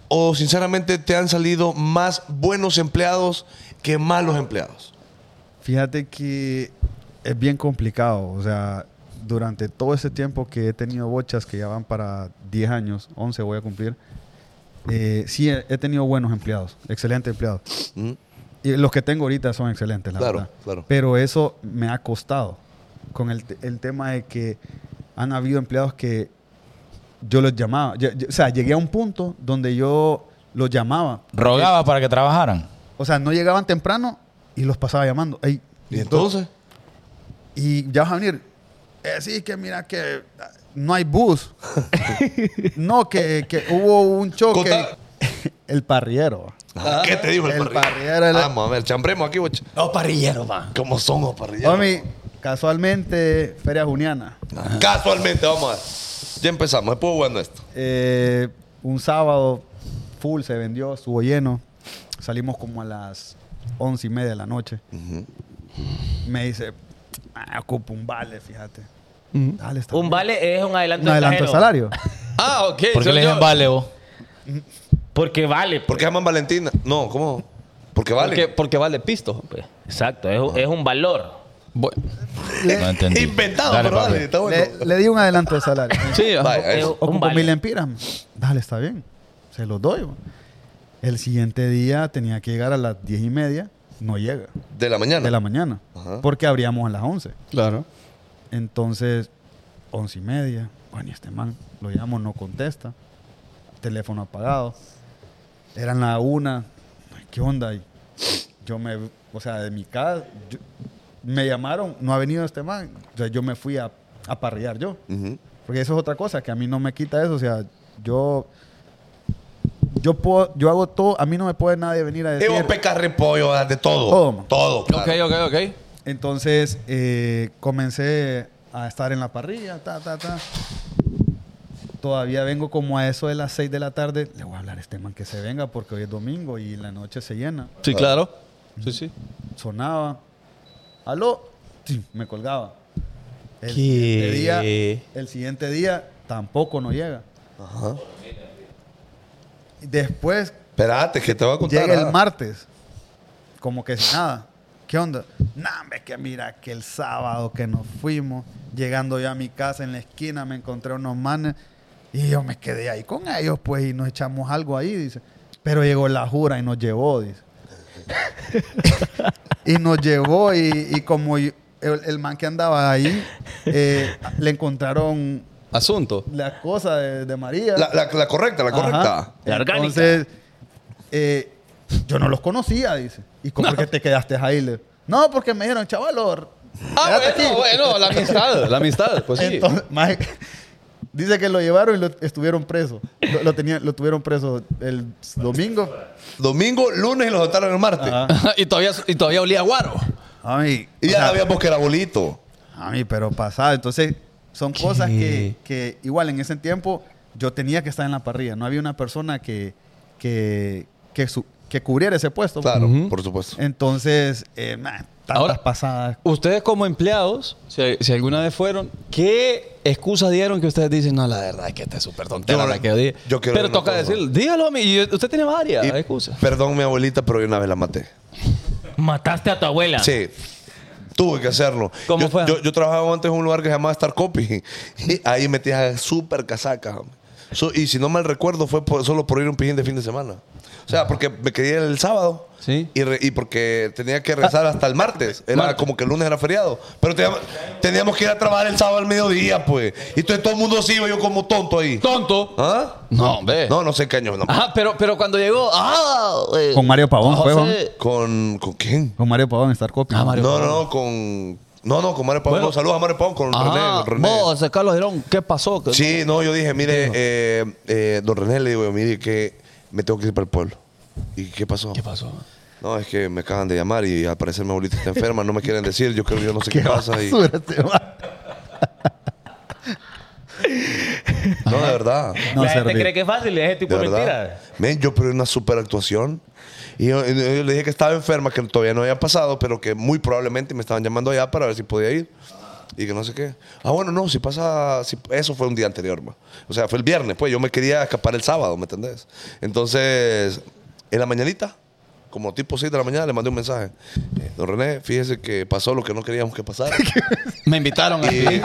F: ¿O sinceramente te han salido más buenos empleados que malos empleados?
J: Fíjate que es bien complicado. O sea, durante todo ese tiempo que he tenido bochas, que ya van para 10 años, 11 voy a cumplir, eh, sí he, he tenido buenos empleados, excelentes empleados.
F: Mm.
J: Y los que tengo ahorita son excelentes, la
F: Claro,
J: verdad.
F: claro.
J: Pero eso me ha costado. Con el, te- el tema de que han habido empleados que yo los llamaba. Yo- yo- o sea, llegué a un punto donde yo los llamaba.
E: Rogaba para que trabajaran.
J: O sea, no llegaban temprano y los pasaba llamando. Ey,
F: ¿Y entonces?
J: y ya vas a venir. Eh, sí, que mira que ah, no hay bus. no, que, que hubo un choque.
F: Contá-
J: el parriero.
F: Ah, ¿Qué te dijo el,
J: Ah, El
F: parrillero?
J: parrillero, el-
F: Vamos, a ver, chambremos aquí, bocha.
J: No, parrillero, va.
F: ¿Cómo son los parrilleros?
J: Mami, casualmente, Feria Juniana.
F: Casualmente, vamos a ver. Ya empezamos, es poco bueno esto.
J: Eh, un sábado full se vendió, estuvo lleno. Salimos como a las once y media de la noche. Me dice, ah, ocupo un vale, fíjate. Dale, está
D: Un
J: bien.
D: vale es un adelanto,
J: Un adelanto
D: cajero.
J: de salario.
A: Ah, ok.
E: ¿Por qué
A: soy
E: le dicen
A: yo.
E: vale vos?
D: Porque vale. pues.
F: ¿Por qué llaman Valentina? No, ¿cómo? Porque vale.
A: Porque, porque vale pisto.
D: Pues, Exacto, es, un- es un valor.
A: Bueno,
E: No entendí.
F: Inventado,
E: Dale,
F: pero
E: papi.
F: dale, está bueno.
J: Le, le di un adelanto de salario.
A: sí, ah. ajá.
F: Vaya,
D: Es
F: eso.
D: un
J: Ocupo
D: vale.
J: mil empiras. Dale, está bien. Se los doy. bo. El siguiente día tenía que llegar a las diez y media. No llega.
F: De la mañana.
J: De la mañana.
F: Ajá.
J: Porque abríamos a las once.
A: claro.
J: Entonces, once y media. Bueno, y este man, lo llamo, no contesta. Teléfono apagado. Eran la una. Ay, ¿Qué onda? Y yo me, o sea, de mi casa, yo- me llamaron, no ha venido este man. O sea, yo me fui a, a parrillar yo.
F: Ujú.
J: Porque eso es otra cosa, que a mí no me quita eso. O sea, yo. Yo puedo, yo hago todo, a mí no me puede nadie venir a
F: Eh, vos
J: decir.
F: pecas repollo, ah, de todo.
J: Todo, man.
F: Todo. claro.
A: Ok, ok, ok.
J: Entonces eh, comencé a estar en la parrilla, ta, ta, ta. Todavía vengo como a eso de las 6 de la tarde. Le voy a hablar a este man que se venga porque hoy es domingo y la noche se llena.
A: Sí, claro. Sí, sí.
J: Sonaba. ¿Aló? Sí, me colgaba. El,
A: ¿Qué?
J: siguiente día, el siguiente día tampoco no llega.
F: Ajá.
J: Después
F: Espérate, que te voy a contar.
J: Llega
F: ah.
J: el martes, como que sin nada. ¿Qué onda? Nah, hombre, que mira, que el sábado que nos fuimos, llegando yo a mi casa en la esquina, me encontré unos manes y yo me quedé ahí con ellos, pues, y nos echamos algo ahí, dice. Pero llegó la jura y nos llevó, dice. y nos llevó y, y como yo- el, el man que andaba ahí, eh, le encontraron
A: Asunto.
J: la cosa de, de María.
F: La, la- la correcta, la
J: Ajá.
F: correcta.
D: La orgánica.
J: Entonces, eh, yo no los conocía, dice. ¿Y cómo es que te quedaste ahí? Le- no, porque me dijeron, chaval, or-
A: Ah,
J: quédate
A: bueno,
J: aquí".
A: bueno, la amistad, la amistad, pues sí.
J: Entonces, mae, dice que lo llevaron y lo estuvieron preso. Lo, lo tenían, lo tuvieron preso el domingo.
F: Domingo, lunes y los soltaron el martes.
J: Ajá.
A: y, todavía, y todavía olía a guaro.
J: Mami,
F: Y
J: o
F: ya
J: sea,
F: sabíamos que era bolito.
J: mami, pero pasado. Entonces, son cosas que, que igual en ese tiempo yo tenía que estar en la parrilla. No había una persona que, que, que, su- que cubriera ese puesto.
F: Claro, por supuesto.
J: Entonces, eh, nah, tantas
A: Ahora-
J: pasadas.
A: Ustedes como empleados, si, si alguna vez fueron, ¿qué excusas dieron que ustedes dicen? No, la verdad es que esta es súper tontera
F: Yo-
A: la que yo di.
F: yo quiero
A: Pero
F: ver una
A: toca
F: cosa.
A: decir, dígalo a mí. Y Usted tiene varias
F: Y-
A: excusas.
F: perdón, mi abuelita, pero yo una vez la maté.
D: Mataste a tu abuela.
F: Sí. Tuve que hacerlo.
A: ¿Cómo
F: yo,
A: fue?
F: Yo, yo trabajaba antes en un lugar que se llamaba Star Copy. Y ahí metías súper casacas. hombre. So- y si no mal recuerdo, fue por- solo por ir a un pijín de fin de semana. O sea, porque me quedé el sábado.
A: Sí. Ah.
F: Y, re- y porque tenía que rezar hasta el martes. Era
A: Martes.
F: como que el lunes era feriado. Pero teníamos, teníamos que ir a trabajar el sábado al mediodía, pues. Y entonces todo el mundo se iba yo como tonto ahí.
A: ¿Tonto?
F: ¿Ah?
A: No, hombre.
F: No, no sé qué año. no.
A: Ajá, pero, pero cuando llegó. ¡Ah! eh,
J: Con Mario Pavón,
A: José-
J: fue, Juan.
F: ¿Con, ¿Con quién?
J: Con Mario Pavón, estar copia.
A: Ah, Mario
F: no,
A: Pavón.
F: no, no, con. No, no, con Mario Pavón.
A: Bueno.
F: No, saludos a Mario Pavón con
A: Ajá.
F: René. con René.
A: Ah, Vos, José Carlos Girón, ¿qué pasó? ¿Qué-
F: Sí, no, yo dije, mire, eh, eh, don René, le digo, yo, mire, que me tengo que ir para el pueblo. ¿Y qué pasó?
A: ¿Qué pasó?
F: No, es que me acaban de llamar y al parecer mi abuelita está enferma, no me quieren decir, yo creo que yo no sé qué, pasa. y-
J: basura este man.
F: no, de verdad.
J: No
D: la gente
J: serví.
D: cree que es fácil, es ese tipo
F: De
D: de
F: verdad.
D: mentiras.
F: Men, yo pero una super actuación. Y yo, y yo le dije que estaba enferma, que todavía no había pasado, pero que muy probablemente me estaban llamando allá para ver si podía ir. y que no sé qué. Ah, bueno, no, si pasa, si, eso fue un día anterior, ma. o sea, fue el viernes, pues yo me quería escapar el sábado, ¿me entendés? Entonces, en la mañanita, como tipo 6 de la mañana, le mandé un mensaje. Eh, Don René, fíjese que pasó lo que no queríamos que pasara.
A: Me invitaron
F: y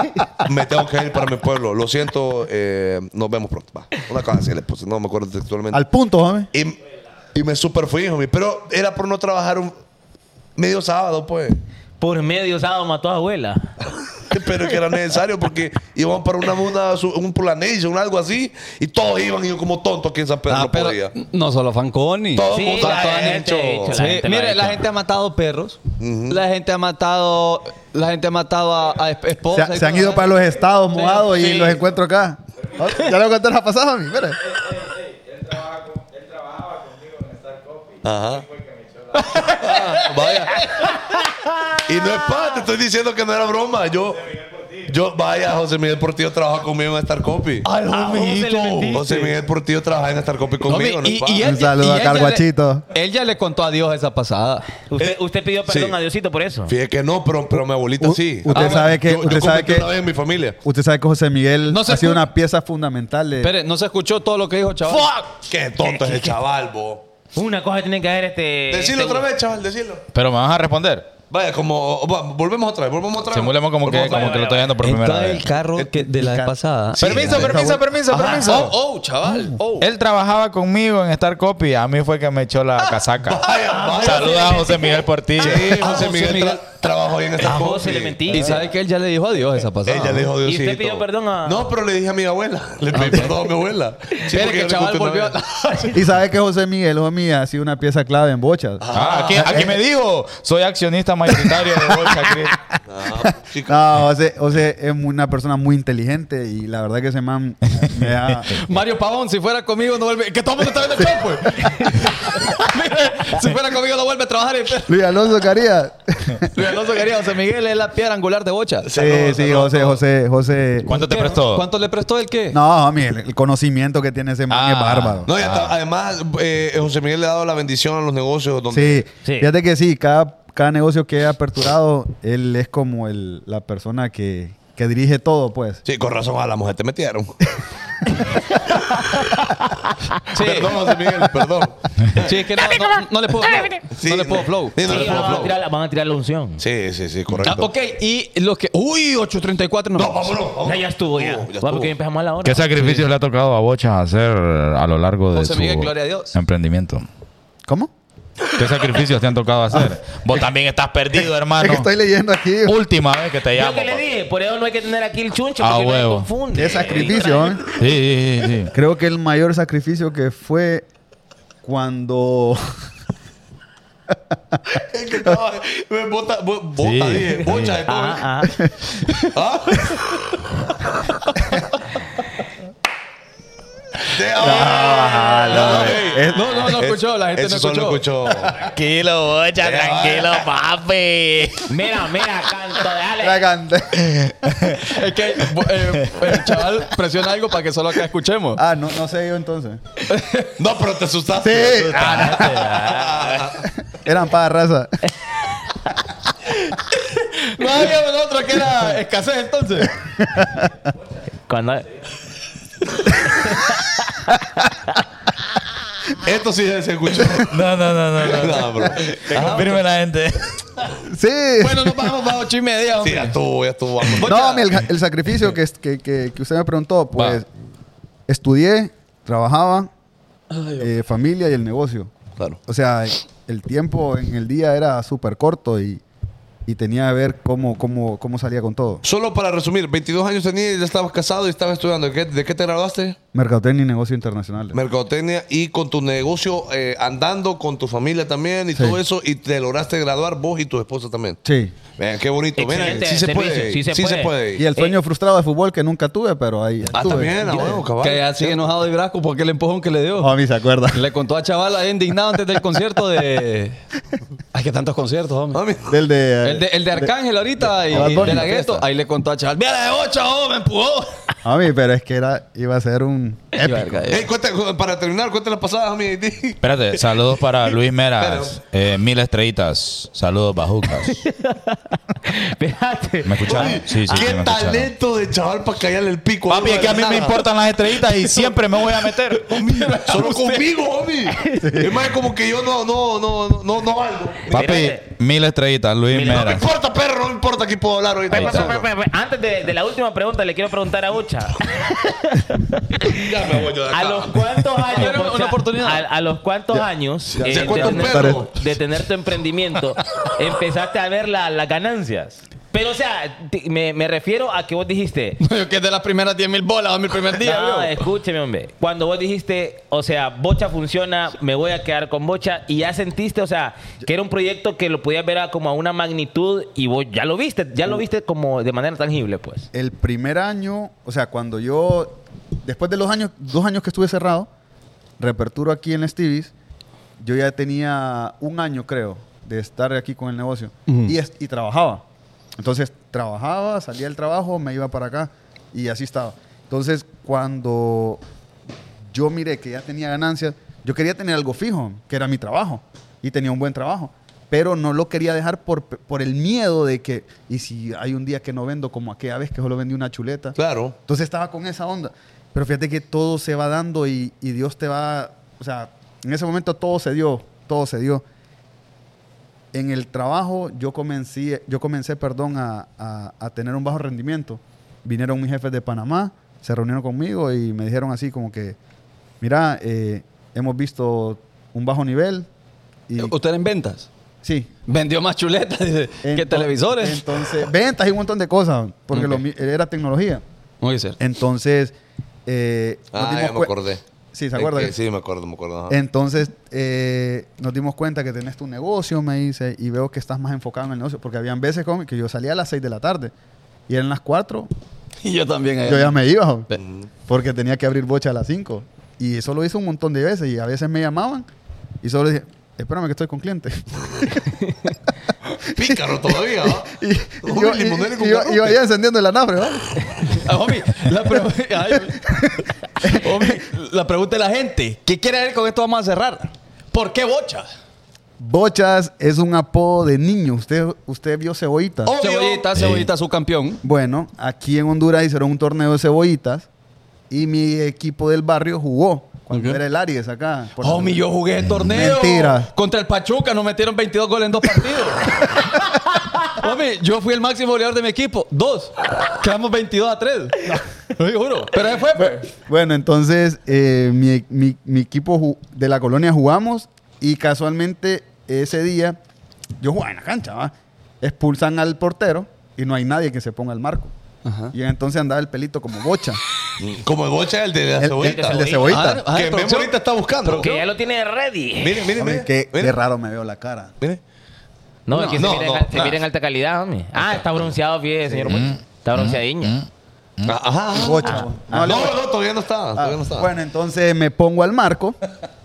F: me tengo que ir para mi pueblo. Lo siento, eh, nos vemos pronto. Va. Una cosa así, le puse, no me acuerdo textualmente.
J: Al punto, hombre.
F: Y, y me super fui, homie. Pero era por no trabajar un medio sábado, pues.
D: Por medio sábado mató a abuela.
F: Pero que era necesario porque iban para una, una su- un planation, algo así, y todos iban y yo como tonto aquí en San Pedro
A: Ah,
F: no
A: pero
F: podía.
A: no solo Fanconi.
F: Todo
D: Sí,
F: el mundo
D: la
F: todo han
D: gente,
F: hecho.
D: hecho,
A: Sí,
D: La gente lo ha
A: mire,
D: hecho.
A: la gente ha matado perros, la gente ha matado, la gente ha matado a, a esp-
J: Se,
A: esposas.
J: se han ido para los estados mojados
A: sí.
J: y los encuentro acá. Ah, Ya lo conté la pasada, homie, mire.
F: Ajá. Ah, vaya. Y no es para, te estoy diciendo que no era broma. Yo, yo vaya, José Miguel Portillo trabaja conmigo en Star Copy. Ah,
A: Al
D: le metiste?
F: José Miguel Portillo trabaja en Star Copy
A: No, mi-
F: conmigo. no es
A: y-
F: paja.
A: y
J: Un
A: él ya-
J: saludo
A: y
J: a
A: él ya le-
J: Carguachito.
A: Él ya le contó adiós esa pasada.
D: Usted, usted pidió perdón
F: Eh, sí.
D: a Diosito por eso.
F: Fíjate que no, pero, pero mi abuelita
J: U-
F: sí.
J: usted
A: Ah,
J: sabe que-
F: yo- yo
J: usted sabe
F: cometí
J: que-
F: una vez en mi familia.
J: Usted sabe que José Miguel
A: No se
J: ha sido
A: escu-
J: una pieza fundamental de...
A: Espere, no se escuchó todo lo que dijo, chaval.
F: Qué tonto es el chaval, bo.
D: Una cosa tiene que hacer este.
F: Decirlo
D: este-
F: otra vez, chaval, decirlo.
E: Pero me vas a responder.
F: Vaya, como. va, volvemos otra vez, volvemos otra vez.
E: Simulemos como que,
F: Volvemos otra
E: como
F: vez.
E: que lo estoy viendo por primera
A: Entra
E: vez.
A: el carro que- de la vez pasada.
F: Sí,
E: Permiso,
F: sí,
E: permiso,
F: sí.
E: permiso,
F: Ajá.
E: permiso.
A: Oh, oh, chaval. Oh.
E: Él trabajaba conmigo en Star Copy. A mí fue que me echó la casaca.
F: Vaya, vaya.
E: Saluda a José Miguel Portillo.
F: Sí,
A: Ah,
F: José
A: José
F: Miguel,
A: Miguel.
F: tra- trabajó bien en esta
D: A vos
F: compi.
D: se le mentí.
A: Y sabe que él ya le dijo adiós esa pasada.
F: Ella dijo
D: ¿Y
F: Diosito.
D: usted pidió perdón a-
F: No, pero le dije a mi abuela. Le pedí perdón a mi abuela. Sí,
A: Espere
F: porque yo
A: que
F: le
A: el chaval
F: conté una
A: volvió.
F: vez.
J: Y sabe que José Miguel, homie, ha sido una pieza clave en bochas.
E: Ah, aquí, aquí me dijo, soy accionista mayoritario de Bolsa Cris.
F: Ah, chico.
J: No, José, José es una persona muy inteligente y la verdad que ese man me ha...
A: Mario Pavón, si fuera conmigo no vuelve. Que todo el mundo está viendo el show, pues. Mire, si fuera conmigo no vuelve a trabajar. en-
J: Luis Alonso Carías.
A: Luis Alonso quería José Miguel, es la piedra angular de Bocha.
J: Sí, sí, José, José, José.
E: ¿Cuánto te prestó?
A: ¿Cuánto le prestó el qué?
J: No, homie, el, el conocimiento que tiene ese man es
E: Ah.
J: bárbaro.
F: No, ya está. Además, eh, José Miguel le ha dado la bendición a los negocios donde.
J: Sí.
D: Sí.
J: fíjate que sí, cada, cada negocio que he aperturado, él es como el, la persona que, que dirige todo, pues.
F: Sí, con razón a la mujer te metieron.
A: Sí.
F: Perdón, José Miguel, perdón.
A: Sí, es que no, no- no le puedo flow.
F: Sí,
A: no le puedo flow.
F: Sí, no
D: Sí,
F: le puedo
D: van, a
F: flow.
D: tirar, la- van a tirar la unción.
F: Sí, sí, sí, correcto.
A: Ah, ok, y los que. Uy, 834 no.
F: No, vámonos. vámonos.
D: Ya, ya estuvo, ya.
F: Oh,
D: Va,
F: estuvo.
D: porque empezamos a la hora.
E: ¿Qué sacrificios le ha tocado a Bochas hacer a lo largo de
A: José
E: su
A: Miguel, gloria a Dios.
E: emprendimiento?
J: ¿Cómo?
E: ¿Qué sacrificios te han tocado hacer? Vos también estás perdido, hermano.
J: Es que estoy leyendo aquí.
E: Última vez que te
D: Yo
E: llamo.
D: que le
E: papá.
D: dije, por eso no hay que tener aquí el chuncho,
E: Ah,
D: porque no
E: huevo.
D: se confunde.
J: Qué sacrificio, ¿eh?
E: Sí, sí, sí, sí.
J: Creo que el mayor sacrificio que fue cuando.
F: Es que estaba- me Bota, bo- bota,
E: Sí.
F: dije, bocha de todo.
D: Ajá, ajá.
F: ¿Ah? De-
J: Ah, no,
F: Ey,
J: es-
A: No, no, no
F: es-
A: escuchó, la gente
F: eso
A: no
F: solo
A: escuchó.
E: Tranquilo, Bocha,
F: tranquilo,
E: papi.
D: Mira, mira, canto,
J: La
D: dale.
J: canté.
A: Es que eh, el chaval presiona algo para que solo acá escuchemos.
J: Ah, no, no sé yo entonces.
F: No, pero te asustaste.
J: Sí.
F: Te asustaste.
J: Eran para raza.
A: No había un otro que era escasez entonces.
D: Cuando...
F: Esto sí se escuchó.
E: No, no, no, no. no.
F: No, bro.
E: Que confirme la gente.
J: Sí.
A: Bueno, nos vamos para ocho y media,
F: Sí,
A: hombre.
F: ya estuvo, ya estuvo. vamos.
J: no, mi, el, el sacrificio que, es- que, que- que usted me preguntó, pues estudié, trabajaba, eh, familia y el negocio.
F: Claro.
J: O sea, el tiempo en el día era súper corto y, y tenía que ver cómo, cómo, cómo salía con todo.
F: Solo para resumir, 22 años tenía y ya estabas casado y estabas estudiando. ¿De qué, de qué te graduaste?
J: Mercadotecnia y negocio internacional.
F: Mercadotecnia y con tu negocio eh, andando, con tu familia también y
J: Sí.
F: todo eso. Y te lograste graduar vos y tu esposa también.
J: sí.
F: Vean, qué bonito. Vean,
D: Excelente
F: sí se
D: servicio,
F: puede.
D: sí se puede.
J: Y el sueño frustrado de fútbol que nunca tuve, pero ahí
F: Eh. Ah,
J: estuve.
F: también, ah, bueno, cabal.
A: Que ya sigue enojado de Brasco porque el empujón que le dio.
J: Homie, Oh, se acuerda.
A: Le contó a chaval ahí indignado antes del concierto de. Ay, que tantos conciertos, hombre.
F: Mami,
J: Del Ah. de,
A: El de, el de Arcángel ahorita y,
J: Bad
A: y
J: Bunny.
A: de la gueto. Ahí le contó a chaval. Mira la de 8, oh, me empujó.
J: A mí, pero es que era, iba a ser un épico.
E: Eh.
F: Ey, cuenta- cu- para terminar, cuéntale las pasadas a mi JD.
E: Espérate, saludos para Luis Meras. Eh, mil estrellitas. Saludos, bajucas.
D: Espérate.
E: ¿Me escucharon? Sí, sí, sí, me
F: Qué
E: escucharon.
F: talento de chaval para callarle el pico.
E: Papi,
F: uno
E: es que a mí
F: de
E: me
F: nada.
E: importan las estrellitas y siempre me voy a meter.
F: Solo conmigo, homie. Es más, como que yo no, no, no, no, no, no valgo.
E: Papi, mil estrellitas, Luis
D: Mil-
F: No me
E: Meras.
F: importa, perro, no me importa que puedo hablar ahorita.
D: Pe- pe- pe- pe- pe- Antes de, de la última pregunta, le quiero preguntar a Ucha.
F: Ya me voy yo de acá.
D: ¿A los cuántos años?
A: Dame una
D: Bocha,
A: oportunidad.
D: A, a los cuántos años
F: ya.
D: eh,
F: ¿Ya cuánto
D: de, tener,
F: perro?
D: de tener tu emprendimiento empezaste a ver la- las ganancias? Pero, o sea, ti- me, me refiero a que vos dijiste.
A: Yo que es de las primeras 10 mil bolas o mi primer día.
D: No, escúcheme, hombre. Cuando vos dijiste, o sea, Bocha funciona, me voy a quedar con Bocha, y ya sentiste, o sea, que era un proyecto que lo podías ver a como a una magnitud y vos ya lo viste, ya
F: Uh.
D: lo viste como de manera tangible, pues.
J: El primer año, o sea, cuando yo, después de los años, dos años que estuve cerrado, reperturo aquí en Stevie's, yo ya tenía un año, creo, de estar aquí con el negocio. y, es- y trabajaba. Entonces, trabajaba, salía del trabajo, me iba para acá y así estaba. Entonces, cuando yo miré que ya tenía ganancias, yo quería tener algo fijo, que era mi trabajo, y tenía un buen trabajo, pero no lo quería dejar por, por el miedo de que, y si hay un día que no vendo como aquella vez que solo vendí una chuleta.
F: Claro.
J: Entonces estaba con esa onda. Pero fíjate que todo se va dando y, y Dios te va, o sea, en ese momento todo se dio, todo se dio. En el trabajo yo comencé, yo comencé perdón, a, a- a tener un bajo rendimiento. Vinieron mis jefes de Panamá, se reunieron conmigo y me dijeron así como que, mira, eh, hemos visto un bajo nivel. Y,
A: ¿Usted era en ventas?
J: sí,
A: Vendió más chuletas dice, que
J: Enton-
A: televisores.
J: Entonces, ventas y un montón de cosas, porque
A: Ok.
J: lo mi- era tecnología.
A: Muy cierto.
J: Entonces, eh, nos
F: Ah,
J: dimos
F: ya me
J: cue-
F: acordé.
J: Sí, ¿se acuerda?
F: Es que Sí, me acuerdo, me acuerdo. ajá.
J: Entonces, eh, nos dimos cuenta que tenés tu negocio, me dice, y veo que estás más enfocado en el negocio, porque habían veces con- que yo salía a las 6 de la tarde y eran las 4,
A: Y yo también. eh. ahí.
J: yo ya me iba, jo,
A: Ve.
J: porque tenía que abrir bocha a las 5. Y eso lo hice un montón de veces, y a veces me llamaban y solo dije, espérame que estoy con cliente.
F: Pícaro todavía, ¿ah?
J: y, y
F: Uy,
J: yo, y-
F: limonero
J: y
F: con
J: yo-
F: garrote.
J: y yo allá encendiendo el anafre, ¿va?
A: Ah, homie, la, pre- Ay, homie, la pregunta de la gente. ¿Qué quiere ver con esto? Vamos a cerrar. ¿Por qué bocha?
J: Bochas es un apodo de niño. Usted, usted vio
F: Oh,
J: cebollitas.
A: Obvio. Cebollita, cebollita, su campeón.
J: Bueno, aquí en Honduras hicieron un torneo de cebollitas y mi equipo del barrio jugó cuando
A: Ok.
J: era el Aries acá. Por-
A: Homie, yo jugué el torneo.
J: Mentira.
A: Contra el Pachuca nos metieron 22 goles en dos partidos. Homie, yo fui el máximo goleador de mi equipo. Dos. Quedamos 22 a 3. Lo juro. Pero ahí fue, pues.
J: Bueno, entonces eh, mi, mi- mi equipo ju- de la colonia jugamos y casualmente ese día yo jugaba en la cancha, ¿va? expulsan al portero y no hay nadie que se ponga al marco. Y entonces andaba el pelito como bocha.
F: Como el bocha, el de la
J: El- el-
F: cebollita.
J: el de cebollita.
A: Ah, ah,
F: que Memo
A: producción.
F: ahorita está buscando.
D: Que ya lo tiene ready.
F: Mire, mire,
J: Hombre,
F: mire.
J: qué-
F: mire,
J: qué raro me veo la cara.
F: mire.
D: No, es que
F: no,
D: se, mira,
F: no, Mm.
D: en, al- se
F: ah.
D: mira en alta calidad, homie. Ah, está bronceado, fíjese, señor. Bocha. está bronceadiño.
F: Ah, Ajá. ajá.
J: Bocha.
F: No,
J: le-
F: no, todavía no está.
J: Ah,
F: Todavía no está.
J: bueno, entonces me pongo al marco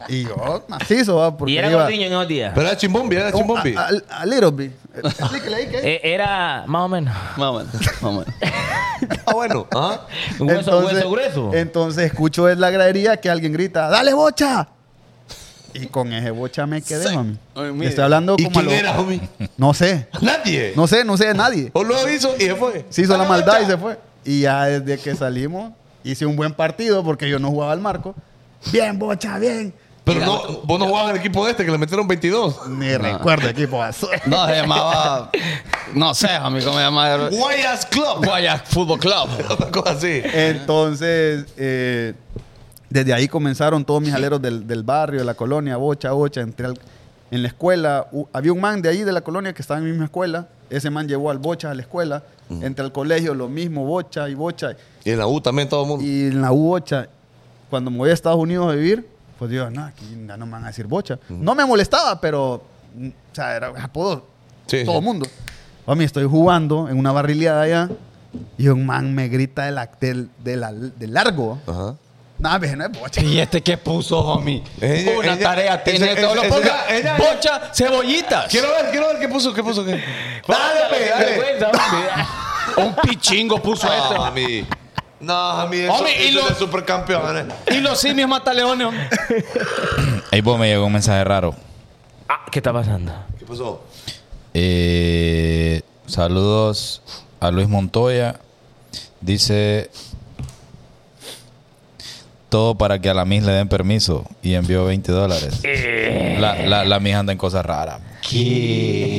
J: y yo "Ah, macizo, ¿va? porque
D: y era
J: iba-
D: gordiño en esos días.
F: Pero era chimbombi, era
J: Un-
F: chimbombi.
J: a, a- a little bit. Explíquele ahí que
D: Eh, era más o menos.
A: Vamos, vamos.
F: Ah, bueno. Ajá.
D: Un hueso, hueso grueso.
J: Entonces escucho en la gradería que alguien grita, ¡dale bocha! Y con ese bocha me quedé, mami.
A: Ay, mire.
J: Estoy hablando
F: ¿Y
J: como a
F: quién
J: lo-
F: era, homie?
J: No sé,
F: Nadie.
J: no sé, no sé de nadie.
F: O lo hizo y se fue.
J: Se hizo la
F: Ah,
J: maldad y
F: bocha.
J: se fue. Y ya desde que salimos, hice un buen partido porque yo no jugaba al marco. Bien, bocha, bien.
F: Pero no, vos no jugabas en el equipo de este que le metieron 22.
J: Ni recuerdo, equipo azul.
A: No, se llamaba. No sé, amigo, me llamaba.
F: Guayas Club.
A: Guayac Fútbol Club.
F: Una cosa así.
J: Entonces, eh, desde ahí comenzaron todos mis aleros del, del barrio, de la colonia, bocha, bocha. Entré al- en la escuela. Hu- había un man de ahí de la colonia que estaba en mi misma escuela. Ese man llevó al bocha a la escuela. Entré al colegio, lo mismo, bocha y bocha.
F: Y en la U también todo el mundo.
J: Y en la U, bocha. Cuando me voy a Estados Unidos a vivir, pues digo, no, aquí ya no me van a decir bocha. No me molestaba, pero, mm, o sea, era apodo
F: Sí,
J: todo
F: sí.
J: mundo. Mami, estoy jugando en una barrileada allá y un man me grita del, del, de la- del largo.
F: Ajá.
J: Nada, ve, no es bocha.
A: ¿Y este qué puso, homie?
F: Ella-
A: Una
F: ella-
A: tarea tiene.
F: ese-
A: todo lo
F: ese-
A: ponga.
F: ella- ella-
A: bocha, cebollitas.
F: Quiero ver, quiero ver qué puso, qué puso. Qué... Dale,
D: Qué
F: pe, dale.
D: vergüenza, homie.
A: Un pichingo puso
F: Ah,
A: este.
F: mami. No, a mí eso,
L: Hombre, y
F: eso
L: lo-
F: de supercampeones.
L: Y los simios mataleones. hombre.
E: Ahí vos me llegó un mensaje raro.
D: Ah, ¿qué está pasando?
F: ¿Qué pasó?
E: Eh, saludos a Luis Montoya. Dice todo para que a la mis le den permiso y envió 20 dólares.
A: Eh.
E: La, la, la mis anda en cosas raras.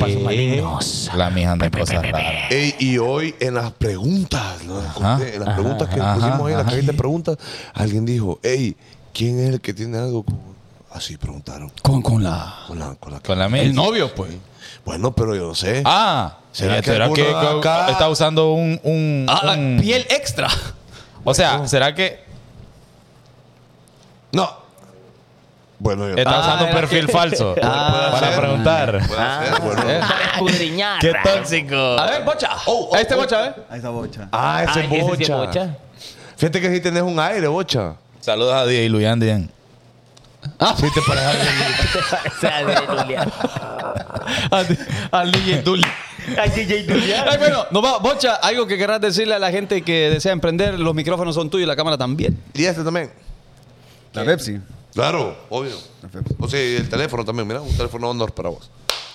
D: Pasos malignos.
E: La mis anda en cosas raras.
F: Ey, y hoy en las preguntas, ¿no?
E: Ajá,
F: en las preguntas que
E: ajá,
F: pusimos ahí en la
E: ajá.
F: cajita de preguntas, alguien dijo, hey, ¿quién es el que tiene algo con... Así preguntaron.
A: Con, con la.
F: Con la, con la-
E: Con la
A: El
E: mis.
A: novio, pues.
F: Bueno, pero yo no sé.
E: Ah,
F: ¿Será
E: ¿será,
F: que
E: que,
F: alguno de acá-
E: está usando un, un-
A: Ah, ah,
E: un-
A: piel extra.
E: o
F: Ah.
E: sea, será que
F: No. Bueno, yo
E: está
A: Ah,
E: usando un
A: era
E: perfil falso
A: Ah,
E: para
F: ser.
E: preguntar?
F: Puede ser, bueno.
D: Para escudriñar.
E: Qué tóxico.
A: A ver, bocha. a este bocha, a ver.
J: Ahí está bocha.
F: Ah, ese
D: Ay, ese sí es
F: bocha.
D: bocha.
F: Fíjate que si tenés un aire, bocha.
E: Saludos a DJ Luyan Dien.
A: Ah.
F: Sí te parejas
D: O sea, de Julián.
A: Al DJ Dully.
D: Ay, DJ Julián.
A: Ay, bueno, nos va. Bocha, algo que querrás decirle a la gente que desea emprender. Los micrófonos son tuyos y la cámara también.
F: Y este también.
J: La Pepsi.
F: Claro, obvio. O sea, y el teléfono también, mira, un teléfono honor para vos.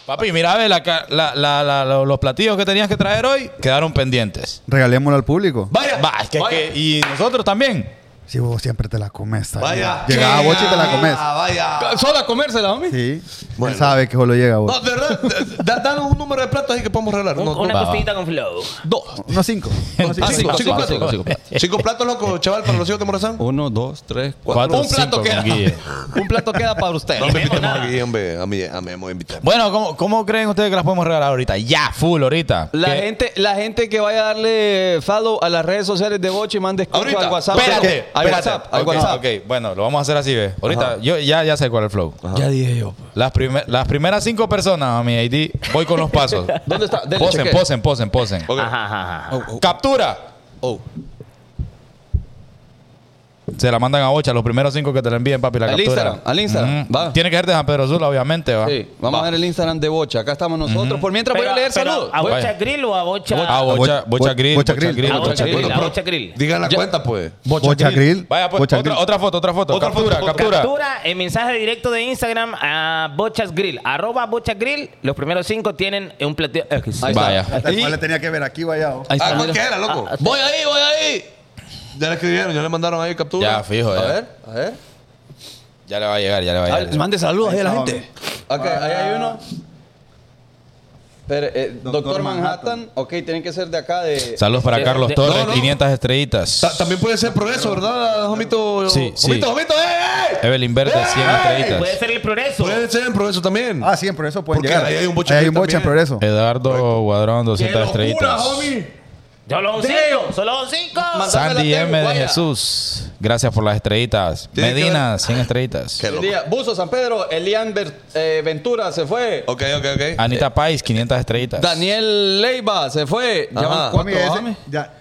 E: Papi, mira, ve, la ca- la- la- la- lo- los platillos que tenías que traer hoy quedaron pendientes.
J: Regalémoslo al público.
A: Vaya.
E: Va, es que-
A: vaya.
E: que- y nosotros también.
J: Si vos siempre te la comes. tal vez.
F: Vaya.
J: Llegaba a bocha y te la comes.
F: Ah, vaya.
A: Solo a comérsela, hombre.
J: Sí.
F: Bueno.
J: Él sabe que solo llega a
F: No,
J: bocha.
F: de verdad, da- danos un número de platos ahí que podemos regalar. No, no.
D: Una
E: va, va.
D: costillita con flow.
A: Dos.
J: Unos cinco. Unos
A: Ah,
J: cinco.
A: cinco, cinco,
E: cinco,
A: cinco,
E: cinco.
A: cinco.
F: Cinco platos, loco, chaval, para los hijos de Morazán.
A: Uno, dos, tres,
E: Cuatro,
A: Un plato
E: cinco
A: queda.
E: con Guille.
A: Un plato queda para usted.
F: No me invitemos aquí, hombre. A mí, a mí me invitemos.
E: Bueno, ¿cómo, cómo creen ustedes que las podemos regalar ahorita? Ya, full ahorita.
A: La
E: ¿Qué?
A: gente, la gente que vaya a darle follow a las redes sociales de Bocha y mande escucho
F: Ahorita.
A: al WhatsApp.
E: Espérate,
A: al
E: espérate.
A: WhatsApp, al
E: Ok,
A: WhatsApp.
E: ok, bueno, lo vamos a hacer así, ve. Ahorita, yo ya, ya sé cuál es el flow.
A: Ya dije yo. pues.
E: Las, primer- las primeras cinco personas a mi ID, voy con los pasos.
A: ¿Dónde está? Dele,
E: Posen,
A: cheque.
E: posen, posen, posen.
F: Ok.
D: Ajá, ajá,
E: Oh,
D: ajá.
E: Captura.
A: Oh.
E: Se la mandan a Ocha, los primeros cinco que te la envíen, papi, la
A: Al
E: captura.
A: Instagram, al Instagram, va.
E: Tiene que ser de San Pedro Sula, obviamente, va.
A: Sí, vamos a ver el Instagram de Bocha. Acá estamos nosotros. Por mientras voy a leer
D: pero,
A: saludos.
D: ¿A
A: Voy-
D: Bocha Grill o a Bocha?
E: Ah,
D: A
E: Bocha,
J: Bo-
E: Bocha
J: Bo-
E: Grill,
J: Bocha
E: Bocha
J: Grill.
E: Grill,
J: Ah,
E: Bocha
D: Bocha
E: Grill.
D: Grill, a Bocha Grill.
F: Digan la
A: Ya.
F: cuenta, pues.
J: Bocha Grill.
E: Vaya, pues,
J: Bocha
E: otra,
J: Grill.
E: otra foto, otra foto.
F: Otra
E: captura,
F: foto,
E: captura.
D: Captura en mensaje directo de Instagram a Bochas Grill. Arroba Bochas Grill. Los primeros cinco tienen un platillo.
A: Ahí está.
E: Vaya.
J: Hasta el
A: Y-
J: cual le tenía que ver aquí, vaya. oh.
A: ahí está,
F: Ah,
A: mira.
F: cualquiera, loco.
A: Voy ahí, voy ahí.
F: Ya le escribieron, ya le mandaron ahí captura.
E: Ya, fijo,
F: A
E: ya.
F: ver, a ver.
E: Ya le va a llegar, ya le va a
A: Ah,
E: llegar.
A: mande saludos ahí a la
J: Ahí está,
A: gente. Ok, ahí
J: Ah.
A: hay uno. Pero, eh, Doctor, Manhattan. ok, tienen que ser de acá de.
E: Saludos para
D: De-
E: Carlos
D: de-
E: Torres,
F: No, no.
E: 500 estrellitas.
F: Ta- También puede ser progreso, ¿verdad, Jomito?
E: Sí, sí.
F: Jomito, Jomito, ¡eh, eh!
E: Evelyn Verde, 100
D: Puede
F: pues.
E: estrellitas.
D: ser el progreso.
F: Puede ser en progreso también.
J: Ah, sí, en progreso pueden
F: Porque
J: llegar.
F: ahí hay un Bocha
J: Ahí hay
F: Grill
J: un bocha en
F: también.
J: progreso.
E: Eduardo Guadrón, 200 estrellitas.
D: Solo son cinco. Solo son cinco.
E: Sandy
A: Mándamela,
E: M. de
A: Guaya.
E: Jesús, gracias por las estrellitas.
F: Tiene que
E: Medina, 100 estrellitas.
F: Qué loco.
A: Elía- Buzo San Pedro, Elian Ver- eh, Ventura se fue.
F: Ok, ok,
J: Ah,
F: ok.
E: Anita Pais, 500 estrellitas.
A: Daniel Leiva se fue. Ya
F: Ajá.
A: van
J: Mami,
A: cuatro,
J: ese-
A: Ami.
J: ya.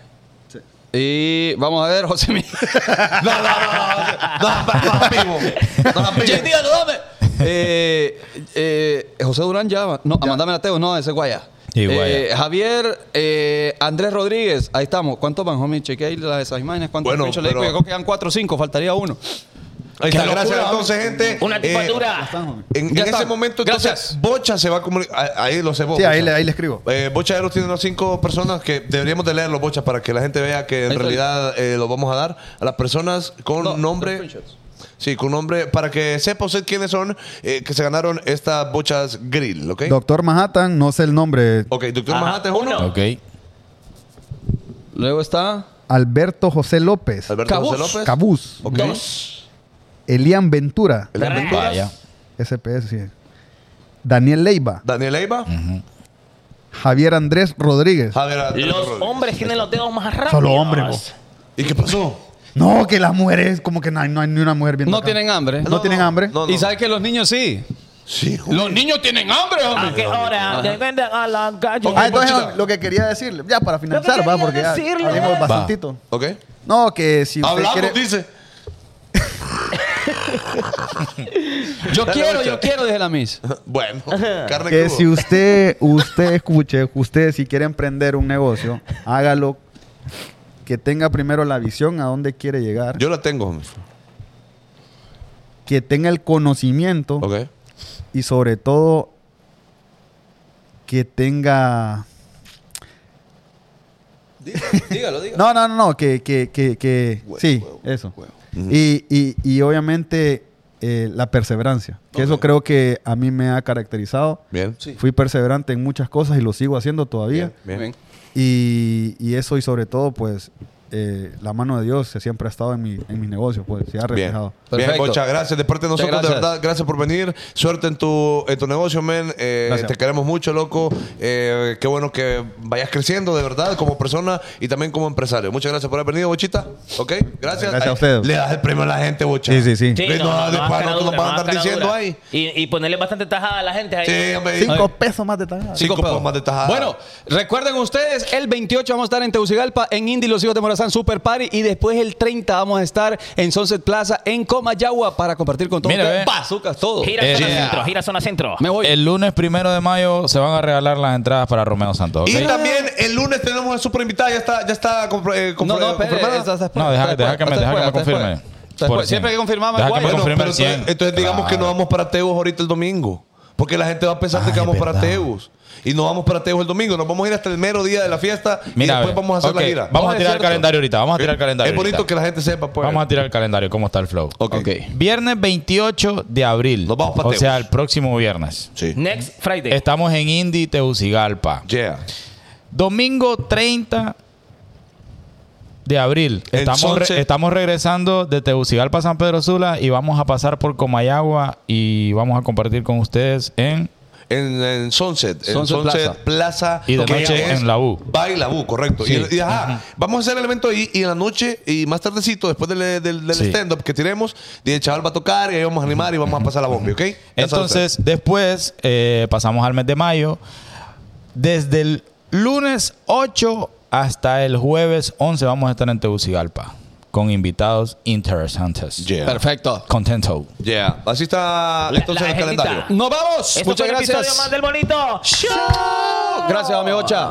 A: Y vamos a ver, José Miguel.
F: No, no, no, no, no, no, no, no, no,
A: Jay
F: no,
A: Díaz, no dame. Eh, eh, José Durán ya va. No, mandame la Teo, no, ese es guaya.
E: Sí, guaya.
A: Eh, Javier, eh, Andrés Rodríguez, ahí estamos. ¿Cuántos van, homie? Chequeé ahí las esas imágenes. ¿Cuántos
F: Bueno,
A: pinchos le
F: pero-
A: digo? Yo creo que quedan cuatro o cinco, faltaría uno.
F: Ahí está,
A: Qué locura,
F: gracias
A: hombre.
F: entonces, gente.
D: Una
F: Eh,
D: tipatura.
F: En,
A: Ya
F: en
A: está.
F: ese momento, entonces,
A: Gracias.
F: Bocha se va a comunicar. ah, Ahí lo sé, vos,
J: Sí, ahí
F: Bocha.
J: le, ahí le escribo.
F: Eh, Bocha Eros tiene unas cinco personas que deberíamos de leer los bochas para que la gente vea que en
A: Ahí está.
F: realidad eh, los vamos a dar a las personas con
A: No, los
F: nombre.
A: screenshots.
F: Sí, con nombre, para que sepa usted quiénes son eh, que se ganaron estas bochas grill, ¿ok?
J: Doctor Manhattan, no sé el nombre.
F: ok, doctor
D: Ajá,
F: Manhattan es uno.
D: uno.
E: Ok.
A: Luego está.
J: Alberto José López.
F: Alberto José
A: Cabuz.
F: López.
J: Cabuz.
F: Ok.
J: Elian Ventura.
F: Elian
D: Tres.
F: Ventura.
E: Vaya.
J: SPS, sí. Daniel Leiva.
F: Daniel Leiva.
J: Mm. Javier Andrés Rodríguez.
F: Javier Andrés
D: Los
F: Rodríguez.
D: hombres tienen los dedos más rápidos.
J: Solo hombres, vos.
F: ¿Y qué pasó?
J: No, que las mujeres, como que no hay, no hay ni una mujer viendo.
A: No
J: acá.
A: tienen hambre.
J: No, tienen hambre.
F: no,
A: y
F: no.
A: sabes que los niños sí.
F: Sí,
A: Los niños tienen hambre,
D: ¿A
A: hombre.
D: qué hora? Depende a la calle.
J: Ah, entonces lo que quería decirle, ya para finalizar, va,
D: quería
J: porque ya
D: decirle.
J: hablamos
D: Va.
J: bastantito.
F: ok.
J: No, que si usted
F: Hablamos,
J: quiere-
F: dice.
A: Yo
F: Dale,
A: quiero,
F: Bocha.
A: yo quiero, desde la mis.
F: Bueno, carne
J: que
F: cruda.
J: si usted, usted escuche, usted si quiere emprender un negocio, hágalo que tenga primero la visión a dónde quiere llegar,
F: Yo la tengo, homie.
J: que tenga el conocimiento
F: Ok.
J: y sobre todo que tenga...
A: Dígalo, dígalo.
J: No, no, no, no, que... que, que, que- sí, eso. Y, y- y obviamente eh, la perseverancia, que eso creo que a mí me ha caracterizado.
F: Bien.
J: Fui perseverante en muchas cosas y lo sigo haciendo todavía.
F: Bien. bien.
A: Bien.
J: Y, y eso y sobre todo, pues, eh, la mano de Dios se siempre ha estado en mi, en mi negocio, pues, se ha
F: Bien.
J: reflejado.
F: Bien,
A: Perfecto.
F: Bocha, gracias. De parte de
A: Muchas
F: nosotros, de
A: gracias.
F: verdad, gracias por venir. Suerte en tu, en tu negocio, men. Eh,
J: Gracias.
F: te queremos mucho, loco. Eh, qué bueno que vayas creciendo, de verdad, como persona y también como empresario. Muchas gracias por haber venido, Bochita. ¿Ok? Gracias.
J: Gracias a
F: Ay,
J: ustedes.
F: Le das el premio a la gente, Bocha.
J: Sí, sí, sí.
F: Sí, Pues no, después
D: más cara
F: nosotros nos
D: dura,
F: van a
D: más
F: andar
D: cara
F: diciendo
D: dura.
F: ahí.
D: Y, y ponerle bastante tajada a la gente ahí.
F: Sí, hombre.
J: Cinco pesos más de tajada.
F: Cinco
A: pesos.
F: pesos más de tajada.
A: Bueno, recuerden ustedes, el 28 vamos a estar en Tegucigalpa, en Indy, los hijos de Morazán, Super Party. Y después el 30 vamos a estar en Sunset Plaza, en Comayagua, para compartir con todos
E: Mira,
A: ustedes.
E: ve.
A: Bazucas, todo.
D: Gira
E: Eh,
D: zona
E: yeah.
D: centro, gira zona centro.
A: Me voy.
E: El lunes primero de mayo se van a regalar las entradas para Romeo Santos. ¿ok?
F: Y también el lunes tenemos una super invitada. Ya está, ya está compro- eh, compro-
A: no, no, espere,
F: confirmada.
A: esa- esa-
E: No, deja,
A: Hasta
E: deja que
A: después,
E: me, deja que me
A: hasta después.
E: confirme.
A: Hasta
E: Por
A: después. Siempre
E: cien.
A: que confirmamos,
E: Deja que
A: guay.
E: me
F: Bueno,
E: confirme
F: pero
E: el cien.
F: entonces, entonces digamos que no vamos para Teus ahorita el domingo. Porque la gente va a pensar
E: Ah,
F: que
E: es
F: vamos para
E: verdad.
F: Teus. Y no vamos para Teus el domingo. Nos vamos a ir hasta el mero día de la fiesta.
E: Mira,
F: y
E: ve,
F: después vamos a hacer
E: ok,
F: la gira.
E: Vamos a tirar
F: Es
E: el
F: cierto.
E: calendario ahorita. Vamos a tirar el
F: Es-
E: calendario.
F: Es bonito
E: ahorita.
F: que la gente sepa, pues.
E: Vamos a tirar el calendario. ¿Cómo está el flow?
F: Ok.
E: Viernes 28 de abril.
F: Nos vamos pa'
E: O
F: Teus.
E: sea, el próximo viernes.
F: Sí.
D: Next Friday.
E: Estamos en Indy, Tegucigalpa.
F: Yeah.
E: Domingo 30 de abril.
F: En
E: Estamos, re-
F: Sunset.
E: estamos regresando de Tegucigalpa a San Pedro Sula y vamos a pasar por Comayagua y vamos a compartir con ustedes en
F: En, en Sunset, en
A: Sunset
F: Sunset Plaza.
E: Y de
F: que
E: noche
F: es
E: en la U.
F: Va y la U, correcto.
E: Sí.
F: Y, y ajá, vamos a hacer el evento ahí y en la noche y más tardecito, después del, del- del
E: Sí.
F: stand-up que tiremos, y el chaval va a tocar y ahí vamos a animar y vamos a pasar la bomba, ¿ok? Ya sabe
E: Entonces, después eh, pasamos al mes de mayo. Desde el lunes 8 hasta el jueves 11 vamos a estar en Tegucigalpa con invitados interesantes.
F: usted. Yeah.
A: Perfecto.
E: Contento.
F: Yeah. Así está
D: La-
F: entonces
D: la
F: el
D: agendita.
F: calendario.
A: Nos vamos.
D: Esto
A: Muchas
D: fue el episodio
A: gracias.
D: más del bonito.
A: Gracias, amigo Ocha.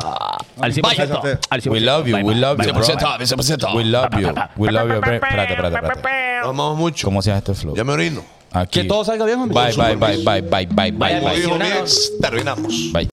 D: Al 100%. Al 100%.
E: We love you,
D: Bye,
E: we
D: bye.
E: love you, bro. We love you, we love you. Espérate, espérate, espérate.
F: Nos amamos mucho.
E: ¿Cómo se hace este flow?
F: Ya me orino.
E: Aquí.
A: Que todo salga bien, hombre.
E: Bye, bye, bye, bye, bye, bye, bye, bye.
D: Vaya,
F: Como
D: bye.
F: dijo mi ex, terminamos.
E: Bye.